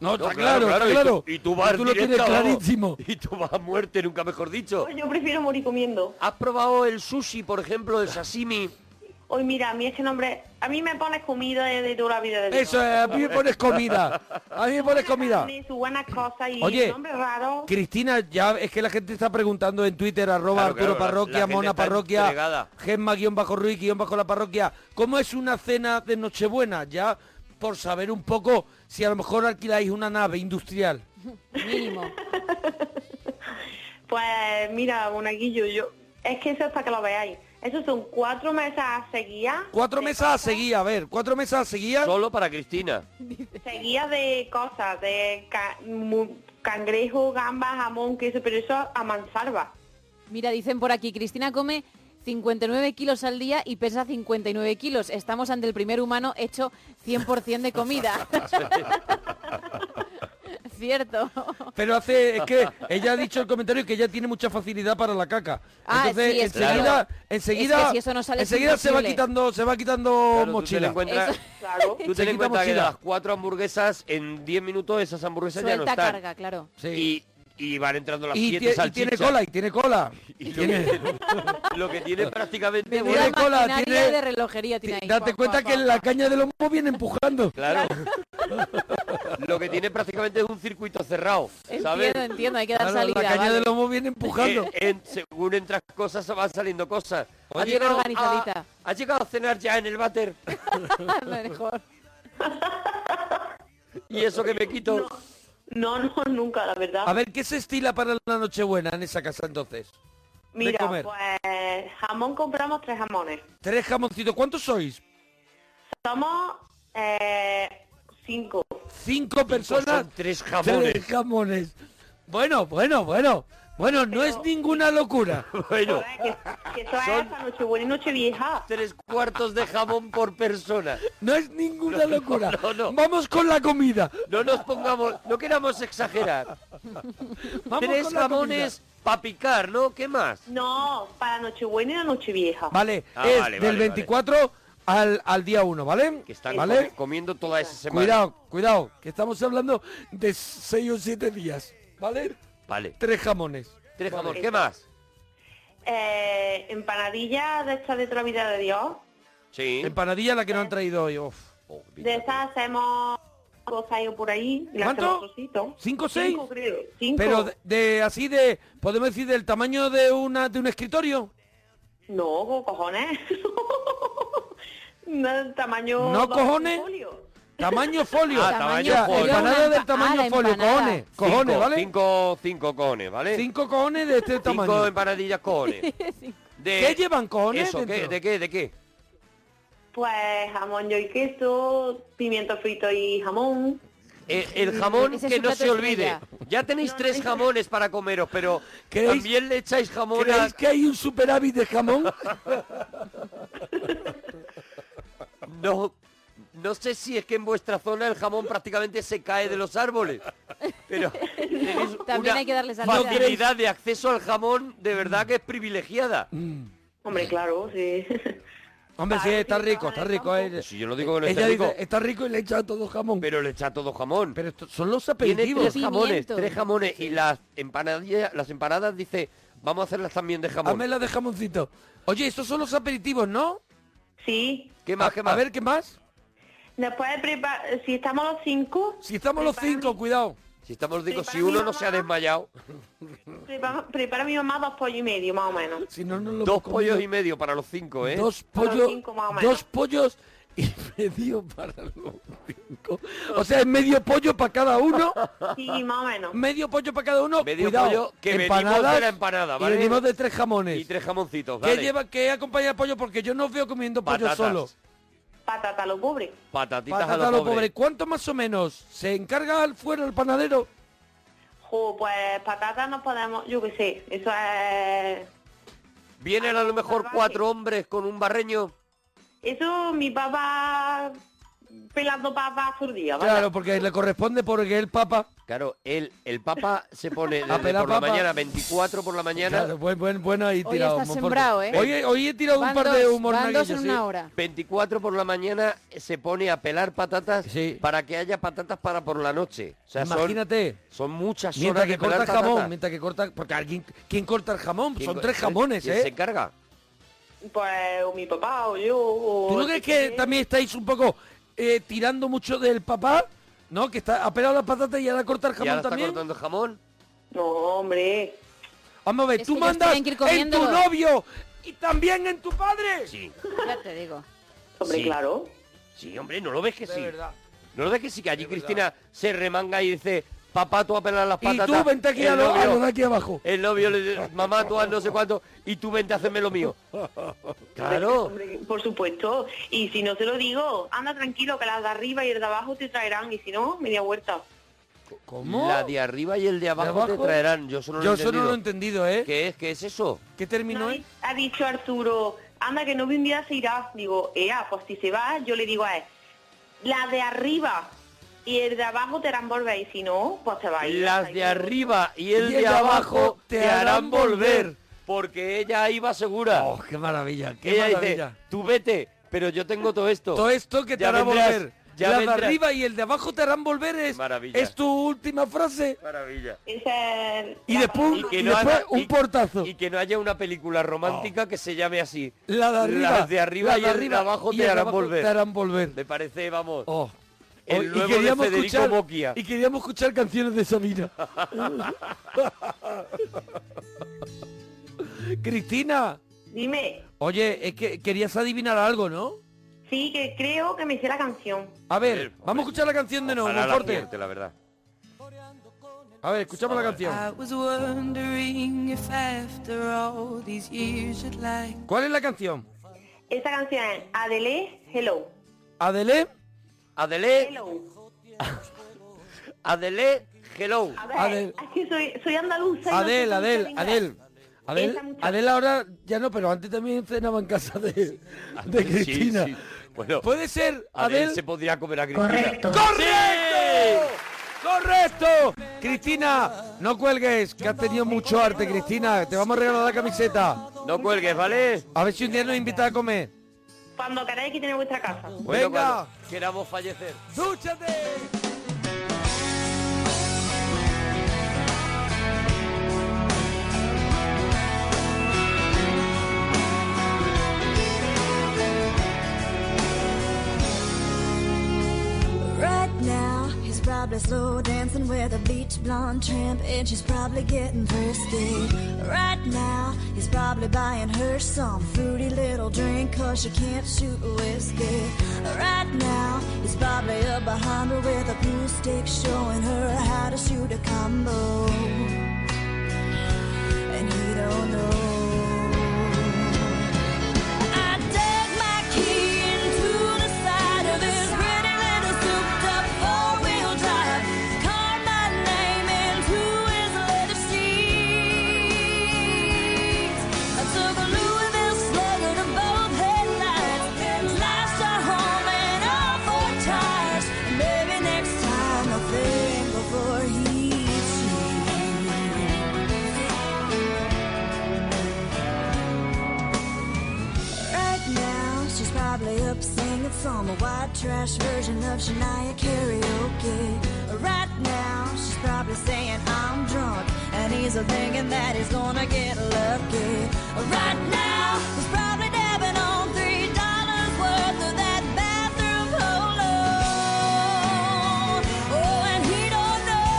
Speaker 6: No,
Speaker 4: No,
Speaker 6: está claro, está claro.
Speaker 4: Y tú, y tú vas
Speaker 6: lo tienes
Speaker 4: directa, vamos.
Speaker 6: clarísimo.
Speaker 4: Y tú vas a muerte, nunca mejor dicho.
Speaker 8: Pues yo prefiero morir comiendo.
Speaker 4: ¿Has probado el sushi, por ejemplo, el sashimi?
Speaker 8: Hoy mira, a mí ese nombre, a mí me pones comida de, de toda la vida de Dios.
Speaker 6: Eso es, a mí me pones comida. A mí me pones comida.
Speaker 8: Carne, Sus buenas cosas y
Speaker 6: Oye.
Speaker 8: el nombre raro.
Speaker 6: Cristina, ya es que la gente está preguntando en Twitter, arroba
Speaker 4: Claro,
Speaker 6: Arturo
Speaker 4: claro, la-
Speaker 6: Parroquia,
Speaker 4: la gente
Speaker 6: Mona
Speaker 4: está
Speaker 6: Parroquia,
Speaker 4: entregada.
Speaker 6: Gemma guión bajo Ruiz, guión bajo la parroquia. ¿Cómo es una cena de Nochebuena? Ya por saber un poco si a lo mejor alquiláis una nave industrial.
Speaker 5: Mínimo.
Speaker 8: Pues mira, monaguillo, yo, es que eso es para que lo veáis. Eso son cuatro mesas seguidas.
Speaker 6: Cuatro
Speaker 8: de
Speaker 6: mesas a
Speaker 8: cosas,
Speaker 6: seguir, a ver, cuatro mesas a seguir.
Speaker 4: Solo para Cristina.
Speaker 8: Seguidas de cosas, de ca- mu- cangrejo, gamba, jamón, queso, pero eso a mansalva.
Speaker 5: Mira, dicen por aquí, Cristina come 59 kilos al día y pesa 59 kilos. Estamos ante el primer humano hecho 100% de comida. Cierto.
Speaker 6: Pero hace, es que ella ha dicho el comentario que ella tiene mucha facilidad para la caca.
Speaker 5: Ah,
Speaker 6: Entonces,
Speaker 5: sí, es
Speaker 6: enseguida,
Speaker 5: claro.
Speaker 6: enseguida,
Speaker 5: Es que si eso no sale es
Speaker 6: enseguida se va
Speaker 5: imposible.
Speaker 6: quitando, se va quitando
Speaker 4: Claro, tú ten
Speaker 6: mochila.
Speaker 4: en cuenta-
Speaker 5: Eso-
Speaker 8: Claro.
Speaker 4: Tú
Speaker 6: Se
Speaker 4: ten en
Speaker 6: quita
Speaker 4: cuenta que de
Speaker 6: mochila.
Speaker 4: las cuatro hamburguesas, en 10 minutos esas hamburguesas ya Pues no
Speaker 5: Suelta
Speaker 4: están.
Speaker 5: carga, claro.
Speaker 6: Sí.
Speaker 4: Y, y van entrando las
Speaker 6: Y
Speaker 4: siete
Speaker 6: tie- y
Speaker 4: salchichas.
Speaker 6: tiene cola, y tiene cola.
Speaker 4: Y lo, que, lo que tiene prácticamente...
Speaker 6: Menuda
Speaker 5: Menuda
Speaker 6: Tiene cola,
Speaker 5: maquinaria
Speaker 6: tiene-
Speaker 5: de relojería tiene ahí.
Speaker 6: Date
Speaker 5: Guau,
Speaker 6: cuenta
Speaker 5: guau,
Speaker 6: que
Speaker 5: guau.
Speaker 6: la caña del lomo viene empujando.
Speaker 4: Claro. lo que tiene prácticamente es un circuito cerrado, ¿sabes?
Speaker 5: Entiendo, entiendo, hay que dar
Speaker 6: Claro,
Speaker 5: salida.
Speaker 6: la caña
Speaker 5: vale.
Speaker 6: del lomo viene empujando.
Speaker 4: Eh, en- según entras cosas, van saliendo cosas. ¿Has
Speaker 5: Oye,
Speaker 4: llegado, a,
Speaker 5: organizadita.
Speaker 4: ¿Has llegado a cenar ya en el váter?
Speaker 5: Mejor.
Speaker 4: ¿Y eso que me quito?
Speaker 8: No, no, nunca, la verdad.
Speaker 6: A ver, ¿qué se estila para la Nochebuena en esa casa entonces?
Speaker 8: Mira,
Speaker 6: comer.
Speaker 8: pues jamón compramos tres jamones.
Speaker 6: Tres jamoncitos. ¿Cuántos sois?
Speaker 4: Pues
Speaker 8: Somos eh, cinco.
Speaker 6: Cinco personas.
Speaker 4: son tres jamones.
Speaker 6: Tres jamones. Bueno, bueno, bueno. Bueno, no es ninguna locura.
Speaker 4: Bueno,
Speaker 8: Que, que eso es
Speaker 4: Son-
Speaker 8: para Nochebuena y Nochevieja.
Speaker 4: tres cuartos de jamón por persona.
Speaker 6: No es ninguna locura.
Speaker 4: no, no.
Speaker 6: Vamos con la comida.
Speaker 4: No nos pongamos... No queramos exagerar.
Speaker 6: Vamos
Speaker 4: tres
Speaker 6: con la
Speaker 4: jamones para picar, ¿no? ¿Qué más?
Speaker 8: No, para Nochebuena y la Nochevieja.
Speaker 6: comida. Vale,
Speaker 4: Ah,
Speaker 6: es
Speaker 4: vale,
Speaker 6: del
Speaker 4: vale,
Speaker 6: 24 al, al día 1, ¿vale?
Speaker 4: Que están
Speaker 6: ¿Vale?
Speaker 4: comi- comiendo toda esa semana.
Speaker 6: Cuidado, cuidado, que estamos hablando de 6 o 7 días, ¿vale?
Speaker 4: Vale.
Speaker 6: Tres jamones.
Speaker 4: Tres jamones. ¿Qué más?
Speaker 8: Eh, empanadilla de estas de otra vida de Dios.
Speaker 4: Sí.
Speaker 6: Empanadilla la que nos han traído hoy. Uf.
Speaker 4: Oh, mira.
Speaker 8: De estas hacemos dos años por ahí. y le
Speaker 6: ¿Cuánto?
Speaker 8: hacemos trocitos.
Speaker 6: ¿Cinco, seis?
Speaker 8: Cinco, creo. Cinco.
Speaker 6: Pero de, de- así de, podemos decir, del tamaño de una de un escritorio.
Speaker 8: No, co- cojones. no, tamaño...
Speaker 6: ¿No,
Speaker 8: dos
Speaker 6: cojones?
Speaker 8: folio.
Speaker 6: Tamaño folio.
Speaker 4: Ah, tamaño
Speaker 6: Ya,
Speaker 4: folio.
Speaker 6: Empanada
Speaker 5: Era
Speaker 6: del
Speaker 5: una
Speaker 6: tamaño
Speaker 5: empanada,
Speaker 6: folio,
Speaker 5: empanada.
Speaker 6: cojones. Cojones,
Speaker 4: Cinco,
Speaker 6: ¿vale? Cinco,
Speaker 4: Cinco, cinco cojones, ¿vale?
Speaker 6: cojones de este
Speaker 4: Cinco
Speaker 6: tamaño.
Speaker 4: empanadillas cojones. De-
Speaker 6: ¿Qué llevan cojones
Speaker 4: Eso, ¿qué?
Speaker 6: dentro?
Speaker 4: ¿De qué? ¿De qué?
Speaker 8: Pues jamón yo y queso, pimiento frito y jamón.
Speaker 4: Eh, el jamón
Speaker 5: Ese es
Speaker 4: que
Speaker 5: su
Speaker 4: no
Speaker 5: plato
Speaker 4: se olvide.
Speaker 5: estrella.
Speaker 4: Ya tenéis tres jamones para comeros, pero
Speaker 6: ¿Queréis-
Speaker 4: también le echáis jamón a...
Speaker 6: ¿Creéis que hay un superávit de jamón?
Speaker 4: No, no sé si es que en vuestra zona el jamón prácticamente se cae de los árboles, pero tenéis
Speaker 5: También
Speaker 4: una
Speaker 5: hay que darle salida.
Speaker 4: facilidad de acceso al jamón de verdad que es privilegiada.
Speaker 8: Mm. Hombre, claro, sí.
Speaker 6: Hombre, sí,
Speaker 8: Vale,
Speaker 6: está
Speaker 8: sí,
Speaker 6: rico,
Speaker 8: estaba
Speaker 6: está
Speaker 8: en el
Speaker 6: rico.
Speaker 8: campo.
Speaker 6: eh.
Speaker 4: Si yo no digo que no
Speaker 6: Ella
Speaker 4: esté rico,
Speaker 6: dice, está rico y le echa todo jamón. Pero,
Speaker 4: pero le echa todo jamón.
Speaker 6: estos son los
Speaker 4: Tiene
Speaker 6: aperitivos.
Speaker 4: tres jamones,
Speaker 5: Pimiento.
Speaker 4: tres jamones y las empanadillas, las empanadas dice, vamos a hacerlas también de jamón.
Speaker 6: Hazme la de jamoncito. Oye, estos son los aperitivos, ¿no?
Speaker 8: Sí.
Speaker 4: ¿Qué más?
Speaker 6: A-
Speaker 4: ¿Qué más?
Speaker 6: A ver, ¿qué más?
Speaker 8: Después de preparar, si estamos los cinco,
Speaker 6: Si estamos los
Speaker 8: Prepara
Speaker 6: cinco,
Speaker 8: mi-
Speaker 6: cuidado.
Speaker 4: Si estamos, digo,
Speaker 8: Prepara
Speaker 4: si uno
Speaker 8: mi
Speaker 4: no se ha desmayado,
Speaker 8: Prepara, prepara mi mamá dos pollos y medio, más o menos.
Speaker 6: Si no, no lo
Speaker 4: dos pollos y medio para los cinco, ¿eh?
Speaker 6: Dos
Speaker 8: Para los
Speaker 6: pollos,
Speaker 8: cinco más o menos.
Speaker 6: dos pollos y medio para los cinco. O sea, es medio pollo para cada uno,
Speaker 8: Sí, más o menos.
Speaker 6: medio pollo para cada uno.
Speaker 4: Medio
Speaker 6: Cuidado,
Speaker 4: pollo que venimos
Speaker 6: empanadas
Speaker 4: de la empanada,
Speaker 6: y
Speaker 4: ¿vale?
Speaker 6: venimos de tres jamones.
Speaker 4: Y tres jamoncitos,
Speaker 6: ¿Qué
Speaker 4: dale.
Speaker 6: lleva, qué acompaña el pollo? Porque yo no os veo comiendo pollo
Speaker 4: Patatas.
Speaker 6: solo.
Speaker 8: Patata, lo pobre.
Speaker 4: Patatitas
Speaker 6: Patata
Speaker 4: a
Speaker 6: a
Speaker 4: los
Speaker 6: lo
Speaker 4: pobres.
Speaker 6: pobre. ¿Cuánto más o menos se encarga al fuera el panadero?
Speaker 8: Jo, pues patata no podemos, yo qué sé, eso es...
Speaker 4: Vienen a lo mejor
Speaker 8: Salvaje.
Speaker 4: cuatro hombres con un barreño.
Speaker 8: Eso mi papá pelando papas zurdía, ¿vale?
Speaker 6: Claro, porque le corresponde porque el papa.
Speaker 4: Claro, el, el papa se pone desde por
Speaker 6: pelar
Speaker 4: la
Speaker 6: Ah, papa.
Speaker 4: mañana, 24 por la mañana,
Speaker 6: Claro, buen, buen, bueno ahí
Speaker 5: Hoy
Speaker 6: tirado.
Speaker 5: estás
Speaker 6: muy fuerte.
Speaker 5: sembrado, ¿eh?
Speaker 6: Hoy, hoy he tirado
Speaker 5: Van
Speaker 6: un par de
Speaker 5: dos-
Speaker 6: humor
Speaker 5: van dos en una hora.
Speaker 4: 24 por la mañana se pone a pelar patatas
Speaker 6: Sí.
Speaker 4: para que haya patatas para por la noche. O sea, son-
Speaker 6: Imagínate.
Speaker 4: Son, muchas horas
Speaker 6: Mientras
Speaker 4: de
Speaker 6: que
Speaker 4: pelar
Speaker 6: corta
Speaker 4: patatas.
Speaker 6: jamón, mientras que corta... Porque alguien... ¿Quién corta el jamón?
Speaker 4: ¿Quién
Speaker 6: Son
Speaker 4: co-
Speaker 6: tres jamones,
Speaker 4: ¿Quién se
Speaker 6: ¿eh?
Speaker 4: encarga?
Speaker 8: Pues o mi papá o yo o...
Speaker 6: ¿Tú no crees que también estáis un poco eh, tirando mucho del papá? ¿No? Que está ha pelado la patata y ahora corta el
Speaker 4: Y ahora
Speaker 6: jamón
Speaker 4: está
Speaker 6: también.
Speaker 4: cortando jamón.
Speaker 8: No, hombre.
Speaker 6: Vamos a ver,
Speaker 5: Es
Speaker 6: tú
Speaker 5: que ellos
Speaker 6: mandas
Speaker 5: tienen que ir
Speaker 6: en tu
Speaker 5: comiéndolo.
Speaker 6: novio y también en tu padre.
Speaker 4: Sí,
Speaker 5: Ya te digo.
Speaker 8: Hombre,
Speaker 4: Sí.
Speaker 8: claro.
Speaker 4: sí, hombre, ¿no lo ves que
Speaker 6: De
Speaker 4: sí?
Speaker 6: verdad.
Speaker 4: ¿No lo ves que sí? Que allí Cristina se remanga y dice, papá, tú a pelar las
Speaker 6: Y
Speaker 4: patatas.
Speaker 6: tú vente aquí a
Speaker 4: El
Speaker 6: lo, a
Speaker 4: novio-
Speaker 6: lo de aquí abajo.
Speaker 4: El novio le dice, mamá, tú haz no sé cuánto, y tú vente a hacerme lo mío. Claro.
Speaker 8: Hombre, por supuesto. Y si no se lo digo, anda tranquilo que las de arriba y el de abajo te traerán. Y si no, media vuelta.
Speaker 6: ¿Cómo?
Speaker 4: La de arriba y el de abajo,
Speaker 6: ¿De
Speaker 4: te
Speaker 6: abajo?
Speaker 4: traerán. Yo solo
Speaker 6: Yo
Speaker 4: lo he
Speaker 6: solo no lo he
Speaker 4: entendido.
Speaker 6: entendido, ¿eh? ¿Qué,
Speaker 4: ¿Qué es? ¿Qué es eso?
Speaker 6: término
Speaker 8: No,
Speaker 6: es?
Speaker 8: Ha dicho Arturo, anda que no un día se irá. Digo, ea, pues si se va, yo le digo a él, la de arriba y el de abajo te harán volver. Y si no, pues te va a ir.
Speaker 4: Las de arriba y el, de abajo te harán volver. Porque ella iba segura.
Speaker 6: ¡Oh, qué maravilla! ¡Qué
Speaker 4: ella
Speaker 6: maravilla!
Speaker 4: dice, tú vete, pero yo tengo todo esto.
Speaker 6: Todo esto que te
Speaker 4: Ya
Speaker 6: hará
Speaker 4: vendrás,
Speaker 6: volver.
Speaker 4: ya
Speaker 6: la de
Speaker 4: vendrás.
Speaker 6: arriba y el de abajo te harán volver es,
Speaker 4: Maravilla.
Speaker 6: es tu última frase.
Speaker 4: Maravilla.
Speaker 8: Esa es
Speaker 6: Y
Speaker 8: la
Speaker 6: después,
Speaker 4: Y que
Speaker 6: y
Speaker 4: no
Speaker 6: después
Speaker 4: haga-
Speaker 6: un
Speaker 4: y-
Speaker 6: portazo. Oh.
Speaker 4: Y que no haya una película romántica que se llame así.
Speaker 6: la de arriba,
Speaker 4: Las de arriba
Speaker 6: la
Speaker 4: y el de abajo
Speaker 6: y
Speaker 4: te
Speaker 6: el de
Speaker 4: harán
Speaker 6: abajo
Speaker 4: volver.
Speaker 6: Te harán volver.
Speaker 4: Me parece, vamos,
Speaker 6: Oh.
Speaker 4: El
Speaker 6: Oh,
Speaker 4: nuevo de Federico Bocchia.
Speaker 6: y queríamos escuchar canciones de Sabina. Cristina,
Speaker 8: Dime,
Speaker 6: oye, es que querías adivinar algo, ¿no?
Speaker 8: sí que creo que me sé la canción.
Speaker 6: A ver,
Speaker 4: Hombre,
Speaker 6: vamos a escuchar la canción de nuevo,
Speaker 4: ojalá la
Speaker 6: Monforte.
Speaker 4: acierte, la verdad.
Speaker 6: A ver, escuchamos la canción.
Speaker 8: Ah.
Speaker 9: I was wondering if after all these years you'd like
Speaker 6: ¿Cuál es la canción?
Speaker 8: Esta canción es Adele Hello.
Speaker 6: Adele, Eh,
Speaker 4: Adelé,
Speaker 8: Hello.
Speaker 4: Adelé, hello.
Speaker 8: A ver,
Speaker 6: Adele.
Speaker 8: es que soy, soy andaluza. y no sé
Speaker 6: Adele,
Speaker 8: tanto de
Speaker 6: Adele,
Speaker 8: inglés.
Speaker 6: Adele. Adele,
Speaker 8: Esa muchacha.
Speaker 6: Adele ahora ya no, pero antes también cenaba en casa de,
Speaker 4: Sí,
Speaker 6: de Cristina.
Speaker 4: sí. Bueno,
Speaker 6: Puede ser,
Speaker 4: Adel
Speaker 6: Adele.
Speaker 4: se podría comer a Cristina.
Speaker 6: ¡Correcto! ¡Correcto! Cristina, no cuelgues, que has tenido mucho arte, Cristina. Te vamos a regalar la camiseta.
Speaker 4: No cuelgues, ¿vale?
Speaker 6: A ver si un día nos invitas a comer.
Speaker 8: Cuando queráis que tiene vuestra casa.
Speaker 4: Bueno,
Speaker 6: Venga.
Speaker 4: cuando queramos fallecer.
Speaker 6: ¡Dúchate!
Speaker 2: Right now, he's probably slow dancing with a beach blonde tramp, and she's probably getting thirsty. Right now, he's probably buying her some fruity little drink, cause she can't shoot whiskey. Right now, he's probably up behind her with a blue stick, showing her how to shoot a combo. And he don't know. I dug my key into the side of this pretty little souped-up four-wheel drive. Called my name into his leather sheets. I took a Louisville Slugger to both headlights, slashed her home in all four tires. Maybe next time I'll think before he cheats. Right now, she's probably up singing some white trash version of Shania karaoke. Right now, she's probably saying I'm drunk, and he's a thinking that he's gonna get lucky. Right now, he's probably dabbing on three dollars worth of that bathroom polo. Oh, and he don't know.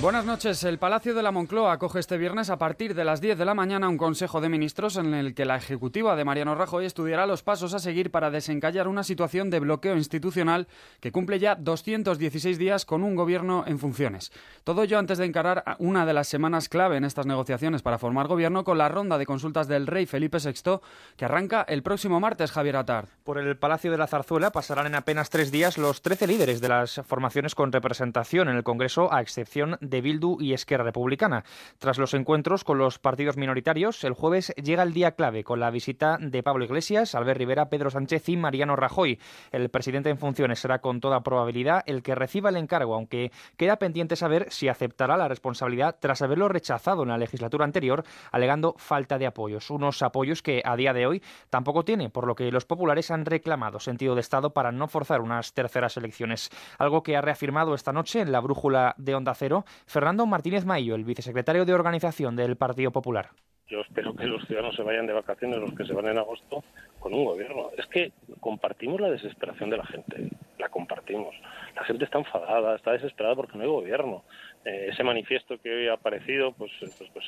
Speaker 10: Buenas noches. El Palacio de la Moncloa acoge este viernes a partir de las 10 de la mañana un Consejo de Ministros en el que la ejecutiva de Mariano Rajoy estudiará los pasos a seguir para desencallar una situación de bloqueo institucional que cumple ya 216 días con un gobierno en funciones. Todo ello antes de encarar a una de las semanas clave en estas negociaciones para formar gobierno con la ronda de consultas del rey Felipe VI que arranca el próximo martes, Javier Atard.
Speaker 11: Por el Palacio de la Zarzuela pasarán en apenas tres días los 13 líderes de las formaciones con representación en el Congreso, a excepción de Bildu y Esquerra Republicana. Tras los encuentros con los partidos minoritarios, el jueves llega el día clave con la visita de Pablo Iglesias, Albert Rivera, Pedro Sánchez y Mariano Rajoy. El presidente en funciones será con toda probabilidad el que reciba el encargo, aunque queda pendiente saber si aceptará la responsabilidad tras haberlo rechazado en la legislatura anterior, alegando falta de apoyos, unos apoyos que a día de hoy tampoco tiene, por lo que los populares han reclamado sentido de Estado para no forzar unas terceras elecciones, algo que ha reafirmado esta noche en la brújula de Onda Cero Fernando Martínez Mayo, el vicesecretario de Organización del Partido Popular.
Speaker 12: Yo espero que los ciudadanos se vayan de vacaciones, los que se van en agosto, con un gobierno. Es que compartimos la desesperación de la gente, la compartimos. La gente está enfadada, está desesperada porque no hay gobierno. Eh, ese manifiesto que hoy ha aparecido pues, pues, pues,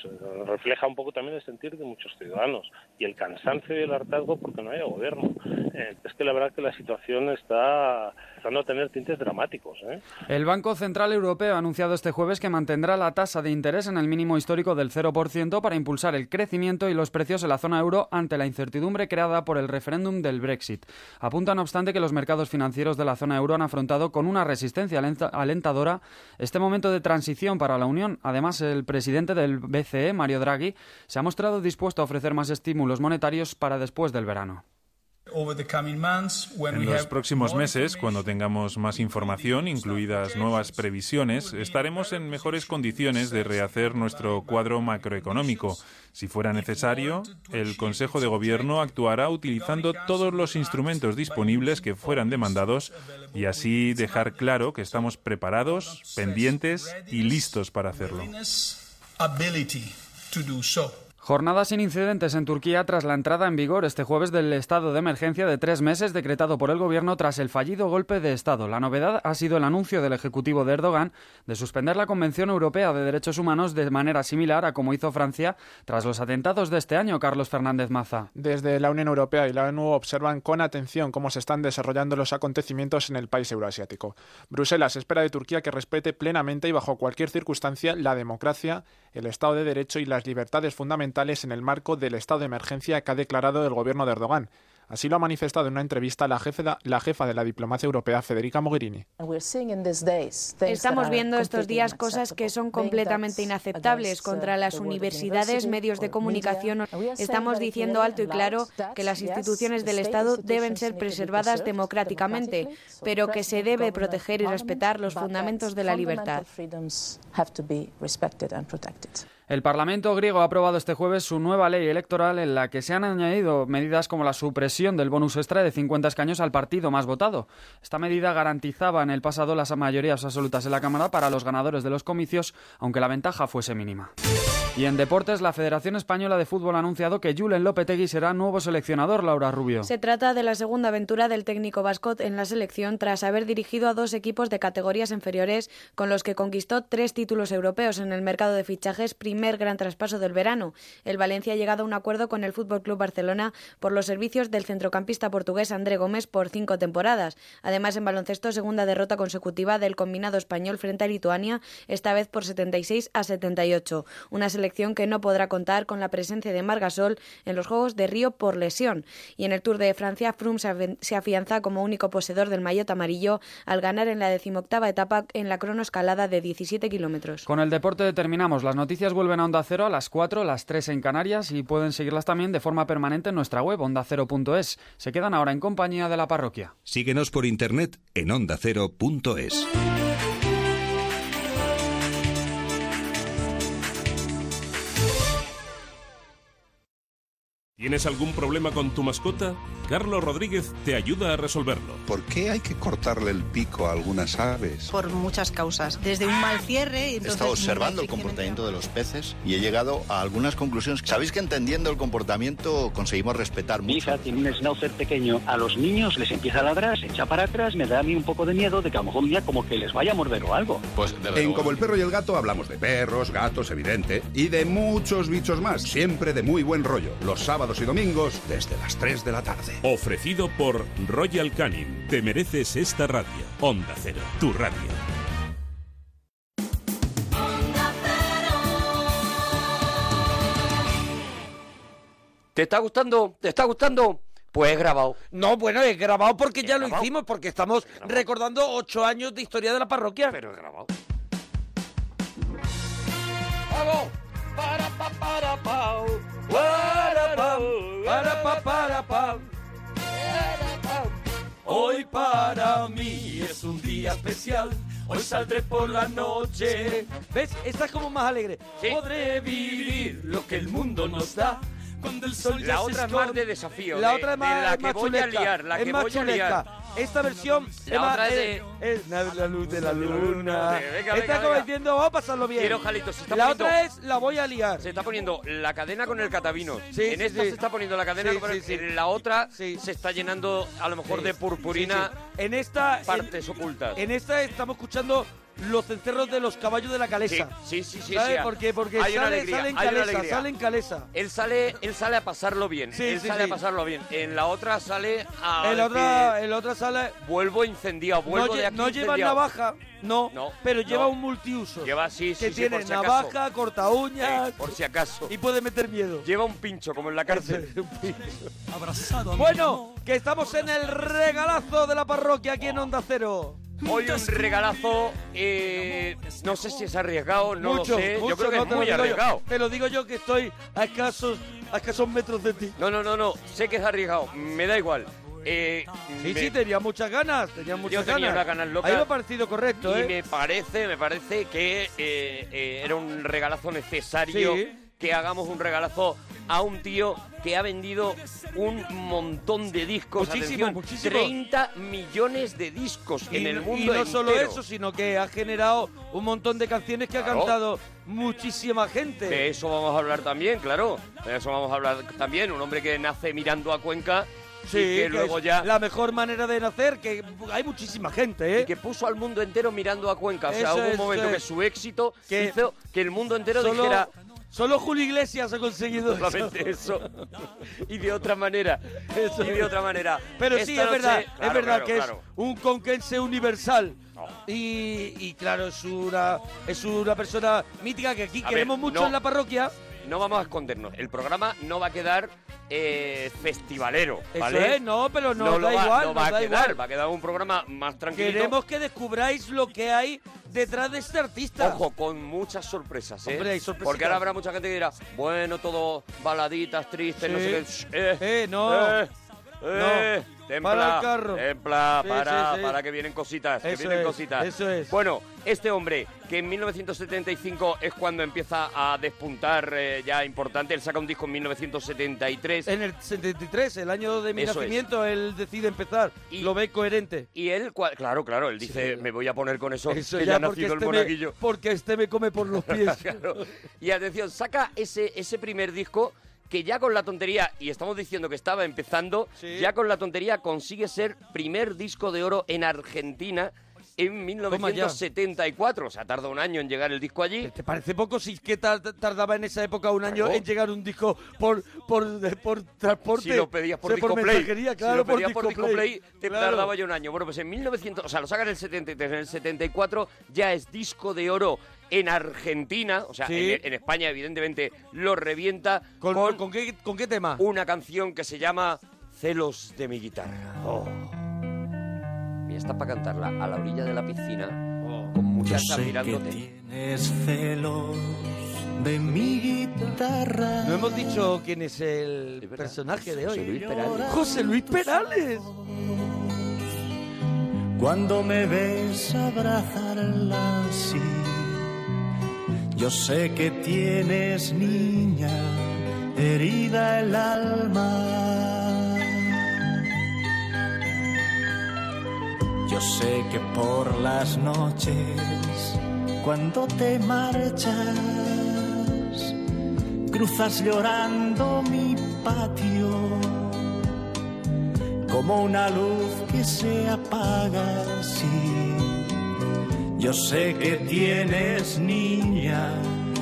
Speaker 12: refleja un poco también el sentir de muchos ciudadanos y el cansancio y el hartazgo porque no hay gobierno. Eh, es que la verdad que la situación está empezando a tener tintes dramáticos. ¿eh?
Speaker 10: El Banco Central Europeo ha anunciado este jueves que mantendrá la tasa de interés en el mínimo histórico del 0% para impulsar el crecimiento y los precios en la zona euro ante la incertidumbre creada por el referéndum del Brexit. Apunta, no obstante, que los mercados financieros de la zona euro han afrontado con una resistencia alentadora este momento de transición para la Unión. Además, el presidente del BCE, Mario Draghi, se ha mostrado dispuesto a ofrecer más estímulos monetarios para después del verano.
Speaker 13: En los próximos meses, cuando tengamos más información, incluidas nuevas previsiones, estaremos en mejores condiciones de rehacer nuestro cuadro macroeconómico. Si fuera necesario, el Consejo de Gobierno actuará utilizando todos los instrumentos disponibles que fueran demandados y así dejar claro que estamos preparados, pendientes y listos para hacerlo.
Speaker 10: Jornada sin incidentes en Turquía tras la entrada en vigor este jueves del estado de emergencia de tres meses decretado por el gobierno tras el fallido golpe de Estado. La novedad ha sido el anuncio del Ejecutivo de Erdogan de suspender la Convención Europea de Derechos Humanos de manera similar a como hizo Francia tras los atentados de este año, Carlos Fernández Maza.
Speaker 14: Desde la Unión Europea y la ONU observan con atención cómo se están desarrollando los acontecimientos en el país euroasiático. Bruselas espera de Turquía que respete plenamente y bajo cualquier circunstancia la democracia, el Estado de Derecho y las libertades fundamentales en el marco del estado de emergencia que ha declarado el gobierno de Erdogan. Así lo ha manifestado en una entrevista la, jefe de, la jefa de la diplomacia europea, Federica Mogherini.
Speaker 15: Estamos viendo estos días cosas que son completamente inaceptables contra las universidades, medios de comunicación. Estamos diciendo alto y claro que las instituciones del Estado deben ser preservadas democráticamente, pero que se debe proteger y respetar los fundamentos de la libertad.
Speaker 10: El Parlamento griego ha aprobado este jueves su nueva ley electoral en la que se han añadido medidas como la supresión del bonus extra de 50 escaños al partido más votado. Esta medida garantizaba en el pasado las mayorías absolutas en la Cámara para los ganadores de los comicios, aunque la ventaja fuese mínima. Y en deportes, la Federación Española de Fútbol ha anunciado que Julen Lopetegui será nuevo seleccionador, Laura Rubio.
Speaker 15: Se trata de la segunda aventura del técnico vasco en la selección tras haber dirigido a dos equipos de categorías inferiores con los que conquistó tres títulos europeos en el mercado de fichajes, primer gran traspaso del verano. El Valencia ha llegado a un acuerdo con el Fútbol Club Barcelona por los servicios del centrocampista portugués André Gómez por cinco temporadas. Además, en baloncesto, segunda derrota consecutiva del combinado español frente a Lituania, esta vez por 76 a 78. Una selección que no podrá contar con la presencia de Margasol en los Juegos de Río por lesión. Y en el Tour de Francia, Froome se afianza como único poseedor del maillot amarillo al ganar en la decimoctava etapa en la cronoescalada de 17 kilómetros.
Speaker 10: Con el deporte terminamos. Las noticias vuelven a Onda Cero a las 4, las 3 en Canarias y pueden seguirlas también de forma permanente en nuestra web ondacero.es. Se quedan ahora en compañía de la parroquia.
Speaker 16: Síguenos por internet en ondacero.es.
Speaker 17: ¿Tienes algún problema con tu mascota? Carlos Rodríguez te ayuda a resolverlo.
Speaker 18: ¿Por qué hay que cortarle el pico a algunas aves?
Speaker 19: por muchas causas, desde un mal cierre.
Speaker 18: He
Speaker 19: entonces,
Speaker 18: estado observando
Speaker 19: una
Speaker 18: el
Speaker 19: fricción entre-
Speaker 18: comportamiento de los peces y he llegado a algunas conclusiones. Sabéis que entendiendo el comportamiento conseguimos respetar mucho. Mi hija tiene un schnauzer pequeño.
Speaker 20: A los niños les empieza a ladrar, se echa para atrás, me da a mí un poco de miedo de que a lo mejor un día como que les vaya a morder o algo.
Speaker 21: Pues En Como el perro y el gato hablamos de perros, gatos, evidente, y de muchos bichos más, siempre de muy buen rollo, los sábados y domingos desde las 3 de la tarde.
Speaker 17: Ofrecido por Royal Canin. Te mereces esta radio. Onda Cero, tu radio.
Speaker 4: ¿Te está gustando? ¿Te está gustando? Pues he grabado.
Speaker 6: No, bueno, es grabado porque ya lo hicimos, porque estamos recordando ocho años de historia de la parroquia. Pero
Speaker 4: he grabado.
Speaker 6: ¡Vamos!
Speaker 7: Para, pa, para, pau.
Speaker 6: Para, pam, para, pa, para, pam.
Speaker 7: Hoy para mí es un día especial. Hoy saldré por la noche.
Speaker 6: ¿Ves? Esta es como más alegre.
Speaker 7: Podré vivir lo que el mundo nos da. Cuando el sol ya
Speaker 4: La
Speaker 7: se
Speaker 4: otra es
Speaker 7: esconde.
Speaker 4: más de desafío. ¿eh?
Speaker 6: La
Speaker 4: de-
Speaker 6: otra es
Speaker 4: de
Speaker 6: más,
Speaker 4: la
Speaker 6: es
Speaker 4: que
Speaker 6: más
Speaker 4: voy a
Speaker 6: chulesca,
Speaker 4: liar, la
Speaker 6: es
Speaker 4: que
Speaker 6: más
Speaker 4: voy a
Speaker 6: chulesca.
Speaker 4: liar.
Speaker 6: Esta versión
Speaker 4: La
Speaker 6: es más-
Speaker 4: otra es de-
Speaker 6: es- es la luz de la luna.
Speaker 4: Venga, venga,
Speaker 6: Esta como
Speaker 4: venga.
Speaker 6: diciendo, vamos a pasarlo bien.
Speaker 4: Quiero jalitos, se está
Speaker 6: La
Speaker 4: poniendo-
Speaker 6: otra es, la voy a liar.
Speaker 4: Se está poniendo la cadena con el catavino.
Speaker 6: Sí,
Speaker 4: en
Speaker 6: sí,
Speaker 4: esta
Speaker 6: sí.
Speaker 4: se está poniendo la cadena,
Speaker 6: Sí,
Speaker 4: pero
Speaker 6: sí, sí.
Speaker 4: en la otra se está llenando a lo mejor de purpurina.
Speaker 6: Sí, sí. En esta
Speaker 4: partes ocultas.
Speaker 6: En esta estamos escuchando los cencerros de los caballos de la calesa.
Speaker 4: Sí, sí, sí, sí,
Speaker 6: ¿Sabes
Speaker 4: sí.
Speaker 6: por qué? Porque
Speaker 4: Hay una
Speaker 6: sale-
Speaker 4: alegría,
Speaker 6: salen
Speaker 4: hay una
Speaker 6: calesa,
Speaker 4: alegría.
Speaker 6: salen calesa.
Speaker 4: Él sale, él sale a pasarlo bien.
Speaker 6: Sí,
Speaker 4: él
Speaker 6: sí,
Speaker 4: sale
Speaker 6: sí.
Speaker 4: a pasarlo bien. En la otra sale a.
Speaker 6: En la otra, en la otra
Speaker 4: decir,
Speaker 6: sala
Speaker 4: Ah, Vuelvo incendiado, vuelvo
Speaker 6: no, lle-
Speaker 4: de aquí
Speaker 6: no lleva
Speaker 4: incendiado".
Speaker 6: navaja, no, pero lleva
Speaker 4: no. Ah,
Speaker 6: un multiuso.
Speaker 4: Lleva así,
Speaker 6: que tiene navaja, corta uñas.
Speaker 4: por si acaso.
Speaker 6: Y puede meter miedo.
Speaker 4: Lleva un pincho, como en la cárcel.
Speaker 6: Bueno, que estamos en el regalazo de la parroquia aquí en Onda Cero.
Speaker 4: Hoy un regalazo, eh, no sé si es arriesgado, no
Speaker 6: mucho,
Speaker 4: lo sé.
Speaker 6: mucho,
Speaker 4: yo creo que
Speaker 6: no
Speaker 4: es
Speaker 6: te lo
Speaker 4: muy
Speaker 6: digo yo.
Speaker 4: arriesgado.
Speaker 6: Te lo digo yo que estoy a escasos, a escasos metros de ti.
Speaker 4: No, no, no, no, sé que es arriesgado, me da igual. Eh,
Speaker 6: Sí,
Speaker 4: me-
Speaker 6: sí, tenía muchas ganas, tenía muchas
Speaker 4: yo tenía unas
Speaker 6: ganas.
Speaker 4: ganas locas.
Speaker 6: Ahí me ha parecido correcto,
Speaker 4: y
Speaker 6: ¿eh?
Speaker 4: me parece, me parece que eh, eh, era un regalazo necesario
Speaker 6: Sí.
Speaker 4: que hagamos un regalazo a un tío que ha vendido un montón de discos.
Speaker 6: Muchísimo,
Speaker 4: Atención,
Speaker 6: muchísimo.
Speaker 4: 30 millones de discos en
Speaker 6: Y-
Speaker 4: el
Speaker 6: y
Speaker 4: mundo
Speaker 6: no solo
Speaker 4: entero.
Speaker 6: eso, sino que ha generado un montón de canciones que ha
Speaker 4: Claro.
Speaker 6: cantado muchísima gente.
Speaker 4: De eso vamos a hablar también, claro. De eso vamos a hablar también. Un hombre que nace mirando a Cuenca
Speaker 6: Sí,
Speaker 4: y que
Speaker 6: que
Speaker 4: luego
Speaker 6: es
Speaker 4: ya...
Speaker 6: la mejor manera de nacer, que hay muchísima gente, ¿eh?
Speaker 4: que puso al mundo entero mirando a Cuenca. O sea,
Speaker 6: Eso
Speaker 4: hubo un
Speaker 6: es,
Speaker 4: momento
Speaker 6: eso
Speaker 4: que
Speaker 6: es.
Speaker 4: su éxito
Speaker 6: Que
Speaker 4: hizo que el mundo entero
Speaker 6: solo-
Speaker 4: dijera...
Speaker 6: Solo Julio Iglesias ha conseguido eso.
Speaker 4: Solamente eso. Y de otra manera.
Speaker 6: Eso
Speaker 4: Y de
Speaker 6: es.
Speaker 4: otra manera.
Speaker 6: Pero sí,
Speaker 4: Esta
Speaker 6: es verdad,
Speaker 4: noche- Claro,
Speaker 6: es verdad
Speaker 4: claro,
Speaker 6: que
Speaker 4: claro.
Speaker 6: es un conquense universal. Y, y claro, es una, es una persona mítica que aquí
Speaker 4: A ver,
Speaker 6: queremos mucho
Speaker 4: no.
Speaker 6: en la parroquia.
Speaker 4: No vamos a escondernos. El programa no va a quedar eh, festivalero.
Speaker 6: Eso
Speaker 4: ¿vale?
Speaker 6: es, no, pero no,
Speaker 4: lo
Speaker 6: da
Speaker 4: va-
Speaker 6: igual,
Speaker 4: no
Speaker 6: nos
Speaker 4: va a
Speaker 6: da
Speaker 4: quedar.
Speaker 6: igual.
Speaker 4: Va a quedar un programa más tranquilo.
Speaker 6: Queremos que descubráis lo que hay detrás de este artista.
Speaker 4: Ojo, con muchas sorpresas, ¿eh?
Speaker 6: Hombre, hay sorpresitas.
Speaker 4: Porque ahora habrá mucha gente que dirá, bueno, todo baladitas, tristes, no
Speaker 6: Sí.
Speaker 4: sé qué. Shh, Eh,
Speaker 6: Eh, no.
Speaker 4: eh, eh, Templa, eh.
Speaker 6: Para el carro.
Speaker 4: templa,
Speaker 6: Sí,
Speaker 4: para,
Speaker 6: sí, sí.
Speaker 4: para que vienen cositas, que
Speaker 6: Eso
Speaker 4: vienen
Speaker 6: es,
Speaker 4: cositas.
Speaker 6: eso es.
Speaker 4: Bueno, este hombre, que en 1975 es cuando empieza a despuntar eh, ya importante, él saca un disco en 1973.
Speaker 6: En el 73, el año de mi
Speaker 4: Eso es.
Speaker 6: nacimiento, él decide empezar. lo ve coherente.
Speaker 4: Y él, cua- claro, claro, él dice, me voy a poner con eso,
Speaker 6: Eso
Speaker 4: que
Speaker 6: ya
Speaker 4: ya ha
Speaker 6: porque
Speaker 4: nacido el
Speaker 6: este me-
Speaker 4: monaguillo.
Speaker 6: porque este me come por los pies.
Speaker 4: Claro. Y atención, saca ese, ese primer disco que ya con la tontería, y estamos diciendo que estaba empezando,
Speaker 6: Sí.
Speaker 4: ya con la tontería consigue ser primer disco de oro en Argentina en 1974. O sea, tarda un año en llegar el disco allí.
Speaker 6: ¿Te parece poco si es que tar- tardaba en esa época un año
Speaker 4: Claro.
Speaker 6: en llegar un disco por por, de- por transporte?
Speaker 4: Si lo pedías por
Speaker 6: o sea,
Speaker 4: Disco Play,
Speaker 6: mensajería,
Speaker 4: si
Speaker 6: claro,
Speaker 4: lo pedías por Disco Play, te
Speaker 6: claro.
Speaker 4: tardaba ya un año. Bueno, pues en 1900, o sea, lo sacan en el 73, en el 74 ya es disco de oro en Argentina, o sea,
Speaker 6: Sí.
Speaker 4: en, en España evidentemente lo revienta.
Speaker 6: ¿Con, con qué, ¿Con qué tema?
Speaker 4: Una canción que se llama Celos de mi guitarra. Y está para cantarla a la orilla de la piscina,
Speaker 6: Oh.
Speaker 4: con
Speaker 22: Yo
Speaker 4: muchachas
Speaker 22: sé que
Speaker 4: mirándote.
Speaker 22: tienes celos de mi guitarra.
Speaker 6: No hemos dicho quién es el personaje de hoy.
Speaker 22: José Luis Perales.
Speaker 6: José Luis Perales.
Speaker 22: Cuando me ves abrazarla así, yo sé que tienes niña herida el alma. Yo sé que por las noches, cuando te marchas, cruzas llorando mi patio, como una luz que se apaga así. Yo sé que tienes niña,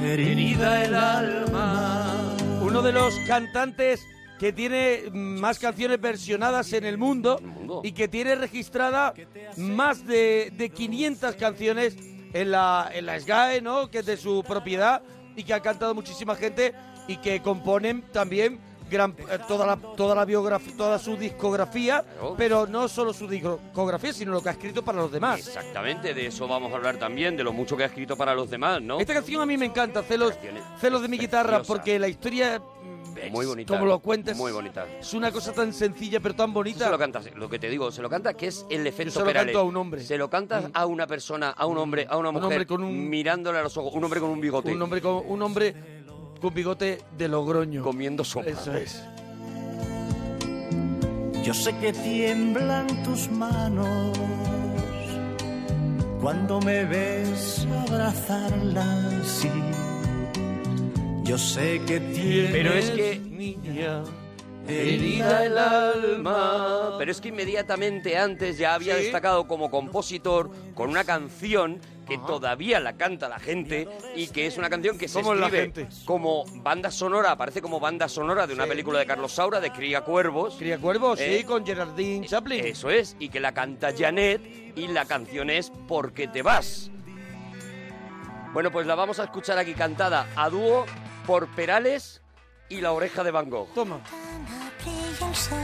Speaker 22: herida el alma.
Speaker 6: Uno de los cantantes que tiene más canciones versionadas en el mundo y que tiene registrada más de, de 500 canciones en la, en la SGAE, ¿no? Que es de su propiedad y que ha cantado muchísima gente y que componen también gran, eh, toda la, toda la biografía, toda su discografía, pero no solo su discografía, sino lo que ha escrito para los demás.
Speaker 4: Exactamente, de eso vamos a hablar también, de lo mucho que ha escrito para los demás, ¿no?
Speaker 6: Esta canción a mí me encanta, celos, celos de mi guitarra,
Speaker 4: preciosa.
Speaker 6: porque la historia mm, es,
Speaker 4: Muy bonita.
Speaker 6: como lo cuentes,
Speaker 4: Muy bonita.
Speaker 6: es una cosa tan sencilla pero tan bonita.
Speaker 4: Se lo cantas, lo que te digo, se lo canta que es el efecto
Speaker 6: Yo se lo
Speaker 4: Perales.
Speaker 6: canto a un hombre. Mm.
Speaker 4: Se lo cantas a una persona, a un hombre, a una
Speaker 6: Un
Speaker 4: mujer,
Speaker 6: hombre con un-
Speaker 4: mirándole a los ojos, un hombre con un bigote.
Speaker 6: Un hombre con un hombre con bigote de Logroño.
Speaker 4: Comiendo sopa. pues.
Speaker 6: Eso es.
Speaker 22: Yo sé que tiemblan tus manos cuando me ves abrazarla así. Yo sé que tienes.
Speaker 4: Pero es que-
Speaker 22: Niña,
Speaker 4: Herida el alma. Pero es que inmediatamente antes ya había
Speaker 6: Sí.
Speaker 4: destacado como compositor con una canción que todavía la canta la gente y que es una canción que se
Speaker 6: ¿Cómo la
Speaker 4: escribe
Speaker 6: gente?
Speaker 4: como banda sonora, aparece como banda sonora de una película de Carlos Saura de Cría Cuervos.
Speaker 6: Cría Cuervos,
Speaker 4: Eh,
Speaker 6: sí, con Gerardine Chaplin.
Speaker 4: Eso es, y que la canta Janet y la canción es Porque te vas. Bueno, pues la vamos a escuchar aquí cantada a dúo por Perales y La Oreja de Van Gogh.
Speaker 6: Toma.
Speaker 23: brilla el sol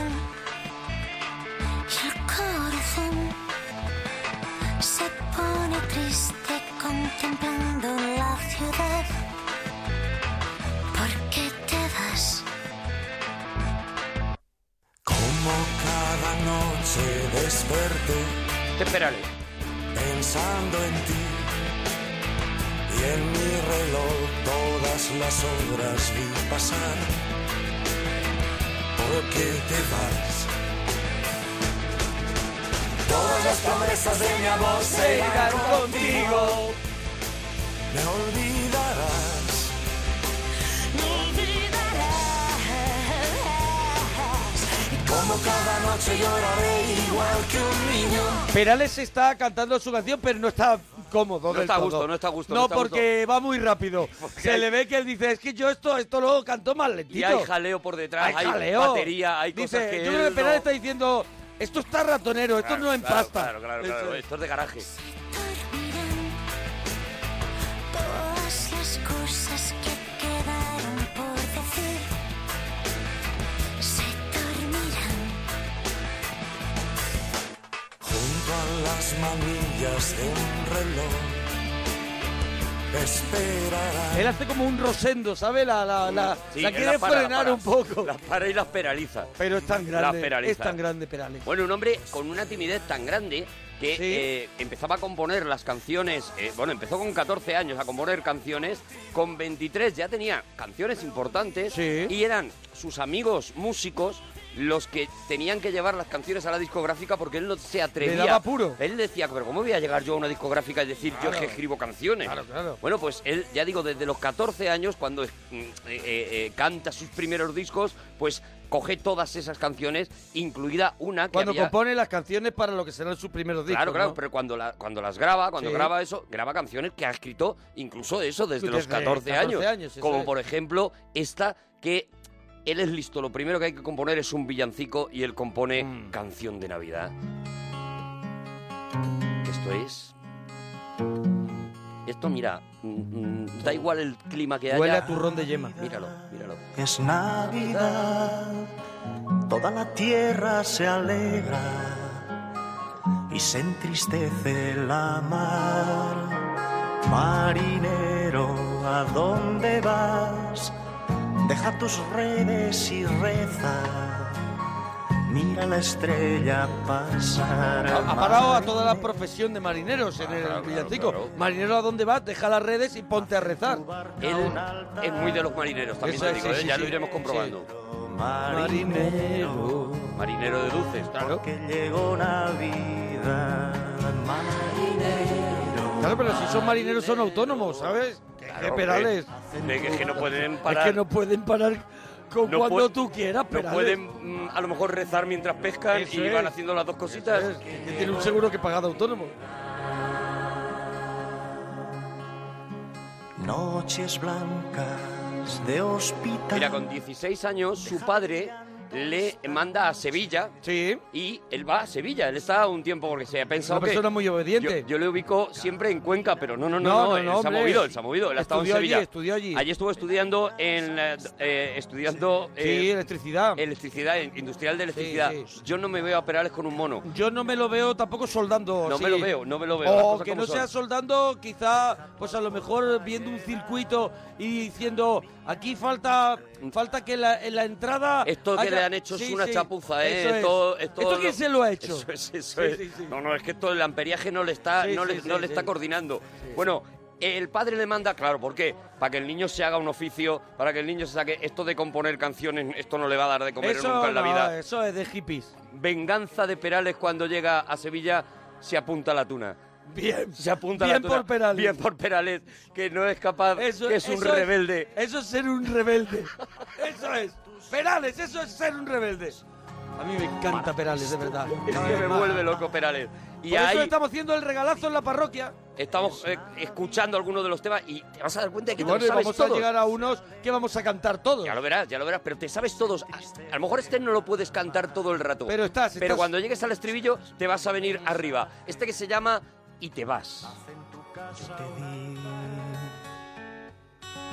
Speaker 23: y el corazón se pone triste contemplando la ciudad. ¿Por qué te vas?
Speaker 22: Como cada noche desperté. Pensando en ti. Y en mi reloj todas las horas vi pasar. ¿Por qué te vas? Todas las promesas de mi amor se irán contigo. Me olvidarás. Me olvidarás. Y como cada noche lloraré igual que un niño.
Speaker 6: Perales está cantando su canción, pero no está cómodo.
Speaker 4: No
Speaker 6: del
Speaker 4: está a
Speaker 6: todo.
Speaker 4: gusto, no está a gusto,
Speaker 6: No,
Speaker 4: no está a
Speaker 6: porque va muy rápido. Se
Speaker 4: hay-
Speaker 6: le ve que él dice, es que yo esto, esto lo canto más lentito.
Speaker 4: Y hay jaleo por detrás, hay
Speaker 6: jaleo.
Speaker 4: batería, hay
Speaker 6: Dice,
Speaker 4: cosas que
Speaker 6: Yo creo
Speaker 4: él
Speaker 6: que Perales
Speaker 4: no-
Speaker 6: está diciendo, esto está ratonero, esto
Speaker 4: Claro,
Speaker 6: no empasta.
Speaker 4: Claro, claro, claro,
Speaker 6: Eso
Speaker 4: claro,
Speaker 6: es.
Speaker 4: esto es de garaje.
Speaker 23: Todas las cosas que quedaron por decir se dormirán.
Speaker 22: junto a las manillas de un reloj. Esperarás.
Speaker 6: Él hace como un rosendo, ¿sabe? La, la, la,
Speaker 4: Mm, Sí,
Speaker 6: la
Speaker 4: él
Speaker 6: quiere
Speaker 4: para,
Speaker 6: frenar
Speaker 4: para.
Speaker 6: un poco.
Speaker 4: Las para y las peraliza.
Speaker 6: Pero es tan
Speaker 4: Las
Speaker 6: grande,
Speaker 4: peraliza.
Speaker 6: es tan grande Perales.
Speaker 4: Bueno, un hombre con una timidez tan grande que eh, empezaba a componer las canciones, eh, bueno, empezó con 14 años a componer canciones, con 23 ya tenía canciones importantes y eran sus amigos músicos los que tenían que llevar las canciones a la discográfica porque él no se atrevía.
Speaker 6: daba apuro.
Speaker 4: Él decía, pero ¿cómo voy a llegar yo a una discográfica y decir yo es que
Speaker 6: Claro.
Speaker 4: escribo canciones? Bueno, pues él, ya digo, desde los 14 años, cuando es- mm, eh, eh, eh, canta sus primeros discos, pues coge todas esas canciones, incluida una que
Speaker 6: Cuando
Speaker 4: había-
Speaker 6: compone las canciones para lo que serán sus primeros discos.
Speaker 4: Claro, claro,
Speaker 6: ¿no?
Speaker 4: pero cuando, la- cuando las graba, cuando
Speaker 6: Sí.
Speaker 4: graba eso, graba canciones que ha escrito incluso de eso desde, los
Speaker 6: Desde
Speaker 4: 14,
Speaker 6: 14
Speaker 4: años.
Speaker 6: años, eso
Speaker 4: como
Speaker 6: es.
Speaker 4: por ejemplo esta que él es listo, lo primero que hay que componer es un villancico y él compone
Speaker 6: Mm.
Speaker 4: Canción de Navidad. Esto es... Esto mira, mm, mm, da igual el clima que haya.
Speaker 6: Huele a turrón de yema.
Speaker 4: Míralo, míralo.
Speaker 22: Es Navidad, toda la tierra se alegra y se entristece la mar. Marinero, ¿a dónde vas? Deja tus redes y reza. Mira la estrella pasar.
Speaker 6: Ha ha parado a toda la profesión de marineros en el villancico. Marinero, ¿a dónde vas? Deja las redes y ponte a rezar.
Speaker 4: Él es muy de los marineros, también
Speaker 6: Eso
Speaker 4: te
Speaker 6: es,
Speaker 4: digo,
Speaker 6: sí,
Speaker 4: ¿eh?
Speaker 6: sí,
Speaker 4: ya
Speaker 6: sí.
Speaker 4: lo iremos comprobando.
Speaker 22: Marinero.
Speaker 4: Marinero de dulces, claro.
Speaker 22: Llegó una vida. Marinero.
Speaker 6: Claro, pero si son marineros son autónomos, ¿sabes? Qué, qué
Speaker 4: hombre.
Speaker 6: perales.
Speaker 4: Es que- es que no pueden parar.
Speaker 6: Es que no pueden parar con
Speaker 4: No
Speaker 6: cuando
Speaker 4: pue-
Speaker 6: tú quieras,
Speaker 4: No
Speaker 6: perales.
Speaker 4: pueden mm, a lo mejor rezar mientras pescan
Speaker 6: Eso
Speaker 4: y
Speaker 6: es.
Speaker 4: van haciendo las dos cositas.
Speaker 6: Que tiene un seguro que pagar de autónomo.
Speaker 22: Noches blancas de hospital.
Speaker 4: Mira, con 16 años su padre le manda a Sevilla y él va a Sevilla. Él está un tiempo porque se ha pensado
Speaker 6: Una persona
Speaker 4: que
Speaker 6: muy obediente.
Speaker 4: Yo, yo le ubico siempre en Cuenca, pero no, no, no,
Speaker 6: No,
Speaker 4: no,
Speaker 6: no,
Speaker 4: él
Speaker 6: no,
Speaker 4: se ha
Speaker 6: hombre.
Speaker 4: movido, él se ha movido, él ha estado en
Speaker 6: Estudió allí,
Speaker 4: Sevilla.
Speaker 6: estudió allí.
Speaker 4: estuvo estudiando en eh, eh, estudiando eh,
Speaker 6: Sí, electricidad.
Speaker 4: Electricidad, in- industrial de electricidad. Yo no me veo a Perales con un mono.
Speaker 6: Yo no me lo veo tampoco soldando.
Speaker 4: No
Speaker 6: así.
Speaker 4: me lo veo, no me lo veo, las
Speaker 6: O
Speaker 4: cosas
Speaker 6: que
Speaker 4: como
Speaker 6: no
Speaker 4: son.
Speaker 6: sea soldando, quizá, pues a lo mejor viendo un circuito y diciendo, aquí falta falta que la, en la entrada...
Speaker 4: Esto que
Speaker 6: haya-".
Speaker 4: le han hecho es
Speaker 6: Ah, Sí,
Speaker 4: una
Speaker 6: sí.
Speaker 4: chapuza, ¿eh?
Speaker 6: Eso es.
Speaker 4: Esto,
Speaker 6: ¿Esto quién se lo ha hecho?
Speaker 4: Eso es, eso
Speaker 6: Sí,
Speaker 4: es.
Speaker 6: sí, sí.
Speaker 4: No, no, es que esto el amperiaje no le está,
Speaker 6: Sí,
Speaker 4: no
Speaker 6: sí,
Speaker 4: le,
Speaker 6: sí,
Speaker 4: no le
Speaker 6: sí.
Speaker 4: está coordinando. Bueno, el padre le manda, claro, ¿por qué? Para que el niño se haga un oficio, para que el niño se saque esto de componer canciones, esto no le va a dar de comer
Speaker 6: Eso
Speaker 4: nunca en la
Speaker 6: no,
Speaker 4: vida.
Speaker 6: Eso es de hippies.
Speaker 4: Venganza de Perales cuando llega a Sevilla se apunta a la tuna.
Speaker 6: Bien.
Speaker 4: se apunta a la
Speaker 6: Bien
Speaker 4: tuna.
Speaker 6: por Perales.
Speaker 4: Bien por Perales, que no es capaz,
Speaker 6: Eso-
Speaker 4: que es un
Speaker 6: eso
Speaker 4: rebelde.
Speaker 6: eso es ser un rebelde. Eso es. Perales, eso es ser un rebelde. A mí me encanta Perales, de verdad.
Speaker 4: Es que me vuelve loco Perales. Y
Speaker 6: Por
Speaker 4: ahí
Speaker 6: eso estamos haciendo el regalazo en la parroquia.
Speaker 4: Estamos eh, escuchando algunos de los temas y te vas a dar cuenta de que
Speaker 6: Y
Speaker 4: te los
Speaker 6: bueno, y
Speaker 4: sabes
Speaker 6: vamos a
Speaker 4: todos.
Speaker 6: llegar a unos que vamos a cantar todos.
Speaker 4: Ya lo verás, ya lo verás, pero te sabes todos. A, a lo mejor este no lo puedes cantar todo el rato.
Speaker 6: Pero estás-
Speaker 4: Pero
Speaker 6: estás-
Speaker 4: cuando llegues al estribillo te vas a venir arriba. Este que se llama Y te vas.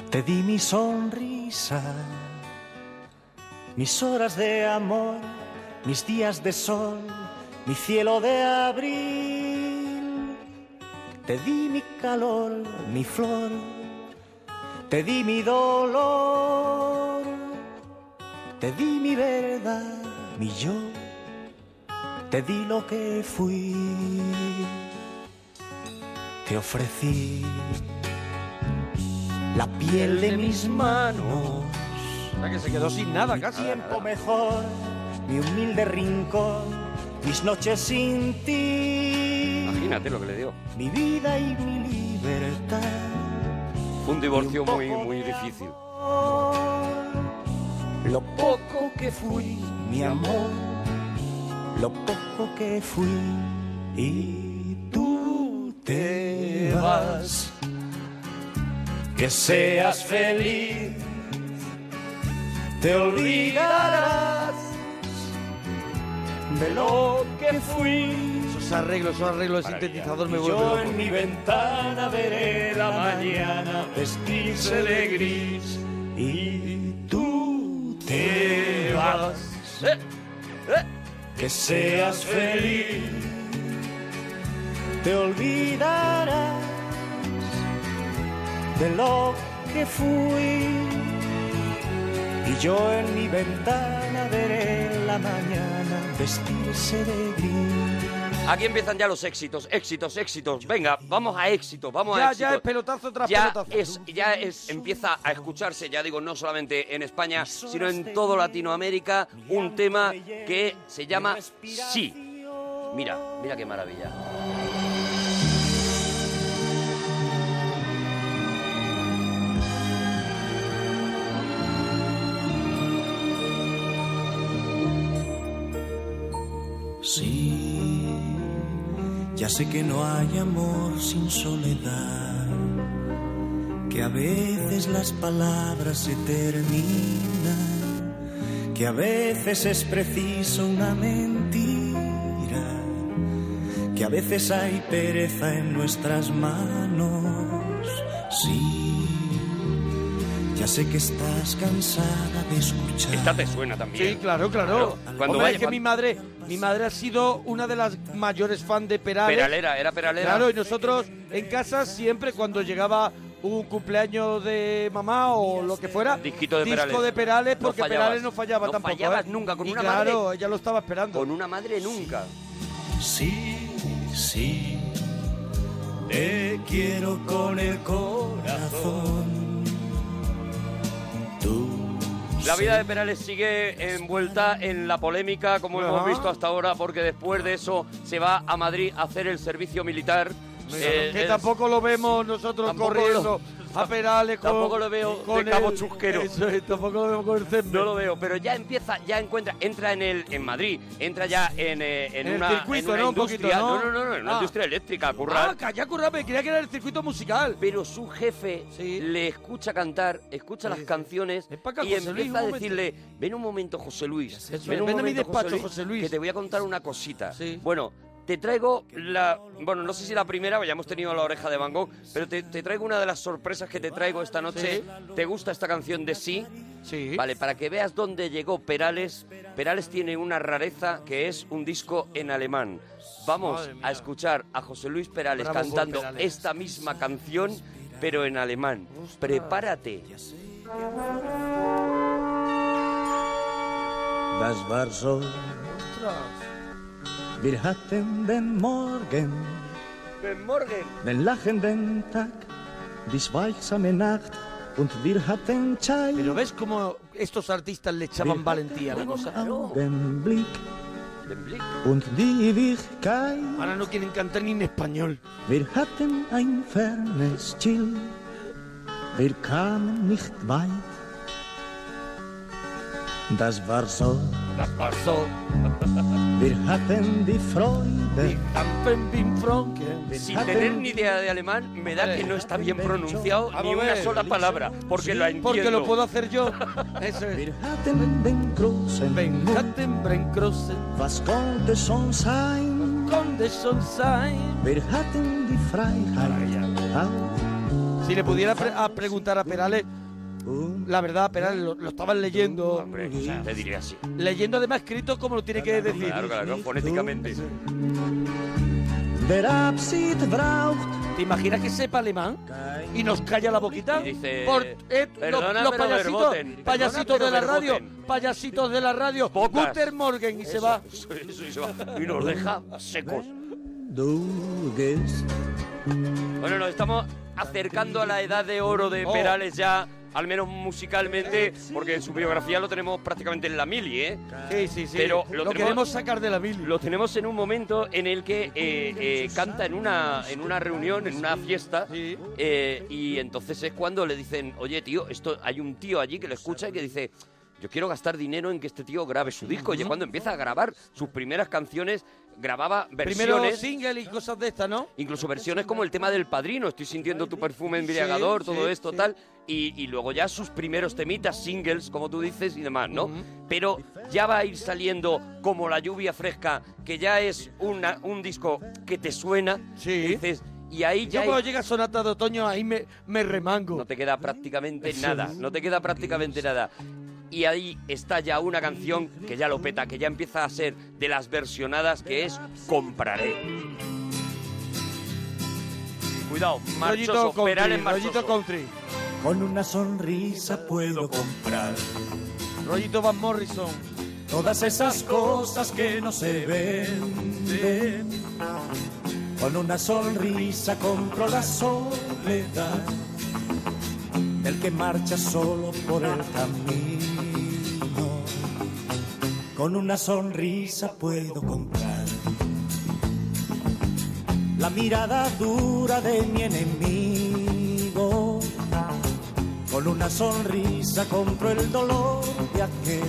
Speaker 22: Te di mi sonrisa, mis horas de amor, mis días de sol, mi cielo de abril. Te di mi calor, mi flor, te di mi dolor, te di mi verdad, mi yo, te di lo que fui, te ofrecí la piel de mis manos.
Speaker 6: que se quedó sin nada
Speaker 22: Mi
Speaker 6: casi.
Speaker 22: Tiempo mejor, mi humilde rincón, mis noches sin ti.
Speaker 4: Imagínate lo que le digo.
Speaker 22: Mi vida y mi libertad.
Speaker 4: Un divorcio muy, muy difícil.
Speaker 22: Lo poco que fui, mi amor. Lo poco que fui. Y tú te vas. Que seas feliz. Te olvidarás de lo que fui.
Speaker 6: Esos arreglos, esos arreglos de sintetizador me
Speaker 22: Y
Speaker 6: vuelven
Speaker 22: yo
Speaker 6: loco.
Speaker 22: en mi ventana veré la mañana vestirse de gris y tú te vas. Que seas feliz, te olvidarás de lo que fui. Y yo en mi ventana veré la mañana vestirse de gris.
Speaker 4: Aquí empiezan ya los éxitos, éxitos, éxitos. Venga, vamos a éxitos, vamos
Speaker 6: Ya,
Speaker 4: a éxitos.
Speaker 6: ya, es pelotazo tras
Speaker 4: ya
Speaker 6: pelotazo.
Speaker 4: Es, ya es, empieza a escucharse, ya digo, no solamente en España, sino en todo Latinoamérica, un tema que se llama Sí. Mira, mira qué maravilla.
Speaker 22: Sí, ya sé que no hay amor sin soledad, que a veces las palabras se terminan, que a veces es preciso una mentira, que a veces hay pereza en nuestras manos. Sí, ya sé que estás cansada de escuchar.
Speaker 4: Esta te suena también.
Speaker 6: Sí, claro, claro.
Speaker 4: Claro, cuando
Speaker 6: Cuando
Speaker 4: vaya-
Speaker 6: es que mi madre, mi madre ha sido una de las mayores fan de Perales.
Speaker 4: Peralera, era Peralera.
Speaker 6: Claro, y nosotros en casa siempre cuando llegaba un cumpleaños de mamá o lo que fuera. Disco
Speaker 4: de Perales.
Speaker 6: de Perales,
Speaker 4: No
Speaker 6: porque
Speaker 4: fallabas.
Speaker 6: Perales no fallaba
Speaker 4: No
Speaker 6: tampoco.
Speaker 4: fallabas
Speaker 6: ¿eh?
Speaker 4: nunca, con
Speaker 6: Y
Speaker 4: una
Speaker 6: claro,
Speaker 4: madre.
Speaker 6: ella lo estaba esperando.
Speaker 4: Con una madre nunca.
Speaker 22: Sí, sí, te quiero con el corazón.
Speaker 4: La vida de Perales sigue envuelta en la polémica, como hemos
Speaker 6: Ajá.
Speaker 4: visto hasta ahora, porque después de eso se va a Madrid a hacer el servicio militar. Eh,
Speaker 6: que
Speaker 4: el-
Speaker 6: tampoco lo vemos nosotros
Speaker 4: Tampoco
Speaker 6: corriendo a Perales con,
Speaker 4: tampoco lo veo
Speaker 6: con
Speaker 4: de cabo
Speaker 6: el-
Speaker 4: chusquero.
Speaker 6: Eso es, tampoco lo vemos con el cembe.
Speaker 4: No lo veo, pero ya empieza, ya encuentra, entra en el en Madrid, entra ya en, eh, en
Speaker 6: En el
Speaker 4: una,
Speaker 6: circuito,
Speaker 4: en una
Speaker 6: ¿no? Un poquito,
Speaker 4: industria,
Speaker 6: ¿no?
Speaker 4: no, no, no, en una
Speaker 6: Ah.
Speaker 4: industria eléctrica, currar.
Speaker 6: Ah, calla, currame, creía que era el circuito musical.
Speaker 4: Pero su jefe le escucha cantar, escucha las canciones
Speaker 6: acá,
Speaker 4: y
Speaker 6: José Luis,
Speaker 4: empieza a
Speaker 6: un
Speaker 4: decirle, ven un momento José Luis,
Speaker 6: eso
Speaker 4: ven,
Speaker 6: es.
Speaker 4: un
Speaker 6: Ven a mi
Speaker 4: momento,
Speaker 6: despacho,
Speaker 4: José Luis, que te voy a contar una cosita. Bueno, te traigo la, bueno, no sé si la primera, porque ya hemos tenido la oreja de Van Gogh, pero te, te traigo una de las sorpresas que te traigo esta noche. ¿Te gusta esta canción de sí?
Speaker 6: Sí.
Speaker 4: Vale, para que veas dónde llegó Perales, Perales tiene una rareza que es un disco en alemán. Vamos
Speaker 6: Madre mía.
Speaker 4: a escuchar a José Luis Perales
Speaker 6: Bravo,
Speaker 4: cantando
Speaker 6: Perales.
Speaker 4: esta misma canción, pero en alemán. Prepárate.
Speaker 22: Das war so, wir hatten den Morgen, den lachenden Tag, die schweigsame Nacht und wir hatten Zeit.
Speaker 6: Pero ves cómo estos artistas le echaban valentía a la cosa.
Speaker 22: Den Blick und die Ewigkeit.
Speaker 6: Ahora no quieren cantar ni en español.
Speaker 22: Wir hatten ein fernes Ziel, wir kamen nicht weit. Das war so. Das war so. Wir hatten die Freude.
Speaker 4: Sin tener ni idea de alemán, me da que no está bien pronunciado ni
Speaker 6: Eh. Vamos a
Speaker 4: una
Speaker 6: ver.
Speaker 4: sola palabra, porque la entiendo.
Speaker 6: Porque lo puedo hacer yo. Eso es. Benjaten Brenkrose.
Speaker 22: Was konnte schon sein?
Speaker 6: Konnte schon sein?
Speaker 22: Wir hatten die Freiheit.
Speaker 6: Si le pudiera pre- a preguntar a Perales, la verdad, Perales, lo, lo estaban leyendo.
Speaker 4: Te diría así.
Speaker 6: Leyendo además escrito como lo tiene que decir.
Speaker 4: Claro, claro, fonéticamente.
Speaker 22: Der Abschied braucht.
Speaker 6: ¿Te imaginas que sepa alemán? Y nos calla la boquita.
Speaker 4: dice,
Speaker 6: Por eh,
Speaker 4: "Perdona,
Speaker 6: los, los
Speaker 4: pero
Speaker 6: payasitos,
Speaker 4: verboten. Perdona,
Speaker 6: payasitos
Speaker 4: pero
Speaker 6: de la radio,
Speaker 4: verboten".
Speaker 6: payasitos de la radio.
Speaker 4: Bocas.
Speaker 6: Guter Morgen y se
Speaker 4: Eso,
Speaker 6: va.
Speaker 4: eso, eso, y se va. Y nos deja secos.
Speaker 22: Du gehst.
Speaker 4: Bueno, nos estamos acercando a la edad de oro de
Speaker 22: Oh.
Speaker 4: Perales ya, al menos musicalmente, porque en su biografía lo tenemos prácticamente en la mili, ¿eh?
Speaker 6: Sí, sí, sí.
Speaker 4: Pero lo,
Speaker 6: lo,
Speaker 4: tenemos-
Speaker 6: queremos sacar de la mili.
Speaker 4: lo tenemos en un momento en el que eh, eh, canta en una, en una reunión, en una fiesta, eh, y entonces es cuando le dicen, oye tío, esto hay un tío allí que lo escucha y que dice, yo quiero gastar dinero en que este tío grabe su disco. Y es cuando empieza a grabar sus primeras canciones, grababa
Speaker 6: Primero
Speaker 4: versiones,
Speaker 6: single y cosas de estas, ¿no?
Speaker 4: incluso versiones como el tema del padrino, estoy sintiendo tu perfume embriagador,
Speaker 6: Sí,
Speaker 4: todo
Speaker 6: sí,
Speaker 4: esto,
Speaker 6: sí.
Speaker 4: tal. Y, y luego ya sus primeros temitas, singles, como tú dices, y demás, ¿no? Pero ya va a ir saliendo como la lluvia fresca, que ya es una, un disco que te suena. Sí. Dices, y ahí
Speaker 6: Yo
Speaker 4: ya...
Speaker 6: cuando llega Sonata de Otoño, ahí me, me remango.
Speaker 4: No te queda prácticamente
Speaker 6: Sí.
Speaker 4: nada, no te queda prácticamente nada. Y ahí está ya una canción que ya lo peta, que ya empieza a ser de las versionadas, que es Compraré. Cuidado, marchoso,
Speaker 6: Rollito country,
Speaker 4: Perales
Speaker 6: rollito
Speaker 4: marchoso.
Speaker 6: country.
Speaker 22: Con una sonrisa puedo comprar
Speaker 6: Rollito Van Morrison.
Speaker 22: todas esas cosas que no se venden. Con una sonrisa compro la soledad del que marcha solo por el camino. Con una sonrisa puedo comprar la mirada dura de mi enemigo. Con una sonrisa compro el dolor de aquel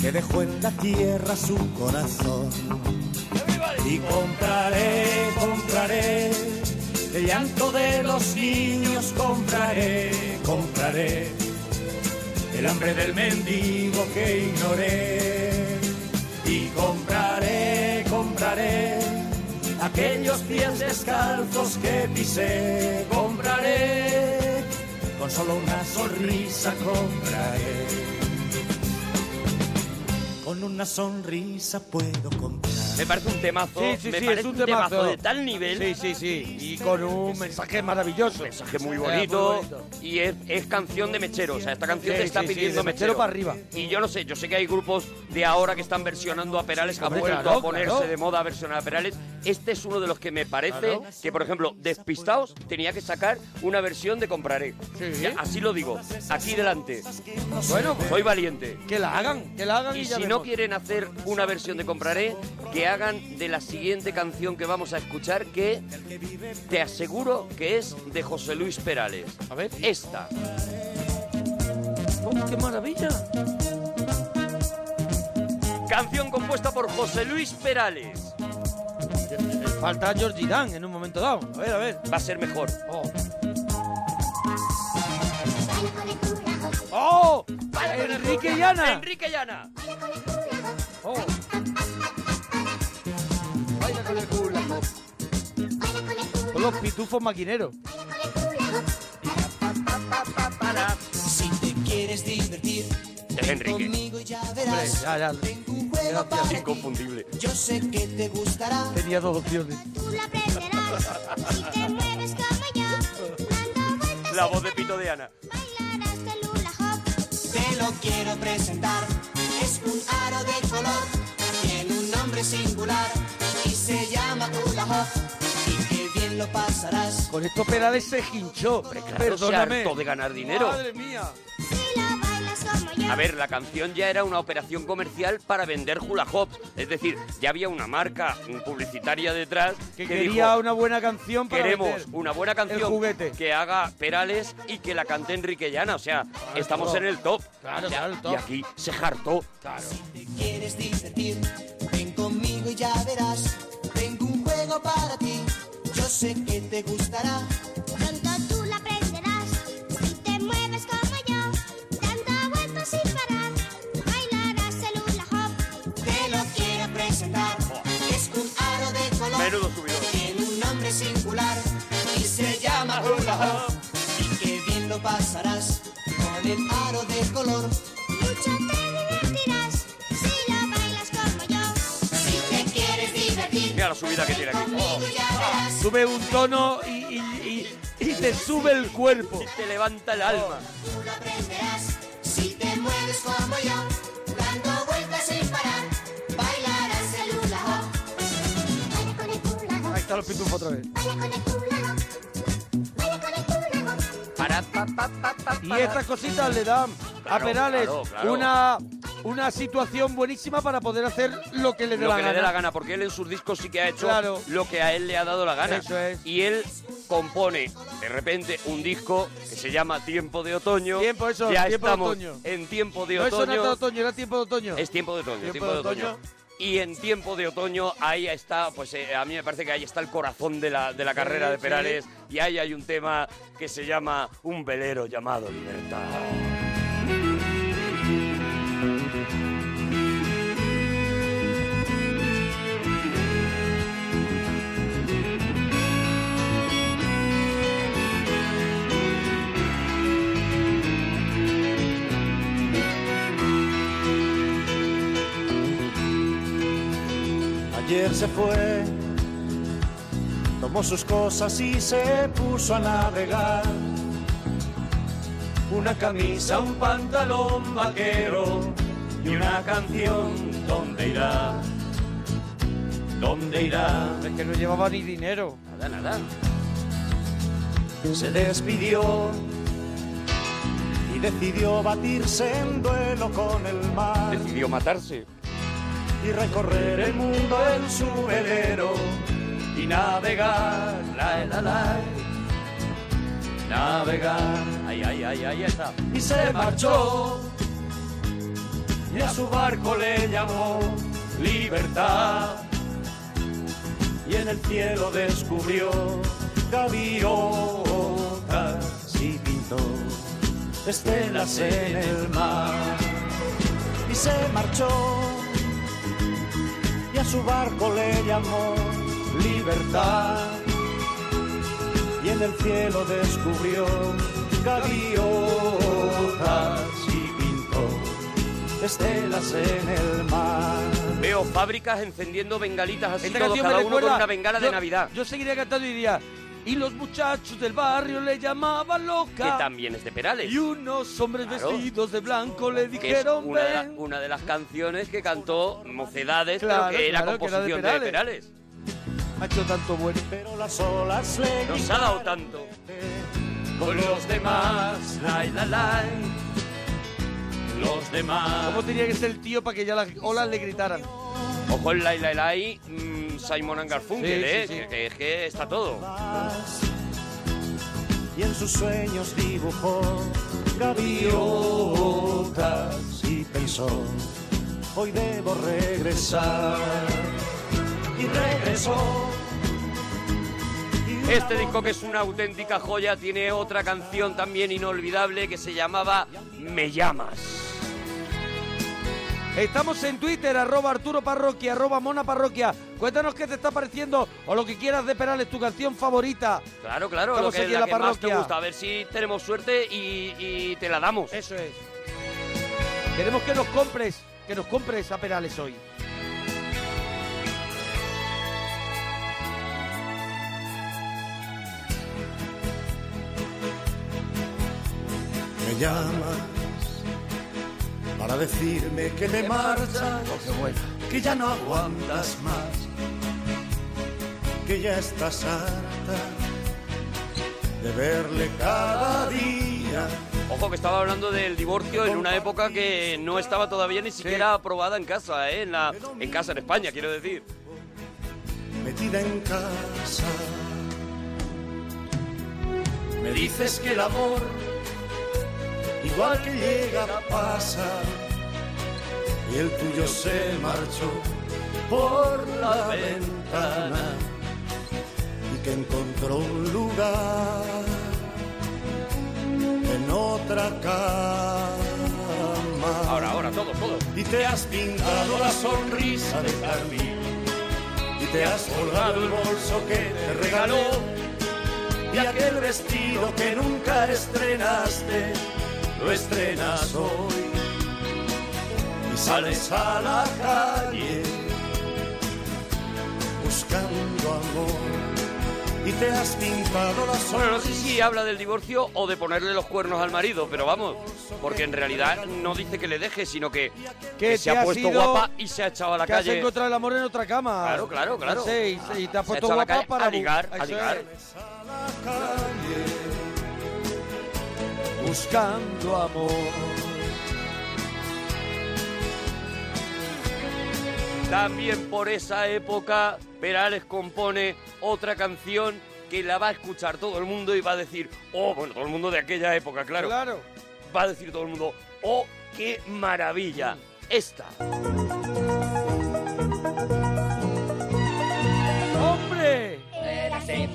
Speaker 22: que dejó en la tierra su corazón. Y compraré, compraré el llanto de los niños, compraré, compraré el hambre del mendigo que ignoré. Y compraré, compraré aquellos pies descalzos que pisé, compraré con solo una sonrisa, compraré. Con una sonrisa puedo comprar
Speaker 4: Me parece un temazo.
Speaker 6: Sí, sí,
Speaker 4: Oh, me
Speaker 6: sí,
Speaker 4: parece
Speaker 6: es un temazo
Speaker 4: de tal nivel.
Speaker 6: Sí, sí, sí. Y con un mensaje maravilloso. Un
Speaker 4: mensaje muy bonito. Y es, es canción de mechero. O sea, esta canción
Speaker 6: Sí,
Speaker 4: te está
Speaker 6: sí, sí,
Speaker 4: pidiendo
Speaker 6: de mechero para arriba.
Speaker 4: Y yo no sé, yo sé que hay grupos de ahora que están versionando a Perales, que ha
Speaker 6: Hombre,
Speaker 4: vuelto
Speaker 6: claro,
Speaker 4: a ponerse
Speaker 6: claro.
Speaker 4: de moda a versionar a Perales. Este es uno de los que me parece
Speaker 6: Claro.
Speaker 4: que, por ejemplo, Despistados tenía que sacar una versión de Compraré. Ya, así lo digo, aquí delante.
Speaker 6: Bueno, pues-
Speaker 4: soy valiente.
Speaker 6: Que la hagan, que la hagan y,
Speaker 4: Y
Speaker 6: ya
Speaker 4: si no
Speaker 6: vemos.
Speaker 4: quieren hacer una versión de Compraré, que hagan de la siguiente canción que vamos a escuchar, que te aseguro que es de José Luis Perales. A ver. Esta.
Speaker 24: ¡Qué maravilla!
Speaker 4: Canción compuesta por José Luis Perales.
Speaker 6: Falta Georgie Dan en un momento dado. A ver, a ver.
Speaker 4: Va a ser mejor.
Speaker 6: ¡Oh! ¡Oh! ¡Enrique y Ana!
Speaker 4: Enrique Llana.
Speaker 6: Baila con el hula hoop. Son los pitufos maquineros.
Speaker 9: Si te quieres divertir,
Speaker 4: Es Enrique.
Speaker 9: conmigo ya
Speaker 6: Hombre,
Speaker 9: verás.
Speaker 6: ya, ya.
Speaker 9: Un juego para ti.
Speaker 4: Inconfundible.
Speaker 9: Yo sé que te gustará.
Speaker 6: Tenía dos opciones.
Speaker 9: Tú la aprenderás. Si te mueves como yo,
Speaker 4: La voz de Pito de Ana.
Speaker 9: te lo quiero presentar. Es un aro de color. Tiene un nombre singular. Y se llama Hula Hoop. Y qué bien lo pasarás.
Speaker 6: Con estos pedales se hinchó.
Speaker 4: Claro, se
Speaker 6: Perdóname.
Speaker 4: hartó de ganar dinero.
Speaker 6: Madre mía.
Speaker 4: A ver, la canción ya era una operación comercial para vender hula hoops. Es decir, ya había una marca publicitaria detrás que,
Speaker 6: Quería
Speaker 4: dijo,
Speaker 6: una buena canción para
Speaker 4: queremos
Speaker 6: meter.
Speaker 4: una buena canción que haga Perales y que la cante Enrique Llana. O sea, estamos
Speaker 6: claro.
Speaker 4: en el top.
Speaker 6: Claro,
Speaker 4: O sea,
Speaker 6: claro, el top.
Speaker 4: Y aquí se hartó.
Speaker 9: quieres divertir, ven conmigo y ya verás. Tengo un juego para ti, yo sé que te gustará.
Speaker 25: Pronto tú la aprenderás si te mueves como yo, dando vueltas sin parar. Bailarás el hula hop.
Speaker 9: Te lo quiero presentar. Es un aro de color.
Speaker 4: Menudo subido.
Speaker 9: Tiene un nombre singular y se llama Hula Hoop. Y qué bien lo pasarás con el aro de color.
Speaker 25: Mucho te divertirás si la bailas como yo.
Speaker 9: Si te quieres divertir,
Speaker 4: Mira la subida que tiene aquí.
Speaker 9: conmigo ya verás.
Speaker 6: Sube un tono y, y- y- y te sube el cuerpo.
Speaker 4: Te levanta el alma.
Speaker 9: Tú lo aprenderás si te mueves como yo, dando vueltas sin parar. Bailarás el hula hoop.
Speaker 6: Ahí están los pitufos otra vez. Y estas cositas le dan a
Speaker 4: Claro,
Speaker 6: Perales
Speaker 4: claro, claro.
Speaker 6: Una, una situación buenísima para poder hacer lo que le dé
Speaker 4: lo
Speaker 6: la
Speaker 4: que
Speaker 6: gana.
Speaker 4: le dé la gana, porque él en sus discos sí que ha hecho
Speaker 6: Claro.
Speaker 4: lo que a él le ha dado la gana.
Speaker 6: Eso es.
Speaker 4: Y él compone de repente un disco que se llama Tiempo de Otoño.
Speaker 6: Tiempo, eso,
Speaker 4: ya
Speaker 6: tiempo de
Speaker 4: estamos
Speaker 6: otoño.
Speaker 4: en Tiempo de
Speaker 6: no, eso no
Speaker 4: Otoño.
Speaker 6: era otoño, era tiempo de otoño.
Speaker 4: Es tiempo de otoño,
Speaker 6: Tiempo
Speaker 4: tiempo,
Speaker 6: de
Speaker 4: de otoño.
Speaker 6: otoño.
Speaker 4: Y en tiempo de otoño, ahí está, pues eh, a mí me parece que ahí está el corazón de la, de la carrera
Speaker 6: Sí,
Speaker 4: de Perales.
Speaker 6: sí.
Speaker 4: Y ahí hay un tema que se llama Un velero llamado Libertad.
Speaker 22: Ayer se fue, tomó sus cosas y se puso a navegar. Una camisa, un pantalón vaquero y una canción, ¿dónde irá? ¿Dónde irá?
Speaker 6: Es que no llevaba ni dinero.
Speaker 4: Nada, nada.
Speaker 22: Se despidió y decidió batirse en duelo con el mar.
Speaker 4: Decidió matarse.
Speaker 22: y recorrer el mundo en su velero y navegar, la la la, navegar.
Speaker 4: Ay, ay, ay, ahí está.
Speaker 22: Y se marchó y a su barco le llamó libertad y en el cielo descubrió gaviotas y pintó estelas en el mar y se marchó y a su barco le llamó libertad y en el cielo descubrió gaviotas y pintó estelas en el mar.
Speaker 4: Veo veo fábricas encendiendo bengalitas así,
Speaker 6: Esta
Speaker 4: todos
Speaker 6: canción
Speaker 4: cada
Speaker 6: me
Speaker 4: uno con
Speaker 6: recuerda-
Speaker 4: una bengala de
Speaker 6: yo-
Speaker 4: Navidad.
Speaker 6: Yo seguiría cantando y diría. Y los muchachos del barrio le llamaban
Speaker 4: Que
Speaker 6: loca.
Speaker 4: también es de Perales.
Speaker 6: Y unos hombres
Speaker 4: Claro.
Speaker 6: vestidos de blanco le
Speaker 4: que es
Speaker 6: dijeron
Speaker 4: una de, la-
Speaker 6: ven.
Speaker 4: una de las canciones que cantó Mocedades,
Speaker 6: Claro,
Speaker 4: pero que era
Speaker 6: claro, que era de
Speaker 4: composición de Perales.
Speaker 26: Ha hecho tanto bueno. Pero las olas le
Speaker 4: Nos ha dado tanto. Con los demás, lai, la, lai. Los demás.
Speaker 26: ¿Cómo tenía que ser el tío para que ya las olas le gritaran?
Speaker 4: Ojo el lai, lai, lai, mm, Simon and Garfunkel,
Speaker 26: Sí, sí, sí.
Speaker 4: ¿eh? Que- Que es que está todo.
Speaker 22: Y en sus sueños dibujó gaviotas y pensó, hoy debo regresar. Y regresó.
Speaker 4: Este disco que es una auténtica joya tiene otra canción también inolvidable que se llamaba Me llamas.
Speaker 6: Estamos en Twitter, arroba Arturo Parroquia, arroba Mona Parroquia. Cuéntanos qué te está pareciendo o lo que quieras de Perales, tu canción favorita.
Speaker 4: Claro, claro,
Speaker 6: Estamos
Speaker 4: lo que,
Speaker 6: aquí
Speaker 4: la
Speaker 6: en la
Speaker 4: que más te
Speaker 6: parroquia.
Speaker 4: gusta. A ver si tenemos suerte y, y te la damos.
Speaker 6: Eso es. Queremos que nos compres, que nos compres a Perales hoy.
Speaker 22: Me llamas para decirme que te marchas, que ya no aguantas más, que ya estás harta de verle cada día.
Speaker 4: Ojo que estaba hablando del divorcio en una época que no estaba todavía ni siquiera aprobada en casa, ¿eh? en, la- en casa en España, quiero decir.
Speaker 22: metida en casa. Me dices que el amor, igual que llega, pasa. Y el tuyo se marchó por la ventana y que encontró un lugar en otra cama.
Speaker 4: Ahora, ahora, todo, todo.
Speaker 22: Y te has pintado la sonrisa de carmín y te has colgado el bolso que te regaló y aquel vestido que nunca estrenaste lo estrenas hoy y sales a la calle buscando amor y te has pintado la
Speaker 4: Bueno, no
Speaker 22: sonrisa
Speaker 4: sé si habla del divorcio o de ponerle los cuernos al marido, pero vamos, porque en realidad no dice que le deje, sino que, que
Speaker 6: te
Speaker 4: se ha
Speaker 6: has
Speaker 4: puesto
Speaker 6: ido,
Speaker 4: guapa y se ha echado a la
Speaker 6: que has
Speaker 4: calle.
Speaker 6: encontrado el amor en otra cama.
Speaker 4: Claro, claro, claro.
Speaker 6: Marce, y, y te
Speaker 4: Se ha
Speaker 6: has puesto
Speaker 4: echado a la
Speaker 6: guapa
Speaker 4: calle
Speaker 6: para
Speaker 4: a ligar,
Speaker 6: bu-
Speaker 4: a
Speaker 6: Eso
Speaker 4: ligar.
Speaker 6: es. Buscando amor.
Speaker 4: También por esa época, Perales compone otra canción que la va a escuchar todo el mundo y va a decir, oh, bueno, todo el mundo de aquella época, claro.
Speaker 6: Claro.
Speaker 4: Va a decir todo el mundo, oh, qué maravilla.
Speaker 6: Mm,
Speaker 4: Esta.
Speaker 6: ¡Hombre!
Speaker 2: Érase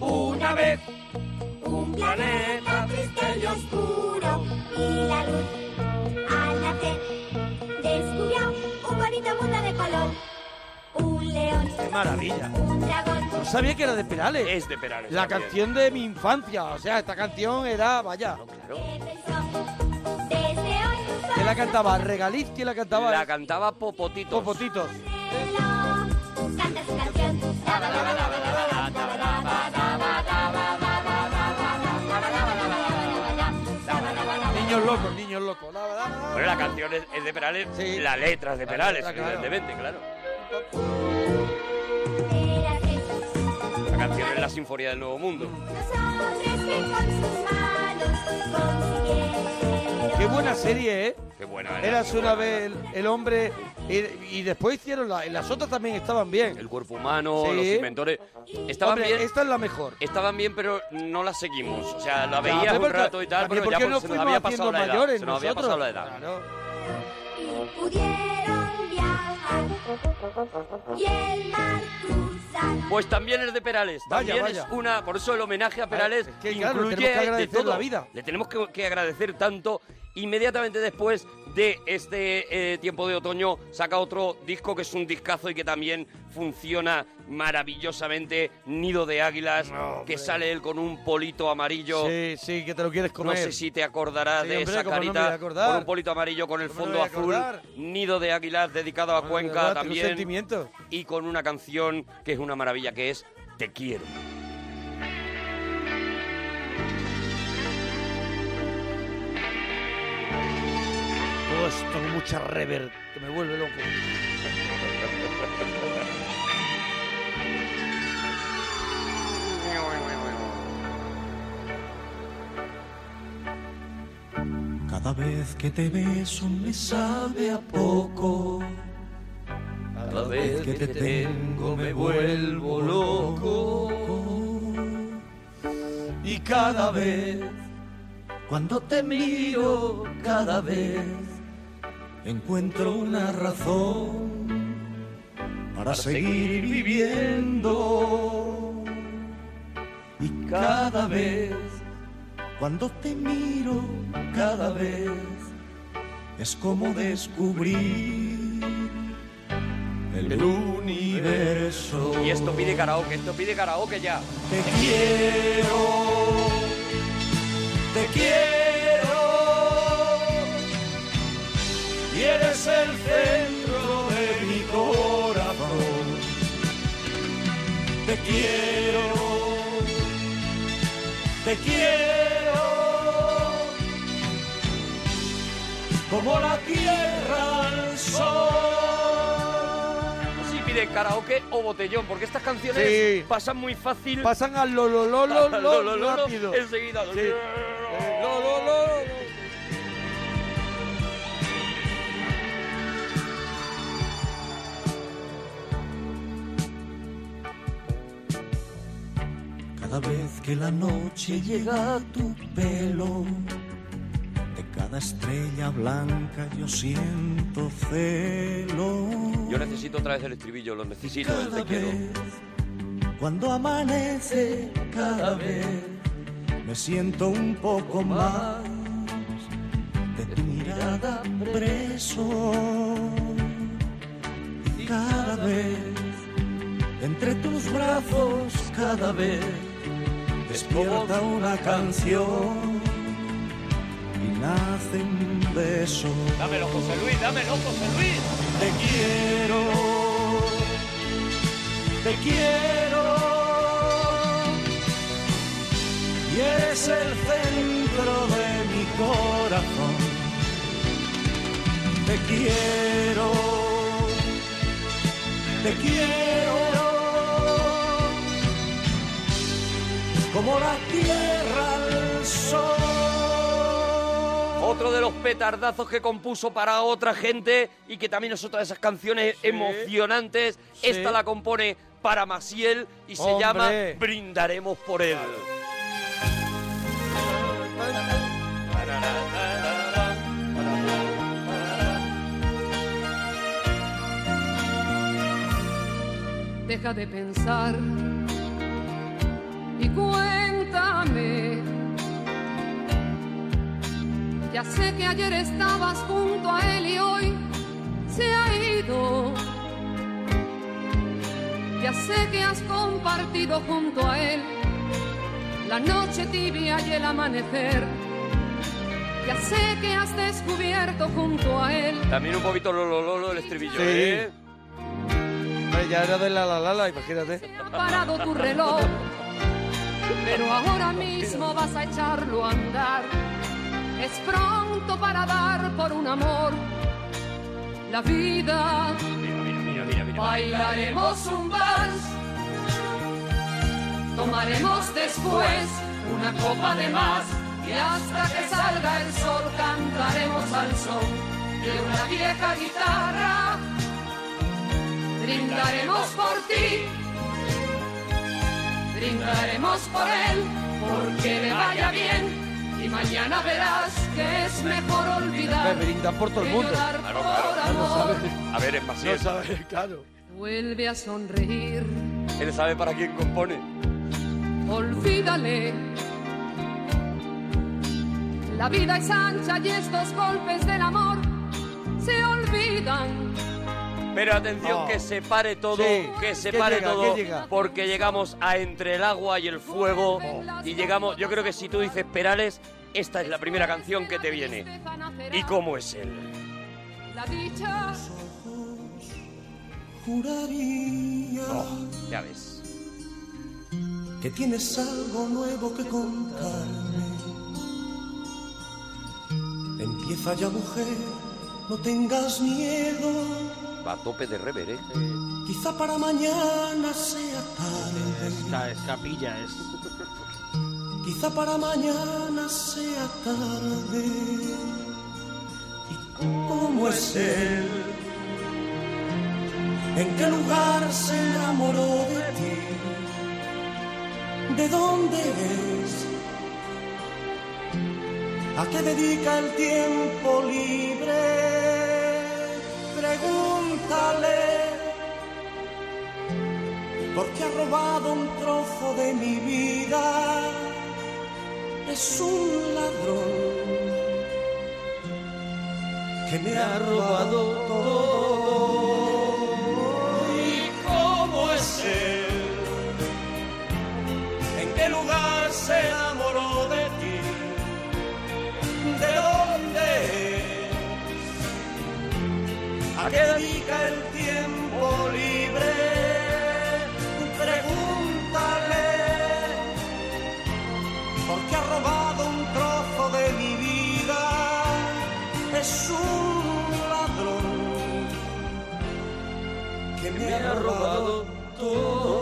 Speaker 2: una vez un planeta triste y oscuro y la luz al nacer descubrió un bonito mundo de color. Un león,
Speaker 6: ¡Qué maravilla!
Speaker 2: un dragón,
Speaker 6: No sabía que era de Perales.
Speaker 4: Es de Perales.
Speaker 6: La
Speaker 4: también.
Speaker 6: canción de mi infancia. O sea, esta canción era, vaya.
Speaker 2: desde hoy
Speaker 6: ¿Quién la cantaba? ¿Regaliz? ¿Quién la cantaba?
Speaker 4: La cantaba Popotitos.
Speaker 6: Popotitos.
Speaker 2: canta su canción.
Speaker 6: Niños locos, niños locos. La verdad.
Speaker 4: Bueno, la canción es, es de Perales, la letra es de
Speaker 6: La
Speaker 4: Perales,
Speaker 6: letra, claro.
Speaker 4: evidentemente, claro. La canción es la Sinfonía del Nuevo Mundo.
Speaker 6: Qué buena serie, ¿eh?
Speaker 4: Qué buena era.
Speaker 6: Eras una vez el, el hombre y, y después hicieron la- las otras también estaban bien.
Speaker 4: El cuerpo humano, los inventores. Estaban
Speaker 6: Hombre,
Speaker 4: bien.
Speaker 6: Esta es la mejor.
Speaker 4: Estaban bien, pero no la seguimos. O sea, la
Speaker 6: Ya,
Speaker 4: veías
Speaker 6: pero
Speaker 4: un
Speaker 6: porque-
Speaker 4: rato y tal,
Speaker 6: también
Speaker 4: pero ya
Speaker 6: porque
Speaker 4: pues,
Speaker 6: nos
Speaker 4: se nos
Speaker 6: fuimos
Speaker 4: había pasado
Speaker 6: haciendo
Speaker 4: la edad.
Speaker 6: mayores
Speaker 4: Se nos había pasado
Speaker 6: nosotros.
Speaker 4: la edad.
Speaker 2: Pudieron viajar y el mar cruzar.
Speaker 4: Pues también es de Perales.
Speaker 6: Vaya,
Speaker 4: También es
Speaker 6: vaya.
Speaker 4: una. Por eso el homenaje a Perales
Speaker 6: es que, claro, le
Speaker 4: incluye
Speaker 6: tenemos que
Speaker 4: de
Speaker 6: agradecer
Speaker 4: todo.
Speaker 6: la vida.
Speaker 4: Le tenemos que, que agradecer tanto Inmediatamente después de este eh, tiempo de otoño saca otro disco que es un discazo y que también funciona maravillosamente, Nido de Águilas, que sale él con un polito amarillo.
Speaker 6: Sí, sí, que te lo quieres comer.
Speaker 4: No sé si te acordarás
Speaker 6: Sí,
Speaker 4: de
Speaker 6: hombre,
Speaker 4: esa
Speaker 6: cómo no me voy a
Speaker 4: carita
Speaker 6: acordar.
Speaker 4: con un polito amarillo con el
Speaker 6: ¿Cómo no me
Speaker 4: fondo
Speaker 6: voy
Speaker 4: azul,
Speaker 6: a acordar?
Speaker 4: Nido de Águilas dedicado a Cuenca
Speaker 6: Ah, verdad, tiene un
Speaker 4: también.
Speaker 6: sentimiento.
Speaker 4: Y con una canción que es una maravilla, que es Te quiero.
Speaker 6: Todo esto con mucha rever, que me vuelve loco.
Speaker 22: Cada vez que te beso me sabe a poco.
Speaker 2: Cada vez que te tengo me vuelvo loco.
Speaker 22: Y cada vez, cuando te miro, cada vez encuentro una razón para seguir viviendo. Y cada vez, cuando te miro, cada vez es como descubrir el universo.
Speaker 4: Y esto pide karaoke, esto pide karaoke ya.
Speaker 22: Te quiero, te quiero, y eres el centro de mi corazón. Te quiero, te quiero, como la tierra al sol.
Speaker 4: Si pide karaoke o botellón, porque estas canciones
Speaker 6: Sí.
Speaker 4: pasan muy fácil.
Speaker 6: Pasan al lo lo lo lo
Speaker 4: Al lo,
Speaker 6: lo,
Speaker 4: lo, lo, lo,
Speaker 6: rápido.
Speaker 4: enseguida.
Speaker 6: Sí. Lo, lo, lo, lo.
Speaker 22: Cada vez que la noche llega a tu pelo, de cada estrella blanca yo siento celo.
Speaker 4: Yo necesito otra vez el estribillo, lo necesito, el
Speaker 22: Cada
Speaker 4: te quiero.
Speaker 22: Cuando amanece cada vez, me siento un poco más de tu mirada preso. Y cada vez, entre tus brazos, cada vez, despierta una canción y nace un beso.
Speaker 4: Dámelo, José Luis, dámelo, José Luis.
Speaker 22: Te quiero, te quiero. Y eres el centro de mi corazón. Te quiero, te quiero. Como la tierra al sol.
Speaker 4: Otro de los petardazos que compuso para otra gente y que también es otra de esas canciones emocionantes.
Speaker 6: Sí.
Speaker 4: Esta la compone para Maciel y se
Speaker 6: Hombre.
Speaker 4: llama Brindaremos por él.
Speaker 3: Deja de pensar y cuéntame. Ya sé que ayer estabas junto a él y hoy se ha ido. Ya sé que has compartido junto a él la noche tibia y el amanecer. Ya sé que has descubierto junto a él
Speaker 4: También un poquito lo, lo, lo, lo, el estribillo,
Speaker 6: Sí.
Speaker 4: ¿eh?
Speaker 6: Hombre, ya era de la la la la, imagínate.
Speaker 3: ha parado tu reloj, pero ahora mismo vas a echarlo a andar. Es pronto para dar por un amor la vida. Bailaremos un vals, tomaremos después una copa de más y hasta que salga el sol cantaremos al sol de una vieja guitarra. Brindaremos por ti, brindaremos por él, porque le vaya bien y mañana verás que es mejor
Speaker 6: Me
Speaker 3: olvidar.
Speaker 6: brindan por todo el
Speaker 3: que
Speaker 6: mundo.
Speaker 3: llorar
Speaker 6: Claro,
Speaker 3: por amor.
Speaker 4: A ver, es Maciel.
Speaker 6: No sabes, claro.
Speaker 3: Vuelve a sonreír,
Speaker 4: Él sabe para quién compone.
Speaker 3: olvídale. La vida es ancha y estos golpes del amor se olvidan.
Speaker 4: Pero atención, que se pare todo,
Speaker 6: Sí.
Speaker 4: que se
Speaker 6: ¿Qué
Speaker 4: pare
Speaker 6: llega?
Speaker 4: todo,
Speaker 6: ¿Qué llega?
Speaker 4: porque llegamos a entre el agua y el fuego y llegamos, yo creo que si tú dices Perales, esta es la primera canción que te viene. ¿Y cómo es él?
Speaker 3: La dicha
Speaker 2: Juraría
Speaker 4: Oh, Ya ves.
Speaker 2: que tienes algo nuevo que contarme. Empieza ya, mujer, no tengas miedo.
Speaker 4: Va a tope de rever, ¿eh?
Speaker 2: Quizá para mañana sea tarde.
Speaker 6: Esta es capilla, es.
Speaker 2: Quizá para mañana sea tarde. ¿Y cómo es él? ¿En qué lugar se enamoró de ti? ¿De dónde es? ¿A qué dedica el tiempo libre? Pregúntale. Porque ha robado un trozo de mi vida. Es un ladrón que me ha robado todo. ¿Y cómo es él? ¿En qué lugar se enamoró de ti? ¿De dónde es? ¿A qué dedica el tiempo libre? Pregúntale porque ha robado un trozo de mi vida. Es un ladrón que me ha robado todo.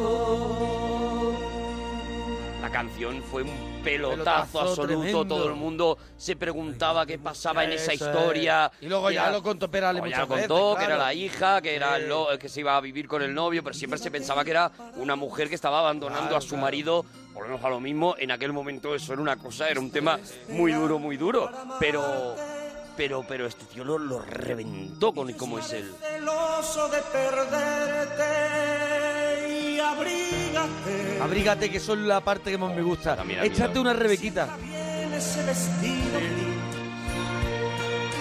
Speaker 4: La canción fue un pelotazo,
Speaker 6: Pelotazo
Speaker 4: absoluto,
Speaker 6: tremendo.
Speaker 4: todo el mundo se preguntaba qué pasaba en esa
Speaker 6: Eso
Speaker 4: historia.
Speaker 6: es. Y luego ya
Speaker 4: Era-
Speaker 6: lo contó Perales
Speaker 4: Como ya
Speaker 6: muchas
Speaker 4: lo contó,
Speaker 6: veces,
Speaker 4: que era
Speaker 6: claro.
Speaker 4: la hija, que era el lo- que se iba a vivir con el novio, pero siempre se pensaba que era una mujer que estaba abandonando
Speaker 6: Claro,
Speaker 4: a su
Speaker 6: claro.
Speaker 4: marido. Volvemos a lo mismo, en aquel momento eso era una cosa, era un tema muy duro, muy duro. Pero, pero, pero este tío lo, lo reventó con cómo es él.
Speaker 2: Celoso de perderte y abrígate.
Speaker 6: Abrígate, que eso es la parte que más me gusta. Échate una rebequita.
Speaker 2: En ese vestido.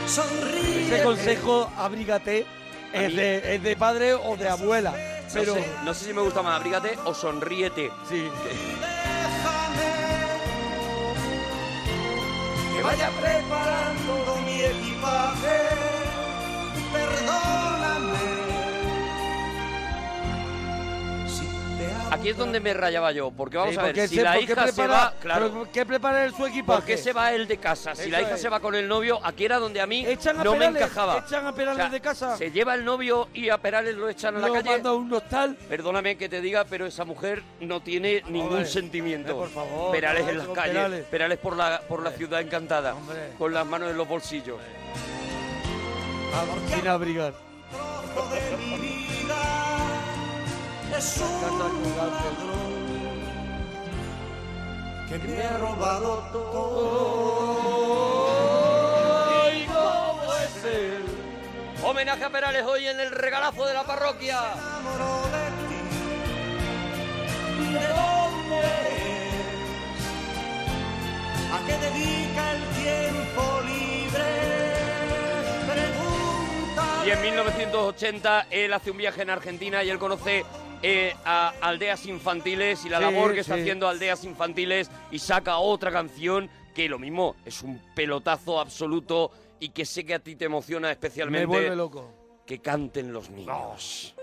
Speaker 2: Sonríe.
Speaker 6: Ese consejo, abrígate, es de, es de padre o de abuela. Pero.
Speaker 4: no, sé, no sé si me gusta más, abrígate o sonríete.
Speaker 6: Sí.
Speaker 2: que vaya preparando mi equipaje. Perdóname. Si te amo.
Speaker 4: Aquí es donde me rayaba yo, porque vamos
Speaker 6: Sí,
Speaker 4: a ver,
Speaker 6: porque
Speaker 4: si
Speaker 6: sé-
Speaker 4: la
Speaker 6: porque
Speaker 4: hija se
Speaker 6: prepara-
Speaker 4: va, claro,
Speaker 6: pero ¿Qué prepara él su equipaje?
Speaker 4: ¿por qué se va él de casa? Si la
Speaker 6: Eso
Speaker 4: hija
Speaker 6: es.
Speaker 4: se va con el novio, aquí era donde a mí
Speaker 6: Echan a
Speaker 4: no me
Speaker 6: Perales,
Speaker 4: encajaba.
Speaker 6: echan a Perales de casa.
Speaker 4: Se lleva el novio y a Perales lo echan a la
Speaker 6: Lo
Speaker 4: calle.
Speaker 6: manda a un hostal.
Speaker 4: Perdóname que te diga, pero esa mujer no tiene ningún
Speaker 6: Hombre,
Speaker 4: sentimiento.
Speaker 6: hombre, por favor,
Speaker 4: Perales
Speaker 6: por
Speaker 4: en las
Speaker 6: favor,
Speaker 4: calles,
Speaker 6: Perales.
Speaker 4: Perales, por la por la ciudad encantada, con las manos en los bolsillos.
Speaker 6: Sin abrigar.
Speaker 2: de mi vida es un ladrón que me ha robado todo. ¿Y cómo es él?
Speaker 4: Homenaje a Perales hoy en el regalazo de la parroquia.
Speaker 2: ¿De dónde es? ¿A qué dedica el tiempo libre? Pregunta.
Speaker 4: Y en 1980 él hace un viaje en Argentina y él conoce eh, a Aldeas Infantiles y la
Speaker 6: Sí,
Speaker 4: labor que está
Speaker 6: sí.
Speaker 4: haciendo Aldeas Infantiles y saca otra canción que lo mismo es un pelotazo absoluto y que sé que a ti te emociona
Speaker 6: Me
Speaker 4: especialmente.
Speaker 6: vuelve loco.
Speaker 4: Que canten los niños.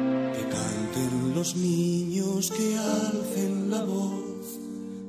Speaker 2: Canten los niños que alcen la voz,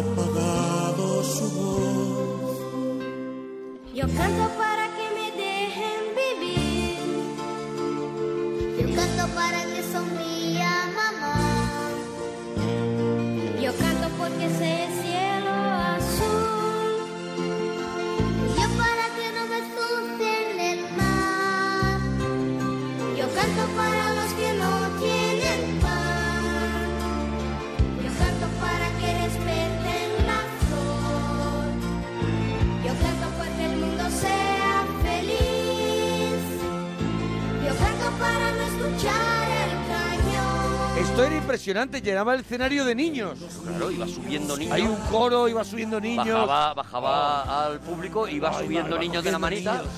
Speaker 2: apagado su voz.
Speaker 23: Yo canto para que me dejen vivir. Yo canto para que
Speaker 6: Esto era impresionante, llenaba el escenario de niños.
Speaker 4: Claro, iba subiendo niños.
Speaker 6: Hay un coro, iba subiendo niños.
Speaker 4: Bajaba, bajaba al público, iba
Speaker 6: Ay,
Speaker 4: subiendo
Speaker 6: va, iba
Speaker 4: niños de la
Speaker 6: cogiendo
Speaker 4: manita.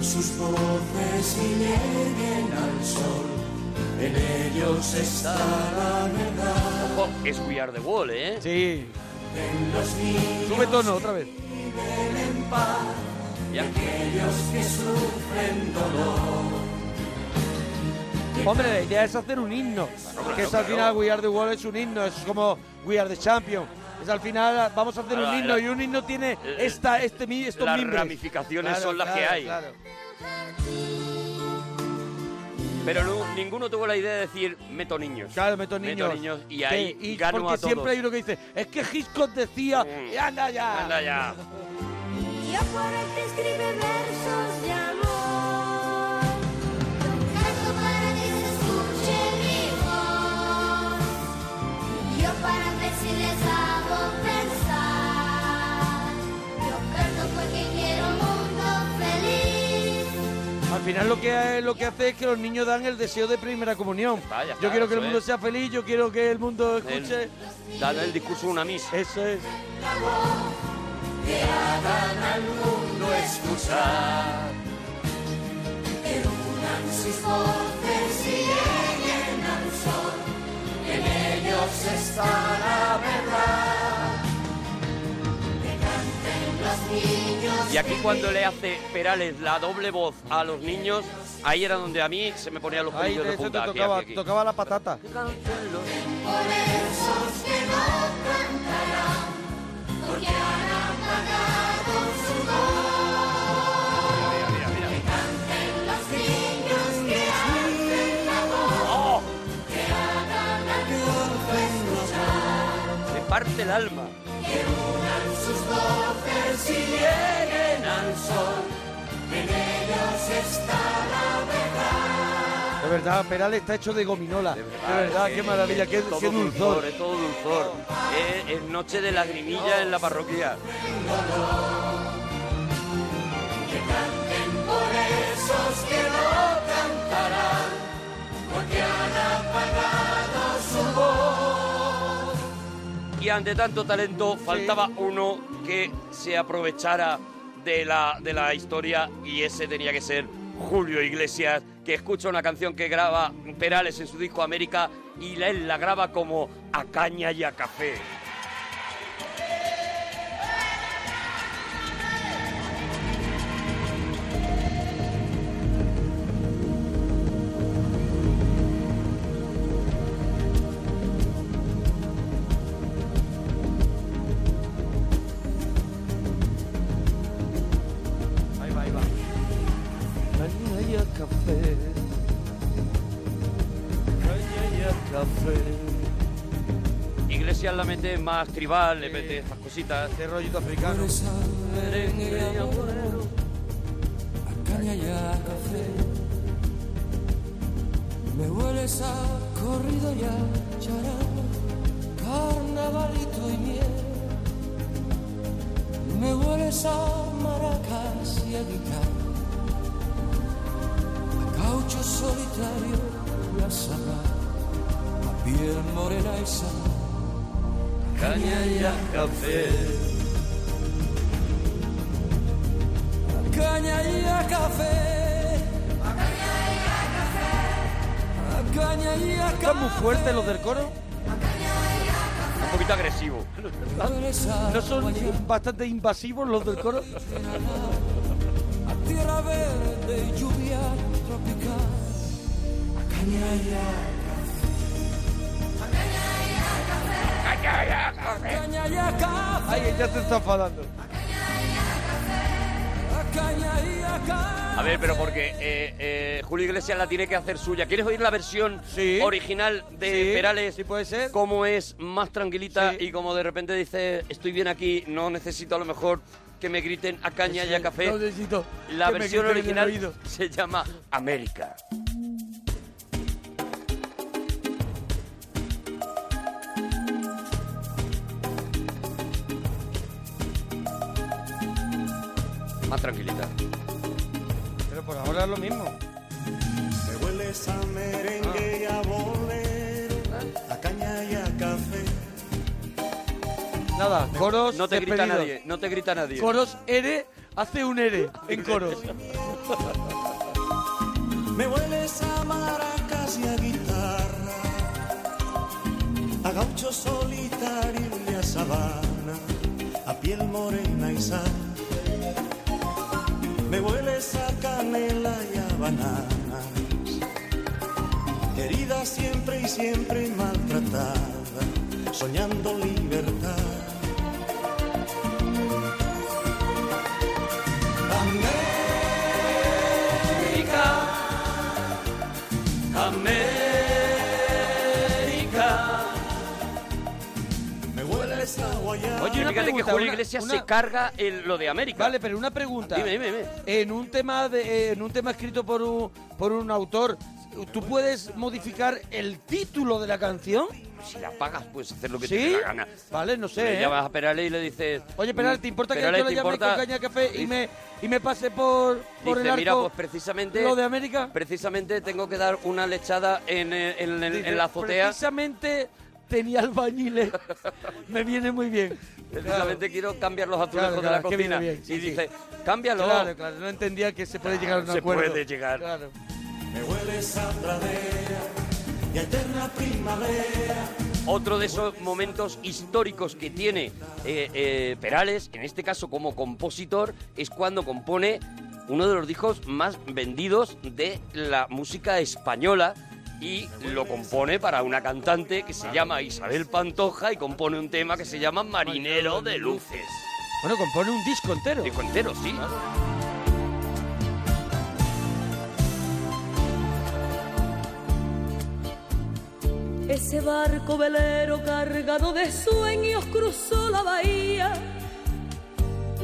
Speaker 2: Sus voces y lleguen al sol. En ellos está la verdad.
Speaker 4: Ojo, es We Are the Wall, ¿eh?
Speaker 6: Sí.
Speaker 4: Sube tono otra vez.
Speaker 2: Viven en paz.
Speaker 4: Ya.
Speaker 2: Aquellos que sufren dolor.
Speaker 6: Hombre, la idea es hacer un himno. que es al final We Are the World es un himno, es como We Are the Champion. Es al final vamos a hacer
Speaker 4: Claro,
Speaker 6: un himno
Speaker 4: la-
Speaker 6: y un himno tiene esta, este, mi- estos
Speaker 4: Las
Speaker 6: mimbres.
Speaker 4: ramificaciones
Speaker 6: Claro,
Speaker 4: son las que
Speaker 6: claro,
Speaker 4: hay.
Speaker 6: claro.
Speaker 4: Pero no- ninguno tuvo la idea de decir, meto niños.
Speaker 6: Claro, meto niños.
Speaker 4: y ahí
Speaker 6: Que- y
Speaker 4: gano
Speaker 6: porque
Speaker 4: a todos.
Speaker 6: siempre hay uno que dice, es que Hitchcock decía, eh, anda ya.
Speaker 4: Anda ya.
Speaker 27: Yo por él te escribe versos de amor. Canto para que se escuche mi voz. Yo para ver si les hago pensar. Yo canto porque quiero un mundo feliz.
Speaker 6: Al final lo que, eh, lo que hace es que los niños dan el deseo de primera comunión. yo quiero que el
Speaker 4: eso
Speaker 6: mundo
Speaker 4: es.
Speaker 6: sea feliz, yo quiero que el mundo escuche.
Speaker 4: Dale el discurso a una misa.
Speaker 6: Eso es.
Speaker 2: Que hagan al mundo escuchar. Que unan sus voces y lleguen al sol. En ellos está la verdad. Que canten los niños.
Speaker 4: Y aquí cuando le hace Perales la doble voz a los niños, ahí era donde a mí se me ponían los
Speaker 6: Ahí
Speaker 4: pelillos
Speaker 6: de
Speaker 4: de
Speaker 6: eso te
Speaker 4: punta. aquí,
Speaker 6: tocaba,
Speaker 4: aquí, aquí.
Speaker 6: tocaba la patata.
Speaker 2: Por esos que no cantarán, porque han apagado su voz. Que canten los niños que hacen la voz, que hagan al mundo escuchar,
Speaker 4: Me parte el alma.
Speaker 2: que unan sus voces y lleguen al sol. En ellos está la verdad.
Speaker 6: De verdad, Perales está hecho de gominola. De verdad, qué maravilla, qué,
Speaker 4: es todo
Speaker 6: qué dulzor.
Speaker 4: Es todo dulzor. Es, es noche de lagrimilla en la parroquia.
Speaker 2: Por esos que no cantarán, porque han apagado su voz.
Speaker 4: Y ante tanto talento, faltaba uno que se aprovechara de la, de la historia y ese tenía que ser Julio Iglesias, que escucha una canción que graba Perales en su disco América y la- él la graba como a caña y a café. eh.
Speaker 6: Ahí va, ahí va. Caña y a café. Caña y a café.
Speaker 4: Iglesias la mete más tribal, le mete estas cositas.
Speaker 6: Este rollito africano.
Speaker 12: caña y a café. Me hueles a corrido ya, charanga, carnavalito y miel. Me hueles a maracas y a guitarra, a caucho solitario y a sabá, a piel morena y sana,
Speaker 2: Caña y a café.
Speaker 12: caña y a café. A caña y a café.
Speaker 6: ¿Están muy fuertes los del coro?
Speaker 4: Un poquito agresivo.
Speaker 6: ¿No son bastante invasivos los del coro?
Speaker 12: Tierra verde y lluvia tropical. A caña y a café. A caña y a café.
Speaker 6: Ay, ya te está enfadando.
Speaker 12: A caña y a café.
Speaker 4: A ver, pero porque eh, eh, Julio Iglesias la tiene que hacer suya. ¿Quieres oír la versión original de
Speaker 6: Sí,
Speaker 4: Perales? Sí, puede ser. Cómo es más tranquilita y como de repente dice, estoy bien aquí, no necesito a lo mejor que me griten a caña y a café.
Speaker 6: No necesito
Speaker 4: la
Speaker 6: que me
Speaker 4: versión
Speaker 6: griten en el
Speaker 4: original se llama América. Más tranquilita.
Speaker 6: Pero por ahora es lo mismo.
Speaker 2: Me hueles
Speaker 22: salsa,
Speaker 6: Ah.
Speaker 22: merengue y a bolero, a caña y a café.
Speaker 6: Nada, coros
Speaker 4: No te grita
Speaker 6: despedidos.
Speaker 4: nadie, no te grita nadie.
Speaker 6: Coros R hace un R en coros.
Speaker 22: Me hueles a maracas y a guitarra, a gaucho solitario y a sabana, a piel morena y sal. Me hueles a canela y a bananas, herida siempre y siempre maltratada, soñando libertad.
Speaker 2: América, América.
Speaker 22: Me hueles a guayaba.
Speaker 4: Oye,
Speaker 6: Una
Speaker 4: fíjate que
Speaker 6: pregunta,
Speaker 4: Julio
Speaker 6: una-
Speaker 4: Iglesias
Speaker 6: una-
Speaker 4: se carga el- lo de América.
Speaker 6: Vale, pero una pregunta.
Speaker 4: Dime, dime, dime.
Speaker 6: En un tema de, eh, en un tema escrito por un, por un autor, ¿tú puedes modificar el título de la canción?
Speaker 4: Si la pagas, puedes hacer lo que
Speaker 6: ¿Sí?
Speaker 4: te dé la gana.
Speaker 6: Vale, no sé.
Speaker 4: Le
Speaker 6: ¿eh?
Speaker 4: llamas a Perales y le dices...
Speaker 6: Oye, Peral, ¿te importa que
Speaker 4: Perales,
Speaker 6: yo le
Speaker 4: ¿te
Speaker 6: llame
Speaker 4: importa?
Speaker 6: con caña café y
Speaker 4: Dice-
Speaker 6: me, y me pase por, por
Speaker 4: Dice,
Speaker 6: el arco?
Speaker 4: mira, pues precisamente...
Speaker 6: lo de América?
Speaker 4: Precisamente tengo que dar una lechada en, eh, en- en-
Speaker 6: Dice,
Speaker 4: en la azotea.
Speaker 6: Precisamente tenía albañiles. me viene muy bien.
Speaker 4: Precisamente quiero cambiar los azulejos
Speaker 6: Claro,
Speaker 4: de la
Speaker 6: claro, que viene
Speaker 4: cocina.
Speaker 6: bien, sí,
Speaker 4: y
Speaker 6: sí.
Speaker 4: dice, cámbialo.
Speaker 6: Claro, claro, no entendía que se puede llegar a un
Speaker 4: se
Speaker 6: acuerdo.
Speaker 4: puede llegar.
Speaker 6: Claro.
Speaker 22: Me hueles a pradera y a eterna primavera.
Speaker 4: Otro de esos momentos históricos que tiene eh, eh, Perales, en este caso como compositor, es cuando compone uno de los discos más vendidos de la música española y lo compone para una cantante que se llama Isabel Pantoja y compone un tema que se llama Marinero de Luces.
Speaker 6: Bueno, compone un disco entero.
Speaker 4: Disco entero, sí.
Speaker 12: Ese barco velero cargado de sueños cruzó la bahía.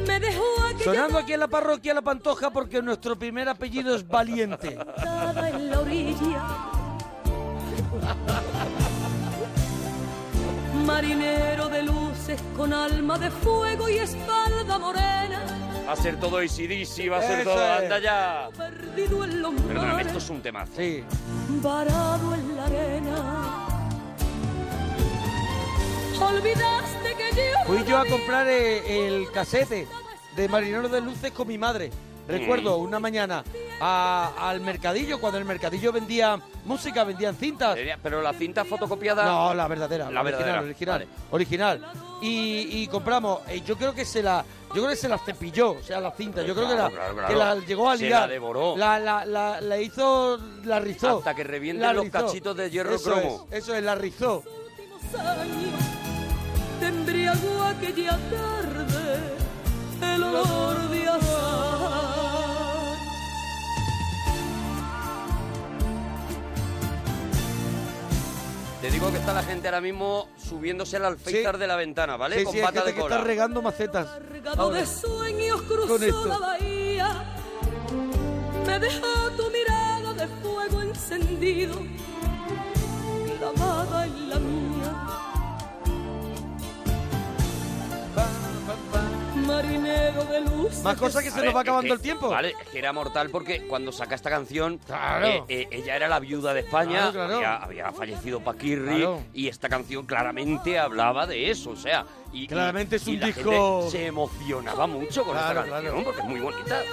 Speaker 12: Me dejó aquella
Speaker 6: Sonando aquí en la parroquia La Pantoja porque nuestro primer apellido es Valiente.
Speaker 12: nada en la orilla. Marinero de luces con alma de fuego y espalda morena,
Speaker 4: Va a ser todo ACDC, va a ser
Speaker 12: Eso
Speaker 4: todo...
Speaker 12: es.
Speaker 4: ¡Anda ya!
Speaker 12: perdido en los
Speaker 4: Perdóname,
Speaker 12: mares,
Speaker 4: esto es un temazo.
Speaker 6: Sí.
Speaker 12: varado en la arena. Olvidaste que yo
Speaker 6: Fui yo
Speaker 12: no
Speaker 6: a comprar eh, el casete de Marinero de Luces con mi madre. Recuerdo
Speaker 4: Mm.
Speaker 6: una mañana a- al mercadillo, cuando en el mercadillo vendía música, vendían cintas.
Speaker 4: Pero la cinta fotocopiada.
Speaker 6: No, la verdadera.
Speaker 4: La
Speaker 6: La
Speaker 4: verdadera,
Speaker 6: original, original. original. Y, y compramos, eh, yo creo que se la. Yo creo que se la cepilló, o sea, la cinta. Yo creo que la,
Speaker 4: Claro, claro, claro.
Speaker 6: que la llegó a
Speaker 4: Se
Speaker 6: liar.
Speaker 4: la devoró.
Speaker 6: La, la- la- la hizo, la rizó.
Speaker 4: Hasta que revienten
Speaker 6: La
Speaker 4: los
Speaker 6: rizó.
Speaker 4: cachitos de hierro
Speaker 6: Eso
Speaker 4: cromo.
Speaker 6: es, eso es, la rizó.
Speaker 12: años te embriagó aquella tarde el olor de azahar.
Speaker 4: Te digo que está la gente ahora mismo subiéndose al alféizar de la ventana, ¿vale?
Speaker 6: Sí,
Speaker 4: Con
Speaker 6: sí, hay
Speaker 4: pata
Speaker 6: gente
Speaker 4: de
Speaker 6: que
Speaker 4: cola.
Speaker 6: está regando macetas.
Speaker 12: Cargado
Speaker 6: Ahora.
Speaker 12: de sueños
Speaker 6: Con
Speaker 12: cruzó
Speaker 6: esto.
Speaker 12: la bahía. Me dejó tu mirada de fuego encendido, clavada en la mía. Marinero de luz.
Speaker 4: ver, es tiempo. Vale, es que era mortal porque cuando saca esta canción, eh, eh, ella era la viuda de España,
Speaker 6: Claro, claro.
Speaker 4: Había, había fallecido Paquirri
Speaker 6: Claro.
Speaker 4: y esta canción claramente hablaba de eso, o sea, y, y-
Speaker 6: Claramente es
Speaker 4: y
Speaker 6: un
Speaker 4: la
Speaker 6: disco-
Speaker 4: gente se emocionaba mucho con
Speaker 6: Claro,
Speaker 4: esta canción
Speaker 6: claro.
Speaker 4: porque es muy bonita.
Speaker 12: de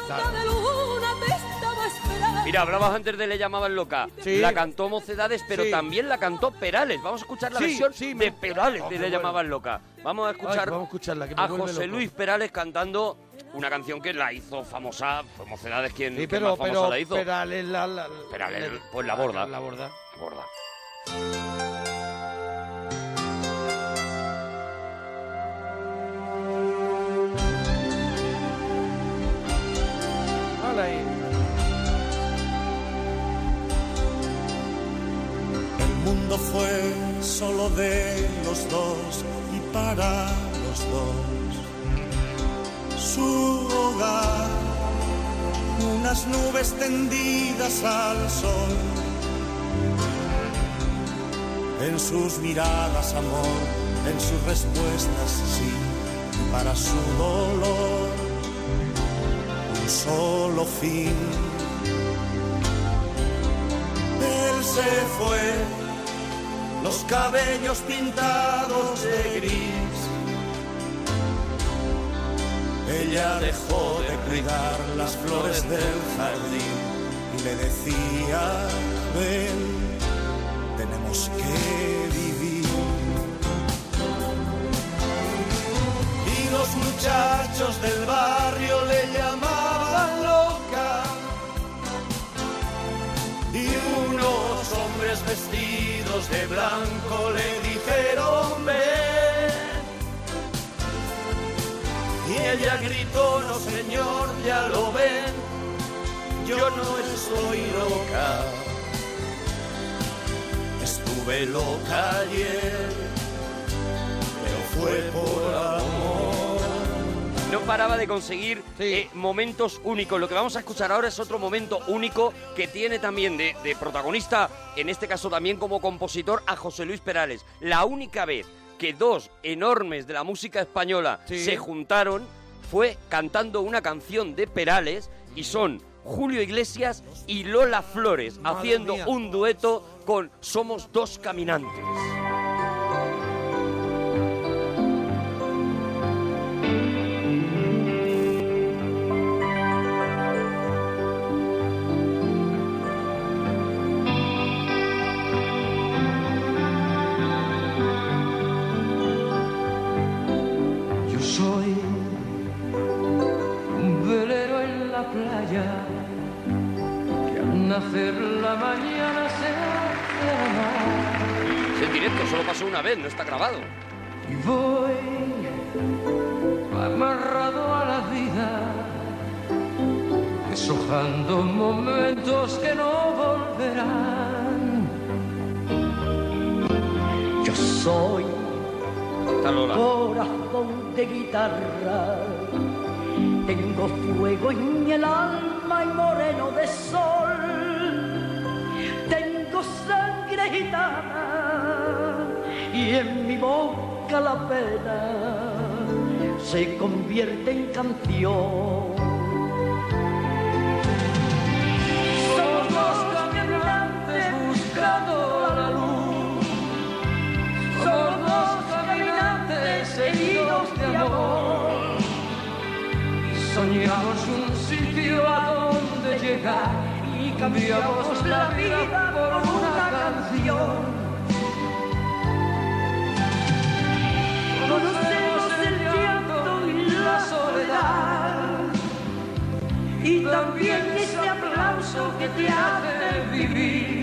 Speaker 12: luna te estaba esperando.
Speaker 4: Mira, hablabas antes de Le llamaban loca.
Speaker 12: Sí.
Speaker 4: La cantó Mocedades, pero
Speaker 12: Sí.
Speaker 4: también la cantó Perales. Vamos a escuchar la
Speaker 6: Sí,
Speaker 4: versión
Speaker 6: sí,
Speaker 4: de
Speaker 6: me-
Speaker 4: Perales
Speaker 6: Oh,
Speaker 4: de
Speaker 6: qué
Speaker 4: Le
Speaker 6: bueno.
Speaker 4: llamaban loca. Vamos a escuchar
Speaker 6: Ay, vamos a escucharla, que me
Speaker 4: a
Speaker 6: vuelve
Speaker 4: José
Speaker 6: loco.
Speaker 4: Luis Perales cantando una canción que la hizo famosa. Fue Mocedades quien,
Speaker 6: Sí,
Speaker 4: quien
Speaker 6: pero,
Speaker 4: más famosa
Speaker 6: pero, ah.
Speaker 4: la hizo.
Speaker 6: Perales, la, la- la-
Speaker 4: Perales, pues la borda.
Speaker 6: La borda.
Speaker 4: La borda.
Speaker 6: Hola ahí.
Speaker 22: El mundo fue solo de los dos y para los dos. Su hogar, unas nubes tendidas al sol. En sus miradas amor, en sus respuestas sí, para su dolor. Un solo fin. De se fue, los cabellos pintados de gris. Ella dejó de cuidar las flores del jardín y le decía, ven, tenemos que vivir. Y los muchachos del barrio le llamaban loca y unos hombres vestidos de blanco le dijeron ven y ella gritó no señor ya lo ven yo no estoy loca estuve loca ayer pero fue por amor
Speaker 4: No paraba de conseguir eh, momentos únicos. Lo que vamos a escuchar ahora es otro momento único que tiene también de, de protagonista, en este caso también como compositor, a José Luis Perales. La única vez que dos enormes de la música española se juntaron fue cantando una canción de Perales y son Julio Iglesias y Lola Flores
Speaker 28: Madre
Speaker 4: haciendo
Speaker 28: mía.
Speaker 4: un dueto con Somos dos caminantes.
Speaker 2: Yo soy un velero en la playa que al nacer la mañana se hace amar
Speaker 4: En directo solo pasó una vez, no está grabado.
Speaker 2: y voy amarrado a la vida deshojando momentos que no volverán. Yo soy Corazón de guitarra, tengo fuego en el alma y moreno de sol. Tengo sangre gitana y en mi boca la pena se convierte en canción. Somos dos caminantes buscando la luz. Somos dos caminantes heridos de amor. Y soñamos un sitio a donde llegar. Y cambiamos la vida por una canción. Conocemos el viento y la soledad. Y también ese aplauso que te hace vivir.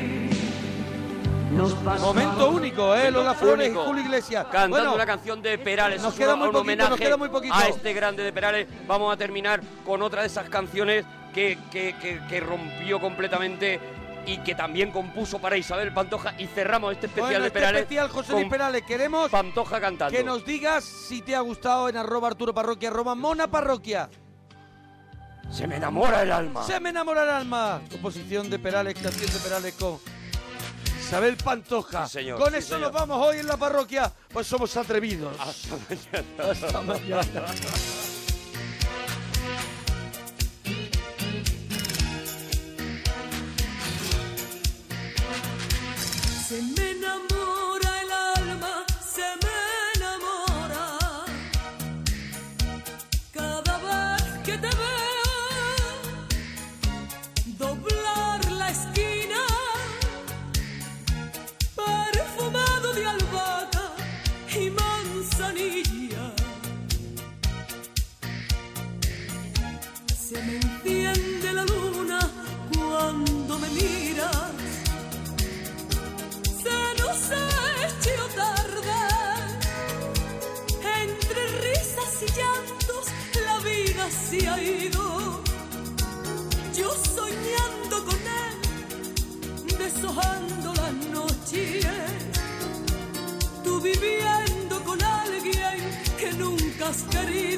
Speaker 6: Momento único, ¿eh? Lola Flores y
Speaker 4: único.
Speaker 6: Julio Iglesias.
Speaker 4: cantando
Speaker 6: Bueno,
Speaker 4: una canción de Perales.
Speaker 6: nos
Speaker 4: Es
Speaker 6: queda
Speaker 4: un-
Speaker 6: muy
Speaker 4: un
Speaker 6: poquito,
Speaker 4: homenaje
Speaker 6: nos queda muy poquito.
Speaker 4: A este grande de Perales. Vamos a terminar con otra de esas canciones que, que- que- que rompió completamente y que también compuso para Isabel Pantoja. Y cerramos este especial
Speaker 6: Bueno,
Speaker 4: de
Speaker 6: este
Speaker 4: Perales.
Speaker 6: especial José
Speaker 4: con
Speaker 6: Luis Perales, queremos
Speaker 4: Pantoja cantando.
Speaker 6: que nos digas si te ha gustado en arroba Arturo Parroquia, arroba Mona Parroquia.
Speaker 4: Se me enamora el alma.
Speaker 6: Se me enamora el alma. Composición de Perales, canción de Perales con Isabel Pantoja.
Speaker 4: Sí, señor,
Speaker 6: con
Speaker 4: sí,
Speaker 6: eso
Speaker 4: señor.
Speaker 6: nos vamos hoy en la parroquia, pues somos atrevidos.
Speaker 4: Hasta mañana.
Speaker 12: Se me enamora el alma, se me enamora. Cada vez que te veo doblar la esquina, perfumado de albahaca y manzanilla. Se me enciende la luna cuando me miras se nos ha hecho tarde. Entre risas y llantos la vida se ha ido. Yo soñando con él, deshojando las noches. Tú viviendo con alguien que nunca has querido.